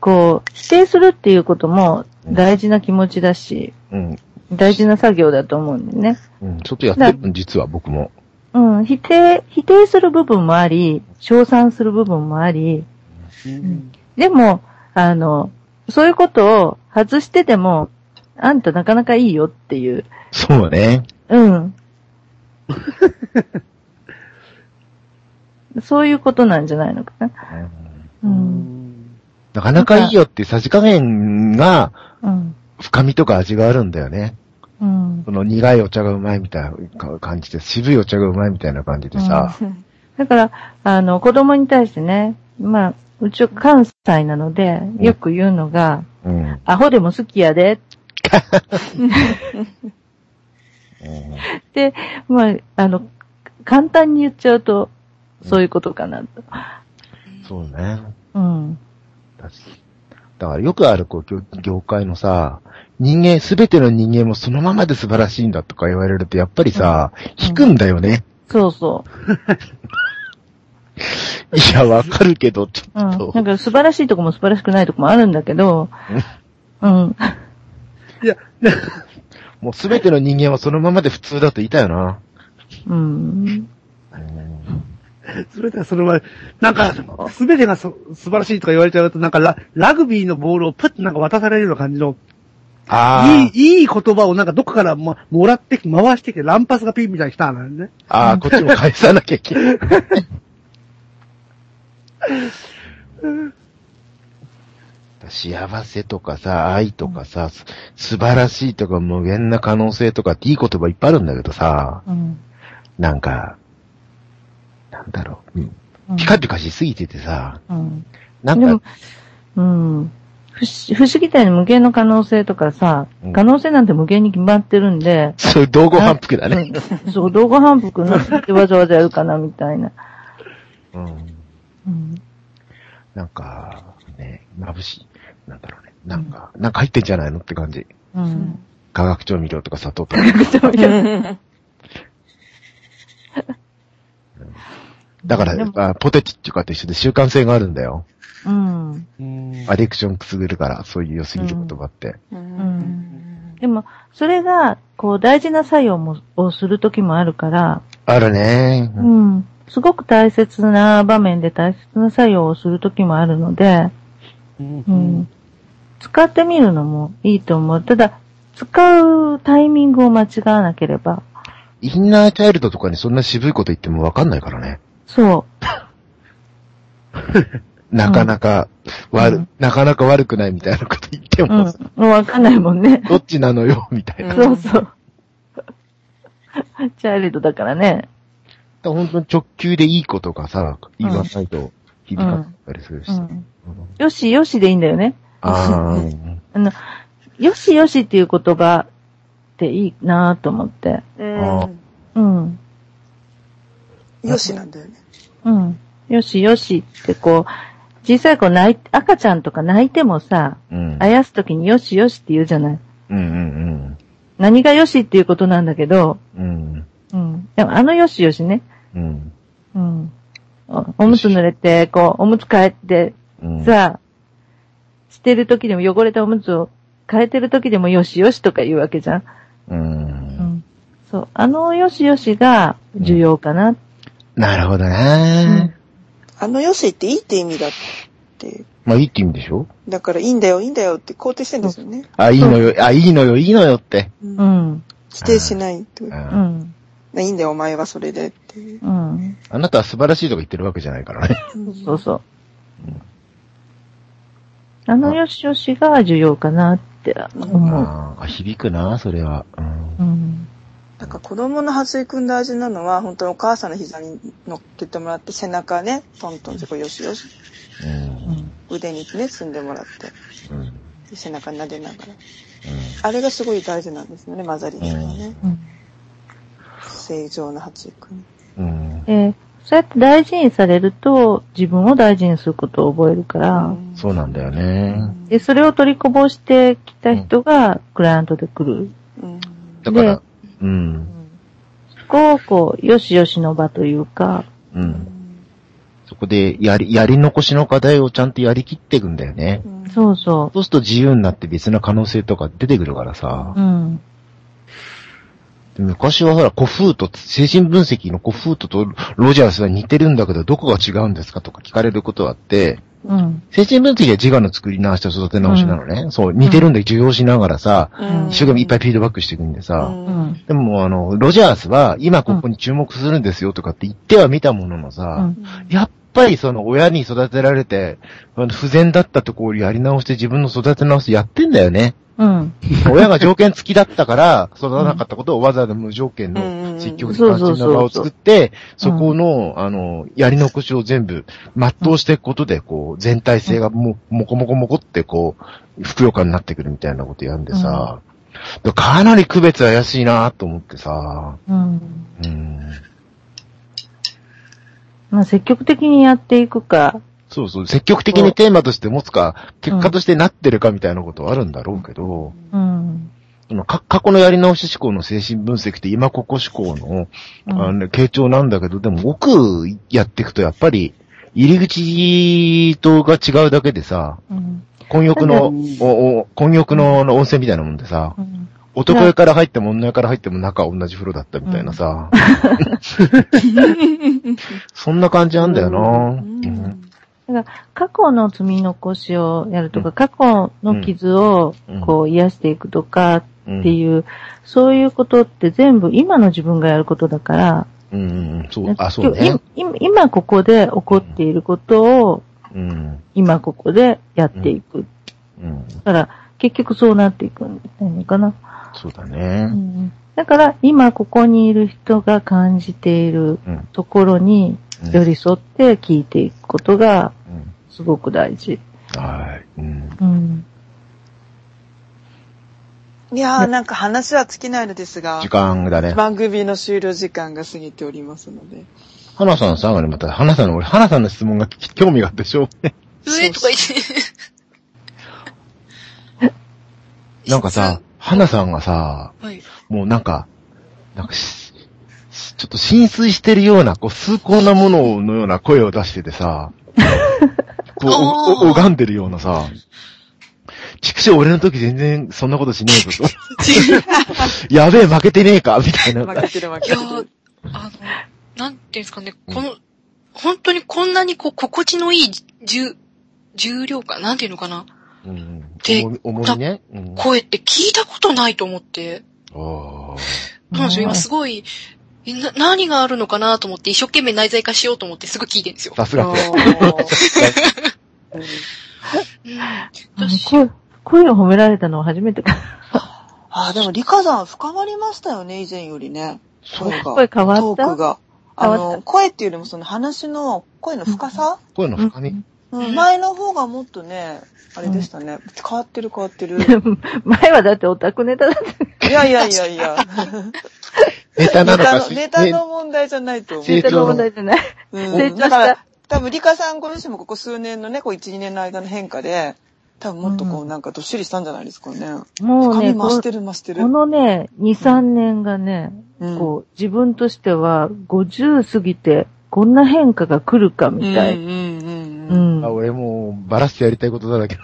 [SPEAKER 5] こう、否定するっていうことも大事な気持ちだし、
[SPEAKER 1] うん。
[SPEAKER 5] 大事な作業だと思うんだよね。
[SPEAKER 1] うん。ちょっとやってるの、実は僕も。
[SPEAKER 5] うん。否定、否定する部分もあり、称賛する部分もあり、
[SPEAKER 4] うん
[SPEAKER 5] でも、あの、そういうことを外してでも、あんたなかなかいいよっていう。
[SPEAKER 1] そうだね。 [laughs]
[SPEAKER 5] うん。そういうことなんじゃないのか
[SPEAKER 1] う
[SPEAKER 5] な。
[SPEAKER 1] ん
[SPEAKER 5] うん。
[SPEAKER 1] なかなかいいよっていうさじ加減が
[SPEAKER 5] うん。
[SPEAKER 1] 深みとか味があるんだよね。
[SPEAKER 5] うん。
[SPEAKER 1] その苦いお茶がうまいみたいな感じで、渋いお茶がうまいみたいな感じでさ。
[SPEAKER 5] だから、あの、子供に対してね、まあ、うちは関西なので、よく言うのが、
[SPEAKER 1] うん。うん
[SPEAKER 5] アホでも好きやで。で、まあ、あの、簡単に言っちゃうと、そういうことかなと。
[SPEAKER 1] そうね。
[SPEAKER 5] うん。
[SPEAKER 1] だしだからよくある、こう業、業界のさ、人間、すべての人間もそのままで素晴らしいんだとか言われると、やっぱりさ、引くんだよね。
[SPEAKER 5] そうそう。
[SPEAKER 1] いや、わかるけど、ち
[SPEAKER 5] う
[SPEAKER 1] ょっ
[SPEAKER 5] ん。
[SPEAKER 1] と
[SPEAKER 5] だ。から素晴らしいとこも素晴らしくないとこもあるんだけど、うん。
[SPEAKER 1] もうすべての人間はそのままで普通だと言いたいよな。
[SPEAKER 5] うん。
[SPEAKER 4] それではそれは、なんか、すべてがそ素晴らしいとか言われちゃうと、なんかララグビーのボールをプッとなんか渡されるような感じの、い
[SPEAKER 1] ああ、
[SPEAKER 4] い、いい言葉をなんかどっかからももらってき、回してきて、乱発がピンみたいにしたんだよね。
[SPEAKER 1] ああ、こっちも返さなきゃいけない。幸せとかさ、愛とかさ、す素晴らしいとか無限な可能性とかっていい言葉いっぱいあるんだけどさ、
[SPEAKER 5] うん。
[SPEAKER 1] なんか、なんだろう、うん
[SPEAKER 5] うん
[SPEAKER 1] ピカピカしすぎててさ、
[SPEAKER 5] うん。
[SPEAKER 1] なん
[SPEAKER 5] でも
[SPEAKER 1] か、、
[SPEAKER 5] うん。不思不思議体の無限の可能性とかさ
[SPEAKER 1] うん、
[SPEAKER 5] 可能性なんて無限に決まってるんで、
[SPEAKER 1] そういう道後反復だね。
[SPEAKER 5] うんそう、動画反復なんてわざわざやるかな、みたいな。
[SPEAKER 1] うん
[SPEAKER 5] うん。
[SPEAKER 1] なんか、ね、眩しい。なんだろうね。なんか、なんか入ってんじゃないのって感じ。
[SPEAKER 5] うん。
[SPEAKER 1] 化学調味料とか砂糖とか。だか
[SPEAKER 5] で
[SPEAKER 1] ら
[SPEAKER 5] も、
[SPEAKER 1] あポテチっていうかと一緒で習慣性があるんだよ。
[SPEAKER 5] うん。
[SPEAKER 1] アディクションくすぐるから、そういう良すぎる言葉って。
[SPEAKER 2] うん
[SPEAKER 5] でも、それが、こう、大事な作用も、をするときもあるから、
[SPEAKER 1] あるね。
[SPEAKER 5] うん。すごく大切な場面で大切な作用をするときもあるので、うん。使ってみるのもいいと思う。ただ、使うタイミングを間違わなければ。
[SPEAKER 1] インナーチャイルドとかにそんな渋いこと言ってもわかんないからね。
[SPEAKER 5] そ
[SPEAKER 1] なかなか悪、
[SPEAKER 5] うん
[SPEAKER 1] なかなか悪くないみたいなこと言って
[SPEAKER 5] う。うん。
[SPEAKER 1] も、
[SPEAKER 5] もうわかんないもんね。
[SPEAKER 1] どっちなのよ、みたいな。
[SPEAKER 2] うん
[SPEAKER 5] そうそう。チャイルドだからね。
[SPEAKER 1] 本当に直球でいいことがさ、言わないと響かなかったりするし。
[SPEAKER 5] う
[SPEAKER 1] うん
[SPEAKER 5] ん。よしよしでいいんだよね。
[SPEAKER 1] ああ、
[SPEAKER 5] あの、よしよしっていう言葉っていいなぁと思って。
[SPEAKER 1] あ
[SPEAKER 5] うん。
[SPEAKER 2] よしなんだよね。
[SPEAKER 5] うん。よしよしってこう、小さい子泣い、赤ちゃんとか泣いてもさ、
[SPEAKER 1] うん。
[SPEAKER 5] あやすときによしよしって言うじゃない。
[SPEAKER 1] うんうん
[SPEAKER 5] 何がよしっていうことなんだけど、
[SPEAKER 1] うん。うん。
[SPEAKER 5] うん。でもあのよしよしね。
[SPEAKER 1] うん。
[SPEAKER 5] うん。おおむつ濡れて、こう、おむつ変えて、
[SPEAKER 1] うん。
[SPEAKER 5] さ、してる時でも汚れたおむつを変えてる時でもよしよしとか言うわけじゃん。
[SPEAKER 1] うん。
[SPEAKER 5] ん。そう。あの、よしよしが重要かな。
[SPEAKER 1] なるほどね。
[SPEAKER 2] あのよしっていいって意味だって。
[SPEAKER 1] まあ、いいって意味でしょ
[SPEAKER 2] だからいいんだよ、いいんだよって肯定してるんですよね。
[SPEAKER 1] あ、いいのよ、あ、いいのよ、いいのよって。
[SPEAKER 5] う
[SPEAKER 2] うん
[SPEAKER 5] ん。
[SPEAKER 2] 否定しないってこ
[SPEAKER 1] う
[SPEAKER 2] と。
[SPEAKER 5] うんん。
[SPEAKER 2] いいんだよ、お前はそれでっていう。
[SPEAKER 5] うん。
[SPEAKER 1] あなたは素晴らしいとか言ってるわけじゃないからね。
[SPEAKER 5] そうそう。あのよしよしが重要かなって思う。
[SPEAKER 1] あー響くな、それは。うん
[SPEAKER 5] うん。
[SPEAKER 2] なんか子供の発育に大事なのは、本当にお母さんの膝に乗っけてもらって、背中ね、トントンして、こうよしよし、
[SPEAKER 1] うん
[SPEAKER 2] 腕にね、積んでもらって、
[SPEAKER 1] うん
[SPEAKER 2] で背中撫でながら。あれがすごい大事なんですよね、混ざり合いがね。
[SPEAKER 5] うん
[SPEAKER 2] 正常な発育に。
[SPEAKER 1] うんうん
[SPEAKER 5] えーそうやって大事にされると、自分を大事にすることを覚えるから、
[SPEAKER 1] そうなんだよね。
[SPEAKER 5] で、それを取りこぼしてきた人がクライアントで来る。
[SPEAKER 2] うん。
[SPEAKER 1] だから
[SPEAKER 5] で、
[SPEAKER 1] うん、
[SPEAKER 5] そこをこう、よしよしの場というか、
[SPEAKER 1] うん。そこで、やり、やり残しの課題をちゃんとやりきっていくんだよね。
[SPEAKER 2] うん
[SPEAKER 5] そうそ
[SPEAKER 1] そうすると自由になって別な可能性とか出てくるからさ
[SPEAKER 5] う。う。ん。
[SPEAKER 1] で昔はほら、古風と、精神分析の古風ととロジャースは似てるんだけど、どこが違うんですかとか聞かれることはあって、
[SPEAKER 5] うん。
[SPEAKER 1] 精神分析は自我の作り直して育て直しなのね。そう、似てるんだけど、受容しながらさ、
[SPEAKER 5] うん
[SPEAKER 1] 一生懸命いっぱい
[SPEAKER 2] い。
[SPEAKER 1] フィードバックしていくんで
[SPEAKER 2] う
[SPEAKER 1] さ。
[SPEAKER 2] ん。
[SPEAKER 5] う
[SPEAKER 1] でもあの、ロジャースは今ここに注目するんですよとかって言っては見たもののさ、
[SPEAKER 5] ん。
[SPEAKER 1] やっぱりその親に育てられて、あの不全だったところをやり直して自分の育て直してやってんだよね。
[SPEAKER 5] うん。
[SPEAKER 1] 親が条件付きだったから育たなかったことをわざわざ無条件
[SPEAKER 2] うん
[SPEAKER 1] の積極的な関心の場を作って、そこの、あの、やり残しを全部全うしていくことで、こう、全体性がも、もこもこもこってこう、ふくよかになってくるみたいなことやるんでさ、かなり区別怪しいなと思ってさ、
[SPEAKER 5] うん。
[SPEAKER 1] うん
[SPEAKER 5] まあ、積極的にやっていくか、
[SPEAKER 1] そうそう、積極的にテーマとして持つか、結果としてなってるかみたいなことはあるんだろうけど、
[SPEAKER 5] うん。
[SPEAKER 1] そのか過去のやり直し思考の精神分析って今ここ思考の、
[SPEAKER 5] うん
[SPEAKER 1] あの、傾聴なんだけど、でも奥やっていくとやっぱり、入り口とが違うだけでさ、
[SPEAKER 5] うん。
[SPEAKER 1] 混浴の、
[SPEAKER 4] うん
[SPEAKER 1] おお混浴のあの温泉みたいなもんでさ、
[SPEAKER 5] うん
[SPEAKER 1] 男湯から入っても女湯から入っても中は同じ風呂だったみたいな
[SPEAKER 5] [laughs]
[SPEAKER 1] さ、そんな感じなんだよな、うん
[SPEAKER 5] 過去の積み残しをやるとか、過去の傷を
[SPEAKER 1] うん
[SPEAKER 5] こう癒していくとかっ
[SPEAKER 1] うん
[SPEAKER 5] ていう、そういうことって全部今の自分がやることだから、
[SPEAKER 1] うんうん、そ
[SPEAKER 5] なん
[SPEAKER 1] う、
[SPEAKER 5] か
[SPEAKER 1] あ、そうね
[SPEAKER 5] 今。今今ここで起こっていることを
[SPEAKER 1] うん。
[SPEAKER 5] 今ここでやっていく。
[SPEAKER 1] うん。
[SPEAKER 5] だから結局そうなっていくんじゃないかな。
[SPEAKER 1] そうだね。
[SPEAKER 5] だから今ここにいる人が感じている
[SPEAKER 1] うん
[SPEAKER 5] ところに
[SPEAKER 1] うん
[SPEAKER 5] 寄り添って聞いていくことが
[SPEAKER 1] うん
[SPEAKER 5] すごく大事。
[SPEAKER 1] はい。うん。
[SPEAKER 5] うん。
[SPEAKER 2] いやー、なんか話は尽きないのですが
[SPEAKER 1] 時、間だね。
[SPEAKER 2] 番組の終了時間が過ぎておりますので。
[SPEAKER 1] 花さんさんがね、また、花さんの、俺、花さんの質問がき興味があってしょうがない。
[SPEAKER 3] 上とか言って。
[SPEAKER 1] なんかさ、花さんがさ、
[SPEAKER 3] はい。
[SPEAKER 1] もうなんか、なんかし、しちょっと浸水してるような、こう、崇高なもののような声を出してて
[SPEAKER 2] [laughs]
[SPEAKER 1] さ、こうお、お
[SPEAKER 3] あー
[SPEAKER 1] 拝んでるようなさ、畜生俺の時全然そんなことしねえぞと。
[SPEAKER 3] 違う
[SPEAKER 1] やべえ、負けてねえかみたいな。
[SPEAKER 2] 負けてる負
[SPEAKER 3] い
[SPEAKER 2] け
[SPEAKER 3] や
[SPEAKER 2] てる
[SPEAKER 3] ー。あの、なんていうんですかね、この、本当にこんなにこう、心地のいい重、重量感、なんていうのかな、
[SPEAKER 1] うん。
[SPEAKER 3] で
[SPEAKER 1] 重み、重みね。うん。
[SPEAKER 3] 声って聞いたことないと思って。
[SPEAKER 1] あ
[SPEAKER 3] そうなんですよ。
[SPEAKER 5] うん
[SPEAKER 3] 今すごい、えな、何があるのかなと思って、一生懸命内在化しようと思ってすぐ聞いてるんですよ
[SPEAKER 1] ー。さすがプロ。
[SPEAKER 2] うん
[SPEAKER 3] うん。
[SPEAKER 5] うん
[SPEAKER 3] 私、
[SPEAKER 5] 声声を褒められたのは初めてか。
[SPEAKER 2] ああ、でも、リカさん深まりましたよね、以前よりね。
[SPEAKER 1] そう
[SPEAKER 2] 声が
[SPEAKER 5] 声変わ
[SPEAKER 2] ト
[SPEAKER 5] った
[SPEAKER 2] ークが。あ
[SPEAKER 5] 変わっ
[SPEAKER 2] の、声っていうよりもその話の、声の深さ、
[SPEAKER 1] 声の深み。
[SPEAKER 2] うん
[SPEAKER 3] うん
[SPEAKER 2] 前の方がもっとね、あれでしたね。変わってる変わってる。い
[SPEAKER 5] [laughs] 前はだってオタクネタだった。
[SPEAKER 2] やいやいやいや。
[SPEAKER 1] ネタ
[SPEAKER 2] ネ
[SPEAKER 1] なの
[SPEAKER 2] タ
[SPEAKER 1] か
[SPEAKER 2] の、
[SPEAKER 1] し
[SPEAKER 2] ネタの問題じゃないと思
[SPEAKER 1] 成
[SPEAKER 5] ネ
[SPEAKER 1] 長
[SPEAKER 5] タ
[SPEAKER 1] の
[SPEAKER 5] の問題じゃない。
[SPEAKER 2] う。
[SPEAKER 5] 成
[SPEAKER 2] う
[SPEAKER 5] 長
[SPEAKER 2] ん、
[SPEAKER 5] した
[SPEAKER 2] だから、多分リカさんご自身もここ数年のね、こう1、2年の間の変化で、多分もっとこ
[SPEAKER 5] う
[SPEAKER 2] うんなんかどっしりしたんじゃないですかね。
[SPEAKER 5] もう
[SPEAKER 2] 深
[SPEAKER 5] ね、
[SPEAKER 2] み増
[SPEAKER 5] こ
[SPEAKER 2] してる増してる
[SPEAKER 5] こ。のね、2、3年がね、
[SPEAKER 2] うん
[SPEAKER 5] こう、自分としては50過ぎて、こんな変化が来るかみた
[SPEAKER 2] う
[SPEAKER 5] い。
[SPEAKER 2] んうんうん
[SPEAKER 5] う
[SPEAKER 2] うん。
[SPEAKER 5] ん。
[SPEAKER 1] あ俺もう、バラしてやりたいことだらけだ。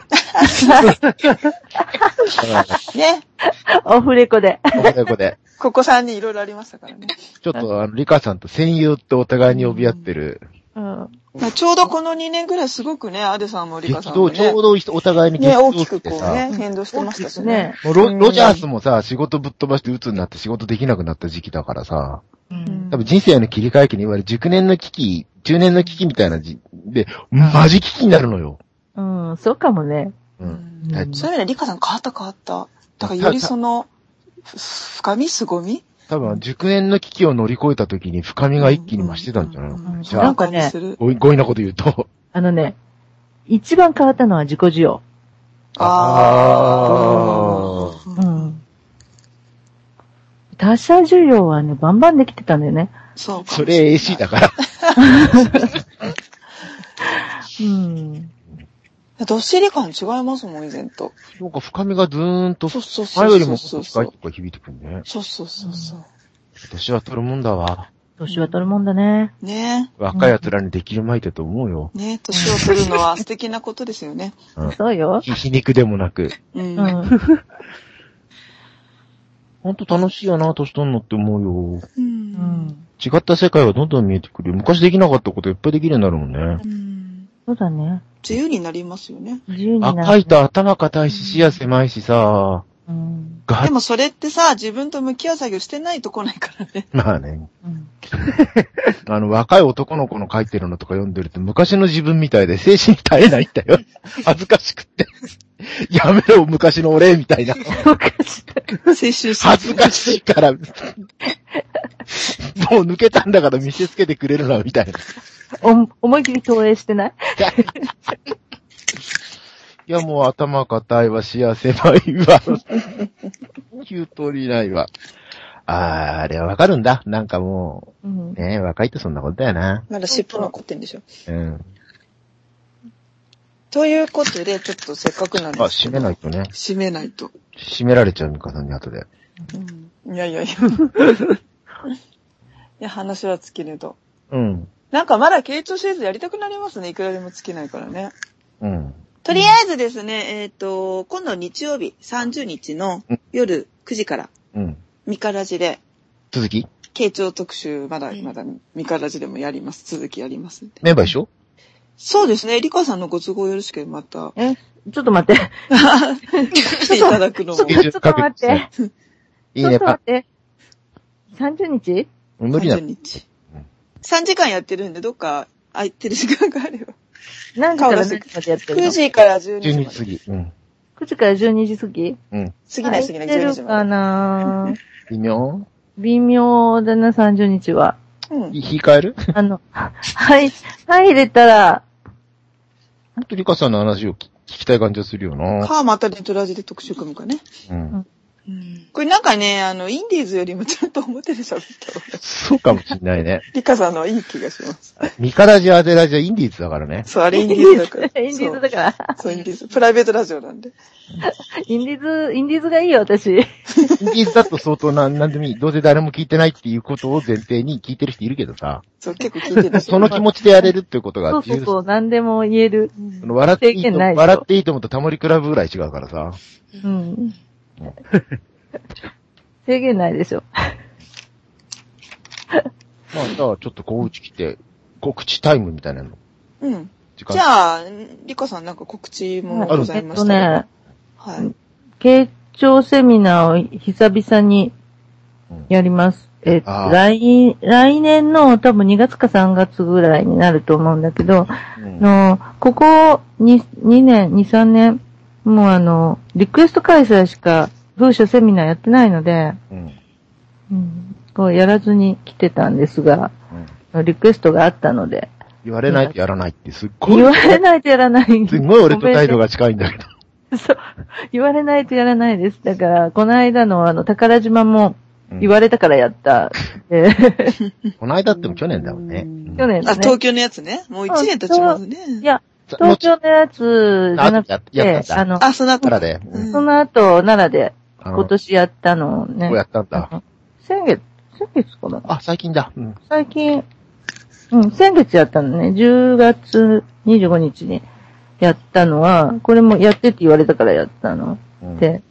[SPEAKER 2] ね。 [laughs]
[SPEAKER 5] オフレコで。
[SPEAKER 1] ここで、ここで。
[SPEAKER 2] ここ3人いろいろありましたからね。
[SPEAKER 1] ちょっと、あの、リカさんと戦友ってお互いに呼び合ってる。
[SPEAKER 5] うん。
[SPEAKER 2] まあちょうどこの2年ぐらいすごくね、アデさんもリカさ
[SPEAKER 1] 激
[SPEAKER 2] んも
[SPEAKER 1] 動、ち
[SPEAKER 2] ね
[SPEAKER 1] ょう、どお互いに激
[SPEAKER 2] ね、大
[SPEAKER 1] 動
[SPEAKER 2] き
[SPEAKER 1] し
[SPEAKER 2] く
[SPEAKER 1] て
[SPEAKER 2] こう
[SPEAKER 1] さ、
[SPEAKER 2] ね、変動してましたしね。
[SPEAKER 5] ね。
[SPEAKER 1] もう
[SPEAKER 2] う
[SPEAKER 1] ロ
[SPEAKER 2] ん
[SPEAKER 1] ロジャースもさ、仕事ぶっ飛ばして鬱になって仕事できなくなった時期だからさ、
[SPEAKER 3] うん
[SPEAKER 1] 多分人生の切り替え期にいわゆる熟年の危機、中年の危機みたいなじ、で、マジ危機になるのよ。
[SPEAKER 5] うん、そうかもね。
[SPEAKER 1] うん。
[SPEAKER 5] うん
[SPEAKER 1] はい
[SPEAKER 2] そういう意味ではリカさん変わった変わった。だからよりその、ふ深み凄み
[SPEAKER 1] 多分、熟年の危機を乗り越えた時に深みが一気に増してたんじゃないの
[SPEAKER 2] うううん
[SPEAKER 5] じ
[SPEAKER 1] ゃあ
[SPEAKER 2] なんかね、
[SPEAKER 1] ごい、ごいなこと言うと。
[SPEAKER 5] あのね、一番変わったのは自己需要。
[SPEAKER 2] あ
[SPEAKER 1] あ
[SPEAKER 2] ー
[SPEAKER 5] う
[SPEAKER 2] うん
[SPEAKER 5] ん。他者需要はね、バンバンできてたんだよね。
[SPEAKER 2] そうか。
[SPEAKER 1] それ AC だ
[SPEAKER 2] [laughs]
[SPEAKER 1] から。
[SPEAKER 5] うん。
[SPEAKER 2] どっしり感違いますもん、以前と。
[SPEAKER 1] なんか深みがずーんと、
[SPEAKER 2] そうそうそう。
[SPEAKER 1] 前よりも
[SPEAKER 2] そ
[SPEAKER 1] 深
[SPEAKER 2] う
[SPEAKER 1] い
[SPEAKER 2] そう
[SPEAKER 1] とか響いてくるね。
[SPEAKER 2] そうそうそう。
[SPEAKER 1] 年は取るもんだわ。
[SPEAKER 5] 年は取るもんだね。
[SPEAKER 2] ね
[SPEAKER 1] 若い奴らにできるまいてと思うよ。
[SPEAKER 2] え。ねえ、年を取るのは素敵なことですよね。
[SPEAKER 5] そうよ。
[SPEAKER 1] ひ皮肉でもなく。
[SPEAKER 2] うん。
[SPEAKER 5] う
[SPEAKER 2] うん
[SPEAKER 5] ん。
[SPEAKER 1] ほんと楽しいよな、年取んのって思うよ。
[SPEAKER 2] う。
[SPEAKER 5] うんん。
[SPEAKER 1] 違った世界がどんどん見えてくるよ。昔できなかったこといっぱいできるようになるもんね。
[SPEAKER 5] そうだね。
[SPEAKER 2] 自由になりますよね。
[SPEAKER 5] 自由になる。
[SPEAKER 1] 赤いと頭硬いし、視野狭いしさ、
[SPEAKER 5] うん。
[SPEAKER 1] ガ
[SPEAKER 2] で
[SPEAKER 1] ッ、
[SPEAKER 2] もそれってさ、自分と向き合う作業してないと来ないから
[SPEAKER 1] [laughs]
[SPEAKER 2] ね。
[SPEAKER 1] まあね、
[SPEAKER 5] うん。
[SPEAKER 1] あの、若い男の子の書いてるのとか読んでると、昔の自分みたいで精神耐えないんだよ。恥ずかしくって。やめろ、昔の俺、みたいな。
[SPEAKER 5] おかしい。
[SPEAKER 2] 青春する
[SPEAKER 1] 恥ずかしい [laughs] から。もう抜けたんだから見せつけてくれるな、みたい [laughs] な。い
[SPEAKER 5] お [laughs] 思い切り投影してない
[SPEAKER 1] や、もう頭硬いわ、幸せないわ。言う通りないわ。あー、あれはわかるんだ。なんかも
[SPEAKER 5] うん
[SPEAKER 1] う、。ね若いってそんなことだよな。
[SPEAKER 2] まだ尻尾残ってんでしょ。
[SPEAKER 1] うん。
[SPEAKER 2] ということで、ちょっとせっかくなん
[SPEAKER 1] あ、
[SPEAKER 2] です
[SPEAKER 1] 閉
[SPEAKER 2] け
[SPEAKER 1] め
[SPEAKER 2] ど。
[SPEAKER 1] ないとね。
[SPEAKER 2] 閉めないと。
[SPEAKER 1] 閉められちゃう、ミカさんに後で。
[SPEAKER 2] いやい
[SPEAKER 1] [laughs]
[SPEAKER 2] やいや。いや、話は尽きると。
[SPEAKER 1] うん。
[SPEAKER 2] なんかまだ傾聴シリーズやりたくなりますね。いくらでも尽きないからね。
[SPEAKER 1] うん。
[SPEAKER 2] とりあえずですね、えっ、と、今度日曜日30日の夜9時から、
[SPEAKER 1] うん。
[SPEAKER 2] ミカラジで、
[SPEAKER 1] 続き
[SPEAKER 2] 慶長特集、まだ
[SPEAKER 3] うん
[SPEAKER 2] まだミカラジでもやります。続きやりますんで。
[SPEAKER 1] メンバー一緒
[SPEAKER 2] そうですね、リカさんのご都合よろしければまた
[SPEAKER 5] え、ちょっと待って。
[SPEAKER 2] 来ていただくのも。
[SPEAKER 5] ちょっと待って。
[SPEAKER 1] いいね、
[SPEAKER 5] ちょっと待
[SPEAKER 1] パ
[SPEAKER 5] って。30日
[SPEAKER 1] 無理だ
[SPEAKER 2] 30。日
[SPEAKER 1] うん。
[SPEAKER 2] 3時間やってるんで、どっか空いてる時間があれ
[SPEAKER 1] [laughs]
[SPEAKER 2] ば。
[SPEAKER 5] 何時から何時までやってるの
[SPEAKER 2] 9
[SPEAKER 5] ?9 時
[SPEAKER 2] 時から12時
[SPEAKER 1] 12時
[SPEAKER 2] ま
[SPEAKER 1] 過
[SPEAKER 2] で。
[SPEAKER 1] ぎ。うん。
[SPEAKER 5] から12時過ぎ
[SPEAKER 2] 過ぎない過ぎない
[SPEAKER 5] 空いて
[SPEAKER 2] 12
[SPEAKER 5] る
[SPEAKER 2] 時
[SPEAKER 5] か
[SPEAKER 2] まで。
[SPEAKER 5] な
[SPEAKER 1] 微妙
[SPEAKER 5] 微妙だな、30日は。
[SPEAKER 2] うん。
[SPEAKER 1] い引き換える
[SPEAKER 5] あの、はい、入れたら、
[SPEAKER 1] ほんとリカさんの話を聞聞きたい感じがするよな。
[SPEAKER 2] か、またリトラジで特集組むかね。
[SPEAKER 1] うん。
[SPEAKER 3] うん
[SPEAKER 2] これなんかね、あの、インディーズよりもちゃんと表で喋った方が、
[SPEAKER 1] そうかもしんないね。
[SPEAKER 2] リカさんのはいい気がします。
[SPEAKER 1] ミカラジ、アデラジはインディーズだから
[SPEAKER 5] [laughs]
[SPEAKER 1] ね。
[SPEAKER 2] そう、あれイン
[SPEAKER 5] イ
[SPEAKER 2] デ
[SPEAKER 5] ン
[SPEAKER 2] ィ
[SPEAKER 5] デ
[SPEAKER 2] ーズ
[SPEAKER 5] ィ
[SPEAKER 2] だから。
[SPEAKER 5] ーズだから、
[SPEAKER 2] そう、そうインディーズ。プライベートラジオなんで。
[SPEAKER 5] インディーズ、インディーズがいいよ、私。
[SPEAKER 1] インディーズだと相当な、なんでもいい。どうせ誰も聞いてないっていうことを前提に聞いてる人いるけどさ。
[SPEAKER 2] そう、結構聞いてるでしょ
[SPEAKER 1] その気持ちでやれるっていうこと
[SPEAKER 5] そ
[SPEAKER 1] が
[SPEAKER 5] うそ
[SPEAKER 1] 重
[SPEAKER 5] う
[SPEAKER 1] 要。
[SPEAKER 5] そう、何でも言える。
[SPEAKER 1] その笑っていい
[SPEAKER 5] 制限
[SPEAKER 1] と、
[SPEAKER 5] ないでしょ
[SPEAKER 1] 笑っていいと思ったタモリクラブぐらい違うからさ。
[SPEAKER 5] うん。制限ないでしょ。
[SPEAKER 1] まあ、じゃあちょっと小口来て、告知タイムみたいなの。
[SPEAKER 2] うん。
[SPEAKER 1] 時間。
[SPEAKER 2] じゃあ、リカさんなんか告知もござ
[SPEAKER 5] え
[SPEAKER 2] い
[SPEAKER 5] っ
[SPEAKER 2] ま
[SPEAKER 5] と
[SPEAKER 2] したけど。
[SPEAKER 5] ね、
[SPEAKER 2] はい。
[SPEAKER 5] 傾聴セミナーを久々にやります。えっと、
[SPEAKER 1] あー
[SPEAKER 5] 来、来年の多分2月か3月ぐらいになると思うんだけど、
[SPEAKER 1] うん、
[SPEAKER 5] の、ここに2年、2、3年、もうあの、リクエスト開催しか風書セミナーやってないので、
[SPEAKER 1] うん。
[SPEAKER 5] うん、こうやらずに来てたんですが、リクエストがあったので、
[SPEAKER 1] 言われないとやらないってすっごい。
[SPEAKER 5] 言われないとやらない。
[SPEAKER 1] すんごい俺と態度が近いんだけど。
[SPEAKER 5] そう。言われないとやらないです。だから、この間のあの、宝島も言われたからやった。え
[SPEAKER 1] [laughs]
[SPEAKER 5] ー
[SPEAKER 1] この間っても去年だもんね。
[SPEAKER 5] 去年
[SPEAKER 2] あ、
[SPEAKER 5] だね
[SPEAKER 2] 東。京のやつね。もう1年経ちます
[SPEAKER 5] い
[SPEAKER 2] ね。
[SPEAKER 5] や、東京のやつじゃなく
[SPEAKER 1] あや
[SPEAKER 5] て
[SPEAKER 1] っ、た
[SPEAKER 5] あの、
[SPEAKER 2] あ、その後
[SPEAKER 1] か。らで、うん
[SPEAKER 5] その後、奈良で
[SPEAKER 1] あの
[SPEAKER 5] 今年やったのをね。
[SPEAKER 1] こうやったん
[SPEAKER 5] あ
[SPEAKER 1] だ。
[SPEAKER 5] の先月、先月かな
[SPEAKER 1] あ、最近だ。うん。
[SPEAKER 5] 最近、うん、先月やったのね。10月25日にやったのは、これもやってって言われたからやったの
[SPEAKER 1] うん
[SPEAKER 5] で、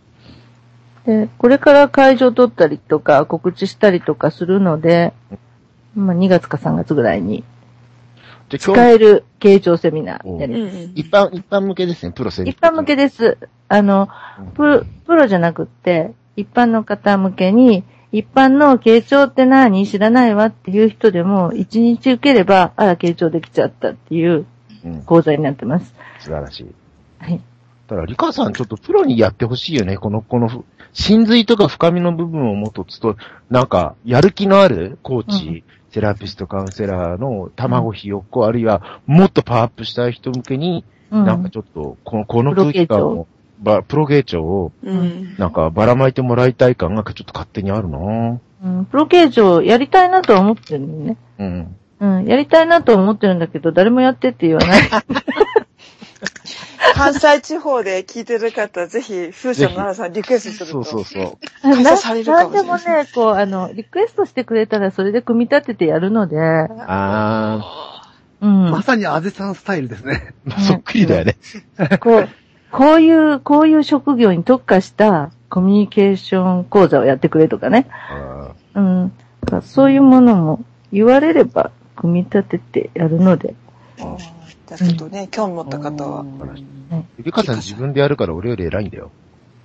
[SPEAKER 5] で、これから会場取ったりとか、告知したりとかするので、まあ、2月か3月ぐらいに、
[SPEAKER 1] じゃあ
[SPEAKER 5] 使える傾聴セミナーや
[SPEAKER 2] う
[SPEAKER 5] り
[SPEAKER 2] んう
[SPEAKER 5] ま
[SPEAKER 2] ん
[SPEAKER 1] 一般、一般向けですね、プロセ
[SPEAKER 5] す。一般向けです。あの、プロ、プロじゃなくって、一般の方向けに、一般の傾聴って何知らないわっていう人でも、1日受ければ、あら、傾聴できちゃったっていう
[SPEAKER 1] うん、
[SPEAKER 5] 講座になってます。
[SPEAKER 1] 素晴らしい。
[SPEAKER 5] はい。
[SPEAKER 1] ただ、リカさん、ちょっとプロにやってほしいよね。この、このふ、真髄とか深みの部分をもっとつと、なんか、やる気のあるコーチ、
[SPEAKER 5] う
[SPEAKER 1] セラピスト、カウンセラーの卵ひよっこ、あるいは、もっとパワーアップしたい人向けに、
[SPEAKER 5] うん。
[SPEAKER 1] なんかちょっと、この、この
[SPEAKER 5] プロ
[SPEAKER 1] 空気感を、ばプロゲーチョを、
[SPEAKER 2] うん。
[SPEAKER 1] なんか、ばらまいてもらいたい感が、ちょっと勝手にあるなぁ
[SPEAKER 5] うん、プロ形状やりたいなとは思ってるのね。
[SPEAKER 1] うん。
[SPEAKER 5] うん、やりたいなとは思ってるんだけど、誰もやってって言わ
[SPEAKER 2] [laughs]
[SPEAKER 5] ない。
[SPEAKER 2] 関西地方で聞いてる方、ぜひ、風車の奈良さんリクエストする
[SPEAKER 1] そ
[SPEAKER 2] と。
[SPEAKER 1] うそうそう。
[SPEAKER 2] 感謝されるかもしれない
[SPEAKER 5] んでもね、こう、あの、リクエストしてくれたらそれで組み立ててやるので、
[SPEAKER 1] あ
[SPEAKER 5] うん。
[SPEAKER 4] [laughs] まさにあぜさんスタイルですね。
[SPEAKER 1] ー、まあ、そっくりだよね。
[SPEAKER 5] こう、こういう、こういう職業に特化したコミュニケーション講座をやってくれとかね。
[SPEAKER 1] あ
[SPEAKER 5] うん。そういうものも言われれば組み立ててやるので。
[SPEAKER 1] ー
[SPEAKER 2] じゃあちょっとね、興味持った方は。
[SPEAKER 1] リカさん自分でやるから俺より偉いんだよ。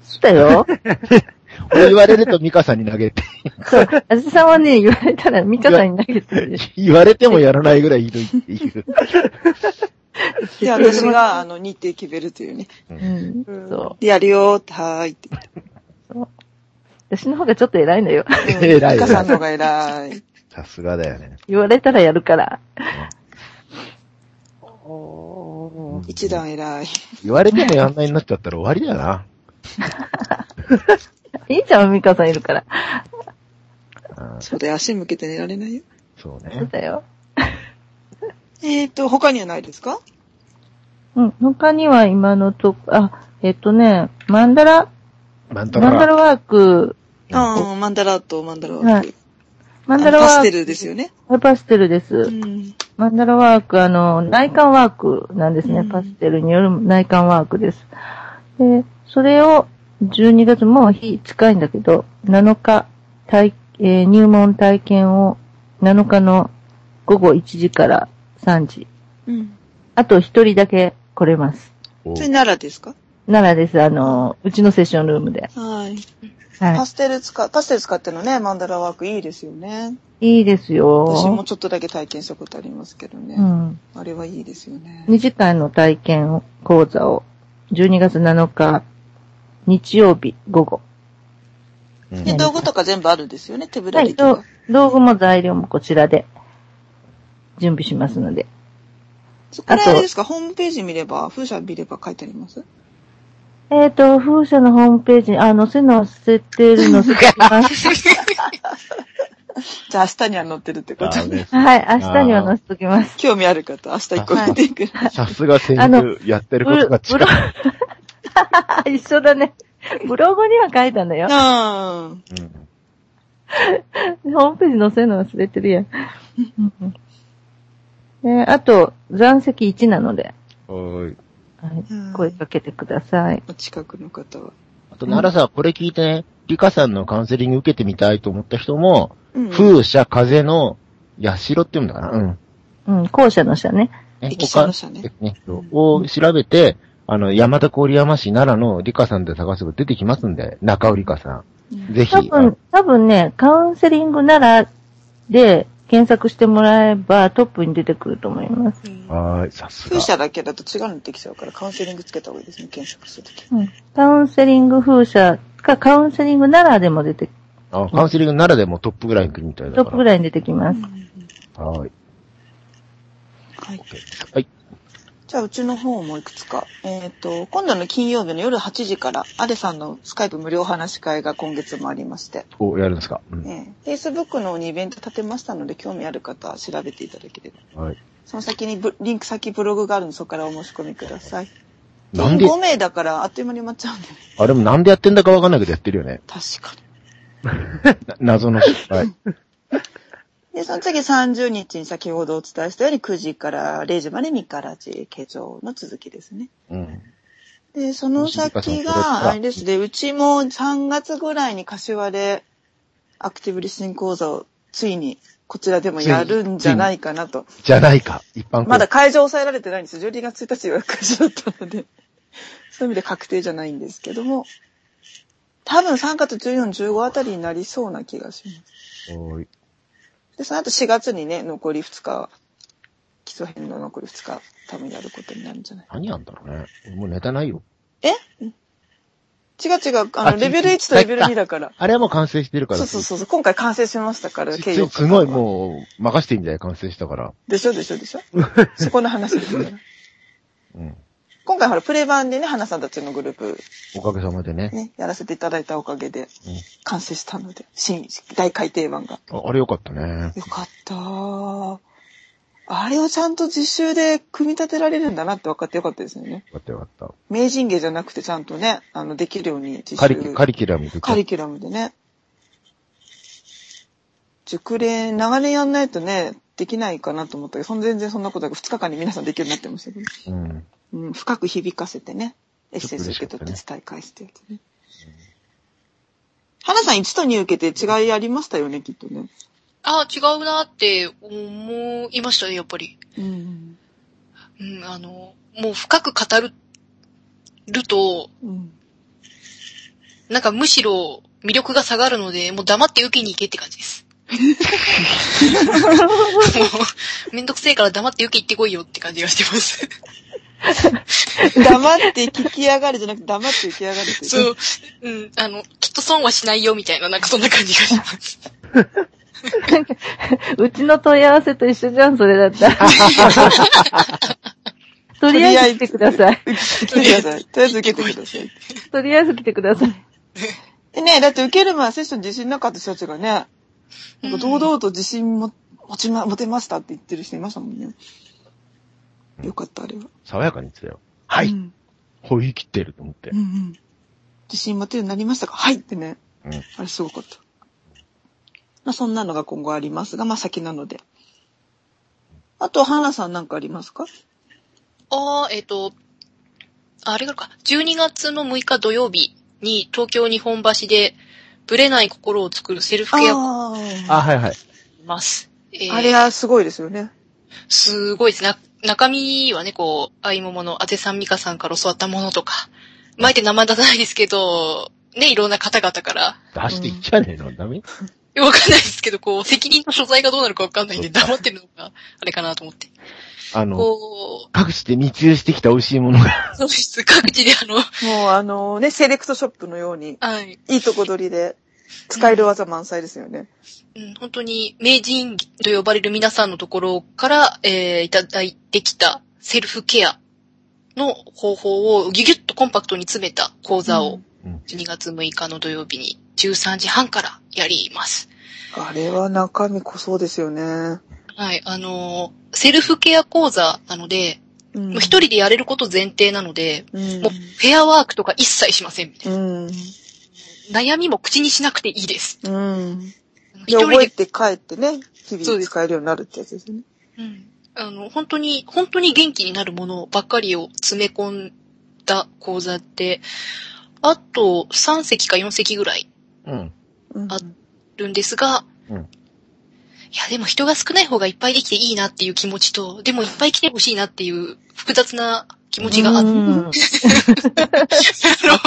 [SPEAKER 5] そうだよ。
[SPEAKER 1] [laughs] 俺言われるとミカさんに投げて、
[SPEAKER 5] そう。あずさんはね、言われたらミカさんに投げてる。
[SPEAKER 1] 言われてもやらないぐらいひどいっていう。
[SPEAKER 2] で、私が、あの、日程決めるというね。
[SPEAKER 5] うん。そう。
[SPEAKER 2] やるよーって、はーい [laughs] って。
[SPEAKER 5] 私の方がちょっと偉いのよ。
[SPEAKER 2] うん
[SPEAKER 1] 偉い
[SPEAKER 2] リカさんの方が偉
[SPEAKER 5] [laughs]
[SPEAKER 2] い。
[SPEAKER 1] さすがだよね。
[SPEAKER 5] 言われたらやるから。
[SPEAKER 2] 一段偉い。
[SPEAKER 1] 言われてもやんないになっちゃったら終わりだよな。
[SPEAKER 5] いいじゃん、ミカさんいるから。
[SPEAKER 1] あー
[SPEAKER 2] それ足向けて寝られないよ。
[SPEAKER 1] そう
[SPEAKER 5] そう
[SPEAKER 1] ね。
[SPEAKER 5] だよ。
[SPEAKER 2] えーと、他にはないですか
[SPEAKER 5] うん。他には今のとこ、あ、えっとね、マンダラ、
[SPEAKER 1] マンタ
[SPEAKER 5] マンダラ
[SPEAKER 1] ラ。
[SPEAKER 5] ワーク、
[SPEAKER 2] うん、マンダラート、マンダラ
[SPEAKER 5] は
[SPEAKER 2] ート
[SPEAKER 5] い。マンダラワー
[SPEAKER 2] パ
[SPEAKER 5] ク。
[SPEAKER 2] ステルですよね。
[SPEAKER 5] はい。パステルです。
[SPEAKER 2] うん。
[SPEAKER 5] マンダラワーク、あの、内観ワークなんですね。
[SPEAKER 2] うん
[SPEAKER 5] パステルによる内観ワークです。で、それを12月、もう日近いんだけど、7日、体えー入門体験を7日の午後1時から3時。
[SPEAKER 2] うん。
[SPEAKER 5] あと1人だけ来れます。
[SPEAKER 1] お
[SPEAKER 2] それ奈良ですか
[SPEAKER 5] 奈良です。あの、うちのセッションルームで。
[SPEAKER 2] はい。
[SPEAKER 5] は
[SPEAKER 2] パステル使、パステル使ってのね、マンダラワークいいですよね。
[SPEAKER 5] い。いいですよ。
[SPEAKER 2] 私もちょっとだけ体験したことありますけどね。
[SPEAKER 5] うん。
[SPEAKER 2] あれはいいですよね。
[SPEAKER 5] 2時間の体験を講座を12月7日日曜日午後。
[SPEAKER 1] うん
[SPEAKER 2] で、道具とか全部あるんですよね、手ぶら
[SPEAKER 5] は
[SPEAKER 2] で
[SPEAKER 5] い、
[SPEAKER 2] きる。
[SPEAKER 5] 道道具も材料もこちらで準備しますので。
[SPEAKER 2] そこれ
[SPEAKER 5] あと
[SPEAKER 2] あれですかホームページ見れば、風車見れば書いてあります
[SPEAKER 5] えっ、と、風車のホームページに、あ、載せ載せてるの載せてます。
[SPEAKER 2] じゃあ明日には載ってるってこ
[SPEAKER 1] あ
[SPEAKER 2] と
[SPEAKER 1] ー
[SPEAKER 2] ね。
[SPEAKER 1] ね
[SPEAKER 5] はい、明日には載せときます。
[SPEAKER 2] [laughs] 興味ある方、明日一個見てくださ
[SPEAKER 1] さ
[SPEAKER 2] い。
[SPEAKER 1] すが声優やってることが違
[SPEAKER 5] ブロ
[SPEAKER 1] う。、
[SPEAKER 5] 一緒だね。ブログには書いたんだよ。
[SPEAKER 2] うん。
[SPEAKER 1] うん
[SPEAKER 5] ホームページ載せるの忘れてるやん。 [laughs] うんえーあと、残席1なので、
[SPEAKER 1] おーい
[SPEAKER 5] はい
[SPEAKER 2] うん
[SPEAKER 5] 声かけてください。
[SPEAKER 2] お近くの方は。
[SPEAKER 1] あと、奈良さん、これ聞いてね、リカさんのカウンセリング受けてみたいと思った人も、
[SPEAKER 2] うん。
[SPEAKER 1] 風車風の社って言うんだかなうん。
[SPEAKER 5] うん、校舎の社ね。
[SPEAKER 1] ね
[SPEAKER 2] 駅舎の社ね。
[SPEAKER 1] ね、を調べて、あの、山田郡山市奈良のリカさんで探せば出てきますんで、中尾リカさん。ぜひ、
[SPEAKER 5] 多
[SPEAKER 1] あの
[SPEAKER 5] 分、多分ね、カウンセリングならで検索してもらえばトップに出てくると思います。
[SPEAKER 1] はーい、さすが
[SPEAKER 2] 風。車だけだと違うのできちゃうから、カウンセリングつけた方がいいですね、検索するとき。
[SPEAKER 5] カウンセリング風車かカウンセリングならでも出て、
[SPEAKER 1] あカウンセリング奈良でもトップぐらいに来るみたいだか
[SPEAKER 5] ト
[SPEAKER 1] ら。
[SPEAKER 5] ップぐらいに出て
[SPEAKER 2] [laughs]
[SPEAKER 5] きます。
[SPEAKER 1] らい。はーい。
[SPEAKER 2] はい。
[SPEAKER 1] はい。
[SPEAKER 2] じゃあ、うちの方もいくつか。えっ、と、今度の金曜日の夜8時から、アレさんのスカイプ無料話し会が今月もありまして、
[SPEAKER 1] お、やるんですか。うん。
[SPEAKER 2] えー、Facebook の方にイベント立てましたので、興味ある方は調べていただければ。
[SPEAKER 1] はい。
[SPEAKER 2] その先にブ、リンク先ブログがあるので、そこからお申し込みください。
[SPEAKER 1] なんで
[SPEAKER 2] 5名だから、あっという間に埋まっちゃうんで、
[SPEAKER 1] あれもなんでやってんだかわかんないけどやってるよね。
[SPEAKER 2] 確かに。
[SPEAKER 1] な謎の失敗。
[SPEAKER 2] で、その次30日に先ほどお伝えしたように9時から0時までミカラジ、形状の続きですね。
[SPEAKER 1] うん。
[SPEAKER 2] で、その先が、あれですね、うちも3月ぐらいに柏でアクティブリスニング講座をついにこちらでもやるんじゃないかなと。
[SPEAKER 1] じゃないか。一般公開
[SPEAKER 2] まだ会場抑えられてないんですよ。12月1日予約しだったので。 [laughs] そういう意味で確定じゃないんですけども。多分3月14、15あたりになりそうな気がします。
[SPEAKER 1] おい
[SPEAKER 2] で、その後4月にね、残り2日、基礎編の残り2日、多分やることになるんじゃない
[SPEAKER 1] 何やんだろうね。俺もうネタないよ。
[SPEAKER 2] え違う違う、あ
[SPEAKER 1] あ
[SPEAKER 2] の、レベル1とレベル2だから。
[SPEAKER 1] あれはもう完成してるから。
[SPEAKER 2] そうそうそうそう、今回完成しましたから、
[SPEAKER 1] す
[SPEAKER 2] 計4日
[SPEAKER 1] すごいもう、任していいんだよ、完成したから。
[SPEAKER 2] う。でしょでし
[SPEAKER 1] [laughs]
[SPEAKER 2] ょでしょそこの話ですから。
[SPEAKER 1] うん。
[SPEAKER 2] 今回ほら、プレイ版でね、花さんたちのグループ
[SPEAKER 1] おかげさまでね。
[SPEAKER 2] ね、やらせていただいたおかげで
[SPEAKER 1] うん、
[SPEAKER 2] 完成したので、新、大改訂版が。
[SPEAKER 1] ああれよかったね。
[SPEAKER 2] よかったーあれをちゃんと実習で組み立てられるんだなって分かってよかったですよね。
[SPEAKER 1] よかったよかっ
[SPEAKER 2] 名人芸じゃなくてちゃんとね、あの、できるように実習
[SPEAKER 1] た。カリキカリキュラムで
[SPEAKER 2] カリキュラムでね。熟練、長年やんないとね、できないかなと思ったけど、そん全然そんなことなく2日間に皆さんできるようになってましたけど。
[SPEAKER 1] うん。
[SPEAKER 2] うん、深く響かせてね、エッセンス受け取って
[SPEAKER 1] ちょ
[SPEAKER 2] 伝え返してやつね。花さん1と2受けて違いありましたよね、きっとね。
[SPEAKER 3] あ、違うなって思いましたね、やっぱり。
[SPEAKER 2] うん。
[SPEAKER 3] うん、あの、もう深く語る、ると、
[SPEAKER 2] うん。
[SPEAKER 3] なんかむしろ魅力が下がるので、もう黙って受けに行けって感じです。もう、めんどくせえから黙って受け行ってこいよって感じがしてます。
[SPEAKER 2] 黙って聞き上がるじゃなくて、黙って浮き上がるって。
[SPEAKER 3] そ。う、うん、あの、きっと損はしないよみたいな、なんかそんな感じがします。
[SPEAKER 5] うちの問い合わせと一緒じゃん、それだったら。とりあえず来てください。
[SPEAKER 2] 来てくだ [laughs] さい。とりあえず受けてください。
[SPEAKER 5] とりあえず来てください。
[SPEAKER 2] えねだって受ける前セッション自信なかった人たちがね、 [laughs] なんか堂
[SPEAKER 3] うん
[SPEAKER 2] 々と自信も持ちま、持てましたって言ってる人いましたもんね。よかった、あれは。
[SPEAKER 1] 爽やかに言ってたよ。はい。
[SPEAKER 2] うん
[SPEAKER 1] ほい切ってると思って
[SPEAKER 2] うん。うん。自信持てるようになりましたかはいってね。
[SPEAKER 1] うん
[SPEAKER 2] あれすごかった。まあそんなのが今後ありますが、まあ先なので。あと、花さんなんかありますか
[SPEAKER 3] ああ、えっ、と、ああれがあるか、12月の6日土曜日に東京日本橋で、ブレない心を作るセルフケアを
[SPEAKER 2] あ
[SPEAKER 1] あ、
[SPEAKER 2] あ。
[SPEAKER 1] はいはい。
[SPEAKER 3] します。えー
[SPEAKER 2] あれはすごいですよね。
[SPEAKER 3] すごいです。な、中身はね、こう、あいももの、あてさんみかさんから教わったものとか、まあえて名前出さないですけど、ね、いろんな方々から、
[SPEAKER 1] 出していっちゃねえの、ダメ
[SPEAKER 3] わかんないですけど、こう、責任の所在がどうなるかわかんないんで、
[SPEAKER 1] そうか
[SPEAKER 3] 黙ってるのが、あれかなと思って。
[SPEAKER 1] あの、
[SPEAKER 3] こ
[SPEAKER 1] 各地で密輸してきた美味しいものが。
[SPEAKER 3] う、そうです。各地であの、 [laughs]
[SPEAKER 2] もうあのね、セレクトショップのように、
[SPEAKER 3] はい。
[SPEAKER 2] いいとこ取りで、使える技満載ですよね。
[SPEAKER 3] うん、本当に名人と呼ばれる皆さんのところから、えーいただいてきたセルフケアの方法をギュギュッとコンパクトに詰めた講座を
[SPEAKER 1] うん
[SPEAKER 3] 12月6日の土曜日に13時半からやります。
[SPEAKER 2] あれは中身こそうですよね。
[SPEAKER 3] はい、あのーセルフケア講座なので、
[SPEAKER 2] うん
[SPEAKER 3] もう一人でやれること前提なので、
[SPEAKER 2] うん
[SPEAKER 3] もうフェアワークとか一切しませんみたい
[SPEAKER 2] うん。
[SPEAKER 3] な。悩みも口にしなくていいです。
[SPEAKER 2] うん。で、
[SPEAKER 3] 一人
[SPEAKER 2] 覚え
[SPEAKER 3] で、
[SPEAKER 2] て帰ってね、日
[SPEAKER 3] そう
[SPEAKER 2] 々
[SPEAKER 3] です
[SPEAKER 2] 使えるようになるってやつですね。
[SPEAKER 3] うん、あの、本当に、本当に元気になるものばっかりを詰め込んだ講座って、あと3席か4席ぐらい
[SPEAKER 1] うん。
[SPEAKER 2] うん
[SPEAKER 3] あいるんですが、
[SPEAKER 1] うん
[SPEAKER 3] いや、でも人が少ない方がいっぱいできていいなっていう気持ちと、でもいっぱい来てほしいなっていう複雑な気持ちがあって、
[SPEAKER 2] うん
[SPEAKER 3] あの、
[SPEAKER 5] わ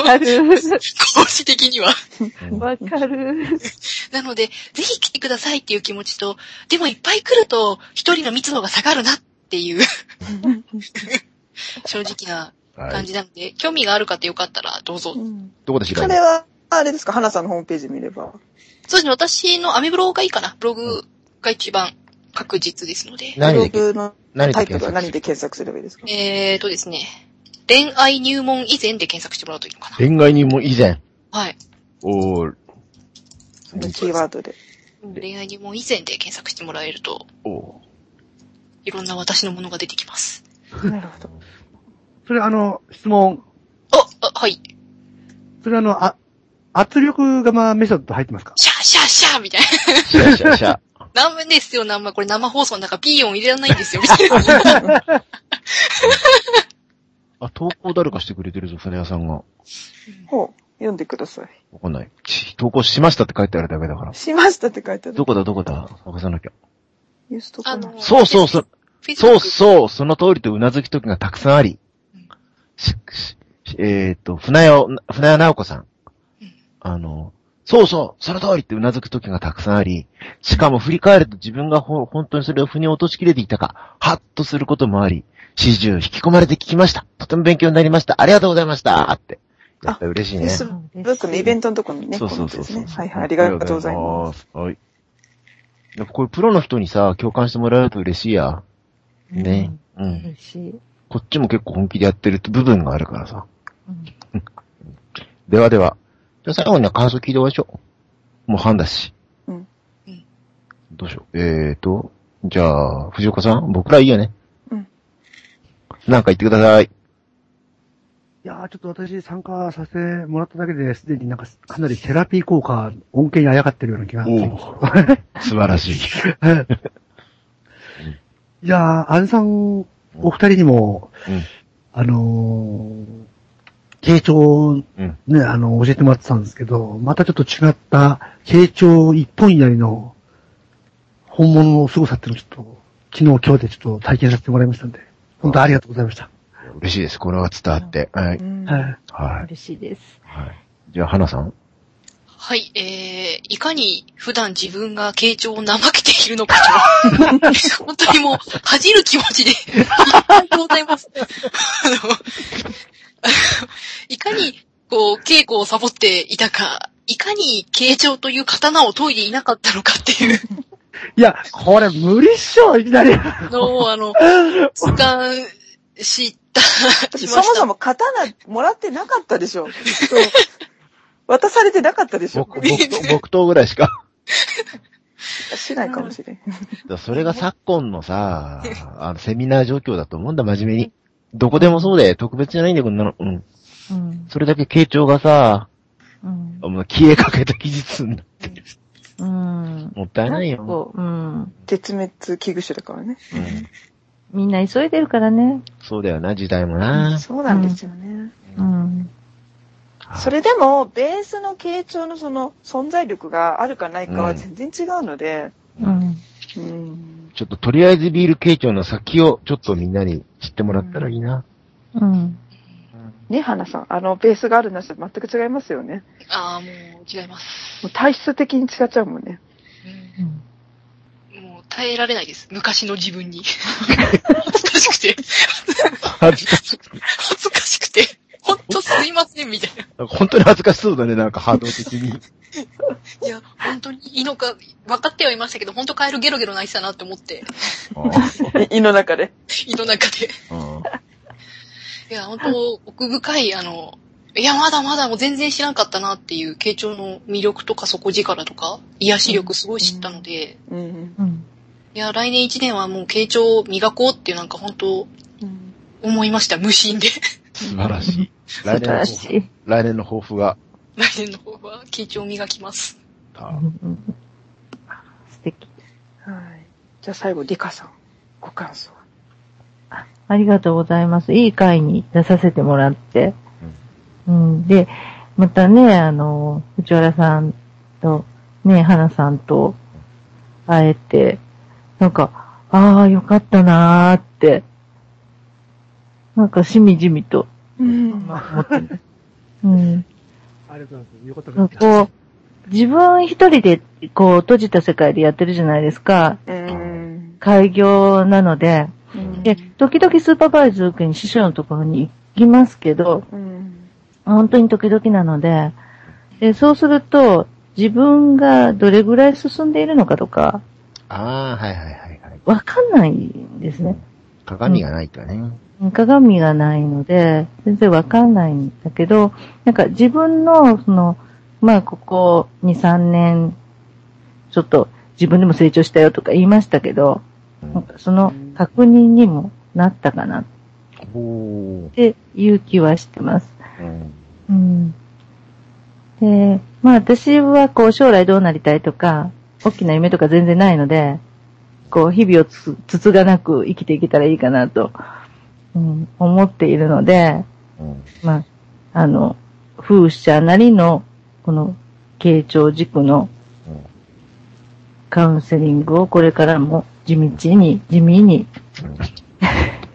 [SPEAKER 5] かる。
[SPEAKER 3] 講師的には。
[SPEAKER 1] うん
[SPEAKER 5] わかる。
[SPEAKER 3] なので、ぜひ来てくださいっていう気持ちと、でもいっぱい来ると、一人の密度が下がるなっていう、正直な
[SPEAKER 1] は
[SPEAKER 3] 感
[SPEAKER 1] い。
[SPEAKER 3] じなので、興味がある方よかったらどうぞ。
[SPEAKER 2] うん
[SPEAKER 1] どこで知ら
[SPEAKER 2] こ
[SPEAKER 1] んの
[SPEAKER 2] れは、あれですか、花さんのホームページ見れば。
[SPEAKER 3] そうですね、私のアメブロがいいかな。ブログが一番確実ですので。
[SPEAKER 1] 何で
[SPEAKER 2] ブログの
[SPEAKER 1] 何
[SPEAKER 2] タ
[SPEAKER 1] で
[SPEAKER 2] イトルは何
[SPEAKER 1] 検
[SPEAKER 2] で
[SPEAKER 1] 索
[SPEAKER 2] 検索すればいいですか
[SPEAKER 3] えーとですね、恋愛入門以前で検索してもらうといいのかな。
[SPEAKER 1] 恋愛にも以前。
[SPEAKER 3] はい。
[SPEAKER 1] おー
[SPEAKER 2] そのキーワードで。
[SPEAKER 3] 恋愛入門以前で検索してもらえると、
[SPEAKER 1] お
[SPEAKER 3] いろんな私のものが出てきます。
[SPEAKER 2] なるほど。
[SPEAKER 4] それあの、質問。
[SPEAKER 3] あ、あはい。
[SPEAKER 4] それあの、あ、圧力釜メソッド入ってますか
[SPEAKER 3] シャーシャーシャーみたい
[SPEAKER 1] ーシャシャシャ。
[SPEAKER 3] な。 [laughs] 何分ですよ、何
[SPEAKER 1] [laughs]
[SPEAKER 3] 分。これ生放送の中、ピー音入れられないんですよ、みたいな。
[SPEAKER 1] あ、投稿誰かしてくれてるぞ、船屋さんが。
[SPEAKER 2] ほう。読んでください。
[SPEAKER 1] わかんない。ち投稿しましたって書いてあるだけだから。
[SPEAKER 2] しましたって書いてある
[SPEAKER 1] ど。こだ、どこだ。探さなきゃ。
[SPEAKER 2] ユーストか
[SPEAKER 3] あ
[SPEAKER 2] な
[SPEAKER 3] の、
[SPEAKER 1] そうそうそう。
[SPEAKER 3] フェイスブッ
[SPEAKER 1] そう
[SPEAKER 3] ク
[SPEAKER 1] そう、その通りとうなずきときがたくさんあり
[SPEAKER 3] うん。
[SPEAKER 1] ししえーっ、と、船屋を、船屋直子さん
[SPEAKER 3] うん。
[SPEAKER 1] あの、そうそう、その通りってうなずくときがたくさんあり、しかも振り返ると自分がほ本当にそれを腑に落としきれていたか、ハッとすることもあり、始終引き込まれて聞きました。とても勉強になりました。ありがとうございましたって。やっぱり嬉しいね。
[SPEAKER 2] あ Facebook ブックのイベントのとこにね、
[SPEAKER 1] そうそうそう
[SPEAKER 2] コ
[SPEAKER 1] そ
[SPEAKER 2] メ
[SPEAKER 1] う
[SPEAKER 2] ントですね。はいはい、ありがとうございます。
[SPEAKER 1] す。はい。やっぱこれプロの人にさ、共感してもらえると嬉しいや。ね。う
[SPEAKER 5] うんん。。嬉しい。
[SPEAKER 1] こっちも結構本気でやってる部分があるからさ。
[SPEAKER 5] うん
[SPEAKER 1] ではでは。じゃあ最後には感想聞いて終わりましょう。もう半だし。
[SPEAKER 2] うん
[SPEAKER 3] うん
[SPEAKER 1] どうしよう。えーと、じゃあ、藤岡さん、僕らいいよね。
[SPEAKER 2] うん。
[SPEAKER 1] なんか言ってください。
[SPEAKER 4] いやー、ちょっと私参加させてもらっただけで、すでになんかかなりセラピー効果、恩恵にあやかってるような気が。
[SPEAKER 1] 素晴らしい。
[SPEAKER 4] いやー、アンさん、お二人にも、
[SPEAKER 1] うん
[SPEAKER 4] あのー、傾聴、
[SPEAKER 1] うん
[SPEAKER 4] ね、あの、教えてもらってたんですけど、またちょっと違った、傾聴一本やりの、本物の凄さっていうのをちょっと、昨日今日でちょっと体験させてもらいましたんで、本当ありがとうございました。
[SPEAKER 1] 嬉しいです。これは伝わって。はい。
[SPEAKER 2] うん
[SPEAKER 4] はい。
[SPEAKER 1] はい。
[SPEAKER 5] 嬉しいです。
[SPEAKER 1] はい。じゃあ、花さん。
[SPEAKER 3] はい、えー、いかに普段自分が傾聴を怠けているのかと。
[SPEAKER 1] [laughs]
[SPEAKER 3] 本当にもう、恥じる気持ちで、いっぱいでございます。あの、いかに、こう、稽古をサボっていたか、いかに傾聴という刀を研いでいなかったのかっていう
[SPEAKER 4] いや、これ無理っしょ、いきなり。
[SPEAKER 3] のを、あの、図鑑した、
[SPEAKER 2] 私
[SPEAKER 3] し
[SPEAKER 2] そも
[SPEAKER 3] ました
[SPEAKER 2] そ。も刀もらってなかったでしょ。そう渡されてなかったでしょ。
[SPEAKER 1] 僕、僕と、僕とぐらいしか。
[SPEAKER 2] しないかもしれん。
[SPEAKER 1] だからそれが昨今のさ、あの、セミナー状況だと思うんだ、真面目に。どこでもそうで、特別じゃないんだよ、こんなの。うん。
[SPEAKER 5] うん。
[SPEAKER 1] それだけ傾聴がさ、
[SPEAKER 5] うん。
[SPEAKER 1] もう消えかけた技術になってる。
[SPEAKER 5] うん。
[SPEAKER 1] もったいない
[SPEAKER 5] なんか
[SPEAKER 1] よ。
[SPEAKER 5] こううん。
[SPEAKER 2] 絶滅危惧種だからね。
[SPEAKER 1] うん。
[SPEAKER 5] みんな急いでるからね。
[SPEAKER 1] そうだよな、時代もな。
[SPEAKER 2] そうよね。
[SPEAKER 5] うん。
[SPEAKER 2] それでも、ベースの傾聴のその存在力があるかないか
[SPEAKER 1] う
[SPEAKER 2] は
[SPEAKER 1] ん
[SPEAKER 2] 全然違うので、
[SPEAKER 5] うん。
[SPEAKER 2] うん。
[SPEAKER 1] ちょっととりあえずビール傾聴の先をちょっとみんなに知ってもらったらいいな。
[SPEAKER 5] うん。
[SPEAKER 2] ね、花さん、あの、ベースがあるなしと全く違いますよね。
[SPEAKER 3] ああ、もう違います。
[SPEAKER 2] もう体質的に違っちゃうもんね。
[SPEAKER 3] うん
[SPEAKER 5] うん
[SPEAKER 3] もう耐えられないです。昔の自分に。恥ずかしくて。
[SPEAKER 1] [laughs] 恥ずかしい。
[SPEAKER 3] 恥ずかしくて。ほんとすいません、みたいな。
[SPEAKER 1] なんか本当に恥ずかしそうだね、なんか波動的
[SPEAKER 5] [laughs]
[SPEAKER 1] に。
[SPEAKER 3] いや、本当にいいのか、分かってはいましたけど、本当カエルゲロゲロ泣いてたなって思って、
[SPEAKER 2] 胃の中で。
[SPEAKER 3] 胃の中で。
[SPEAKER 1] うん
[SPEAKER 3] いや、本当奥深い、あの、いや、まだまだもう全然知らんかったなっていう、慶長の魅力とか底力とか、癒し力すごい知ったので、
[SPEAKER 2] うん。
[SPEAKER 5] うん。
[SPEAKER 3] いや、来年1年はもう慶長を磨こうっていうなんか本当
[SPEAKER 2] うん
[SPEAKER 3] 思いました、無心で。 [laughs]
[SPEAKER 1] 素晴らしい。
[SPEAKER 5] 素
[SPEAKER 1] 来
[SPEAKER 5] 晴
[SPEAKER 1] 年の
[SPEAKER 5] ら
[SPEAKER 1] 抱負
[SPEAKER 5] しい。
[SPEAKER 1] 来年の抱負が。
[SPEAKER 3] 来年の方は慶長を磨きます。
[SPEAKER 5] う
[SPEAKER 1] あ
[SPEAKER 5] んうん素敵。
[SPEAKER 2] はい。じゃあ最後、リカさん、ご感想。
[SPEAKER 5] ありがとうございます。いい回に出させてもらって。うん、で、またね、あの、藤原さんと、ね、花さんと会えて、なんか、ああ、よかったなーって、なんかしみじみ [laughs] と
[SPEAKER 2] うん。
[SPEAKER 5] 思ってます。うん
[SPEAKER 4] ありがとうございます。よかった
[SPEAKER 5] なんかこう、自分一人で、こう、閉じた世界でやってるじゃないですか。
[SPEAKER 2] うん。
[SPEAKER 5] 開業なので。
[SPEAKER 2] うん
[SPEAKER 5] で、時々スーパーバイズ受けに師匠のところに行きますけど、
[SPEAKER 2] うん。
[SPEAKER 5] 本当に時々なので、でそうすると、自分がどれぐらい進んでいるのかとか、
[SPEAKER 1] あー、はいはいはいはい。
[SPEAKER 5] わかんないんですね。
[SPEAKER 1] 鏡がないとね。
[SPEAKER 5] 鏡がないので、全然わかんないんだけど、なんか自分の、その、まあ、ここ2、3年、ちょっと自分でも成長したよとか言いましたけど、なんかその確認にもなったかなっ
[SPEAKER 1] おー。
[SPEAKER 5] ていう気はしてます。
[SPEAKER 1] うん。
[SPEAKER 5] うん。で、まあ私はこう将来どうなりたいとか、大きな夢とか全然ないので、こう日々をつつつがなく生きていけたらいいかなと、うん、思っているので、
[SPEAKER 1] うん。
[SPEAKER 5] まあ、あの、風車なりの、この、傾聴軸の
[SPEAKER 1] うん
[SPEAKER 5] カウンセリングをこれからも地道に、地味に
[SPEAKER 1] うん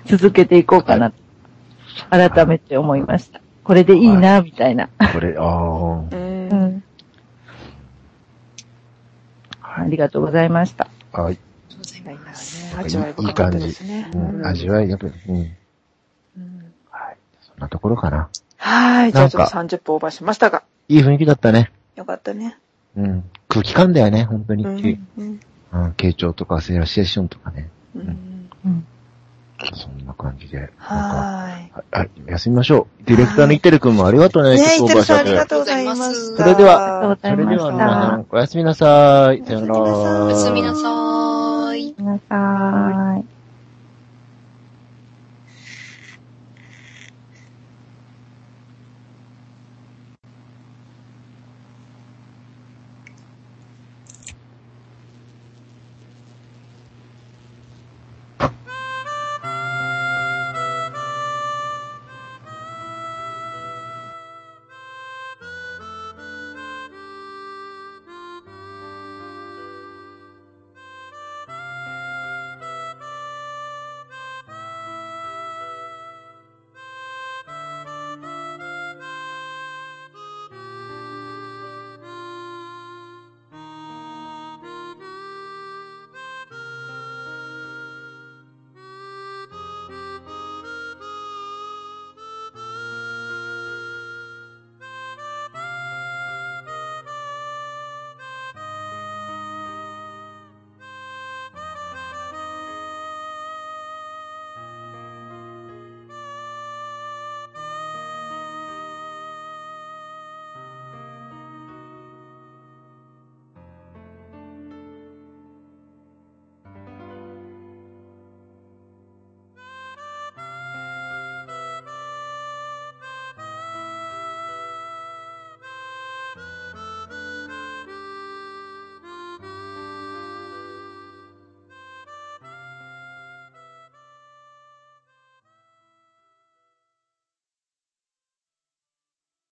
[SPEAKER 5] 続けていこうかな、改めて思いました。これでいいな、みたいな。
[SPEAKER 1] これ、ああ、
[SPEAKER 2] うん
[SPEAKER 5] う。んありがとうございました。
[SPEAKER 1] はい。
[SPEAKER 3] りがとうございます。
[SPEAKER 2] 味わい深かったですね。
[SPEAKER 1] うん、味わいよく、うん。
[SPEAKER 2] うん
[SPEAKER 1] はい。そんなところかな。
[SPEAKER 2] はい。じゃあちょっと
[SPEAKER 1] な
[SPEAKER 2] 30分オーバーしましたが。
[SPEAKER 1] いい雰囲気だったね。
[SPEAKER 2] よかったね。
[SPEAKER 1] うん。空気感だよね、本当に。
[SPEAKER 2] う
[SPEAKER 1] うん
[SPEAKER 2] ん。うん
[SPEAKER 1] うん。傾聴とか、セラシエーションとかね。
[SPEAKER 2] うん
[SPEAKER 1] そんな感じで。なんか
[SPEAKER 2] は
[SPEAKER 1] はい、はい、休みましょう。ディレクターのイテル君もありがとう
[SPEAKER 2] ー
[SPEAKER 1] ね、
[SPEAKER 2] い。ね
[SPEAKER 1] ち
[SPEAKER 2] え、
[SPEAKER 1] ょ
[SPEAKER 2] い
[SPEAKER 1] ってとオーバー
[SPEAKER 2] る
[SPEAKER 1] しち
[SPEAKER 2] さん
[SPEAKER 1] ゃ
[SPEAKER 2] あ
[SPEAKER 1] って
[SPEAKER 2] りがとうございま
[SPEAKER 3] そ
[SPEAKER 2] す。
[SPEAKER 1] れでは
[SPEAKER 5] ありがとうござ
[SPEAKER 1] そ
[SPEAKER 5] い
[SPEAKER 1] れ
[SPEAKER 5] ま
[SPEAKER 1] で
[SPEAKER 5] し
[SPEAKER 1] は皆さ
[SPEAKER 5] た。
[SPEAKER 1] ん、おやすみなさい。さよ
[SPEAKER 2] おやすみなさ
[SPEAKER 1] なら。
[SPEAKER 2] い
[SPEAKER 3] おやすみなさーい。
[SPEAKER 5] 皆さん。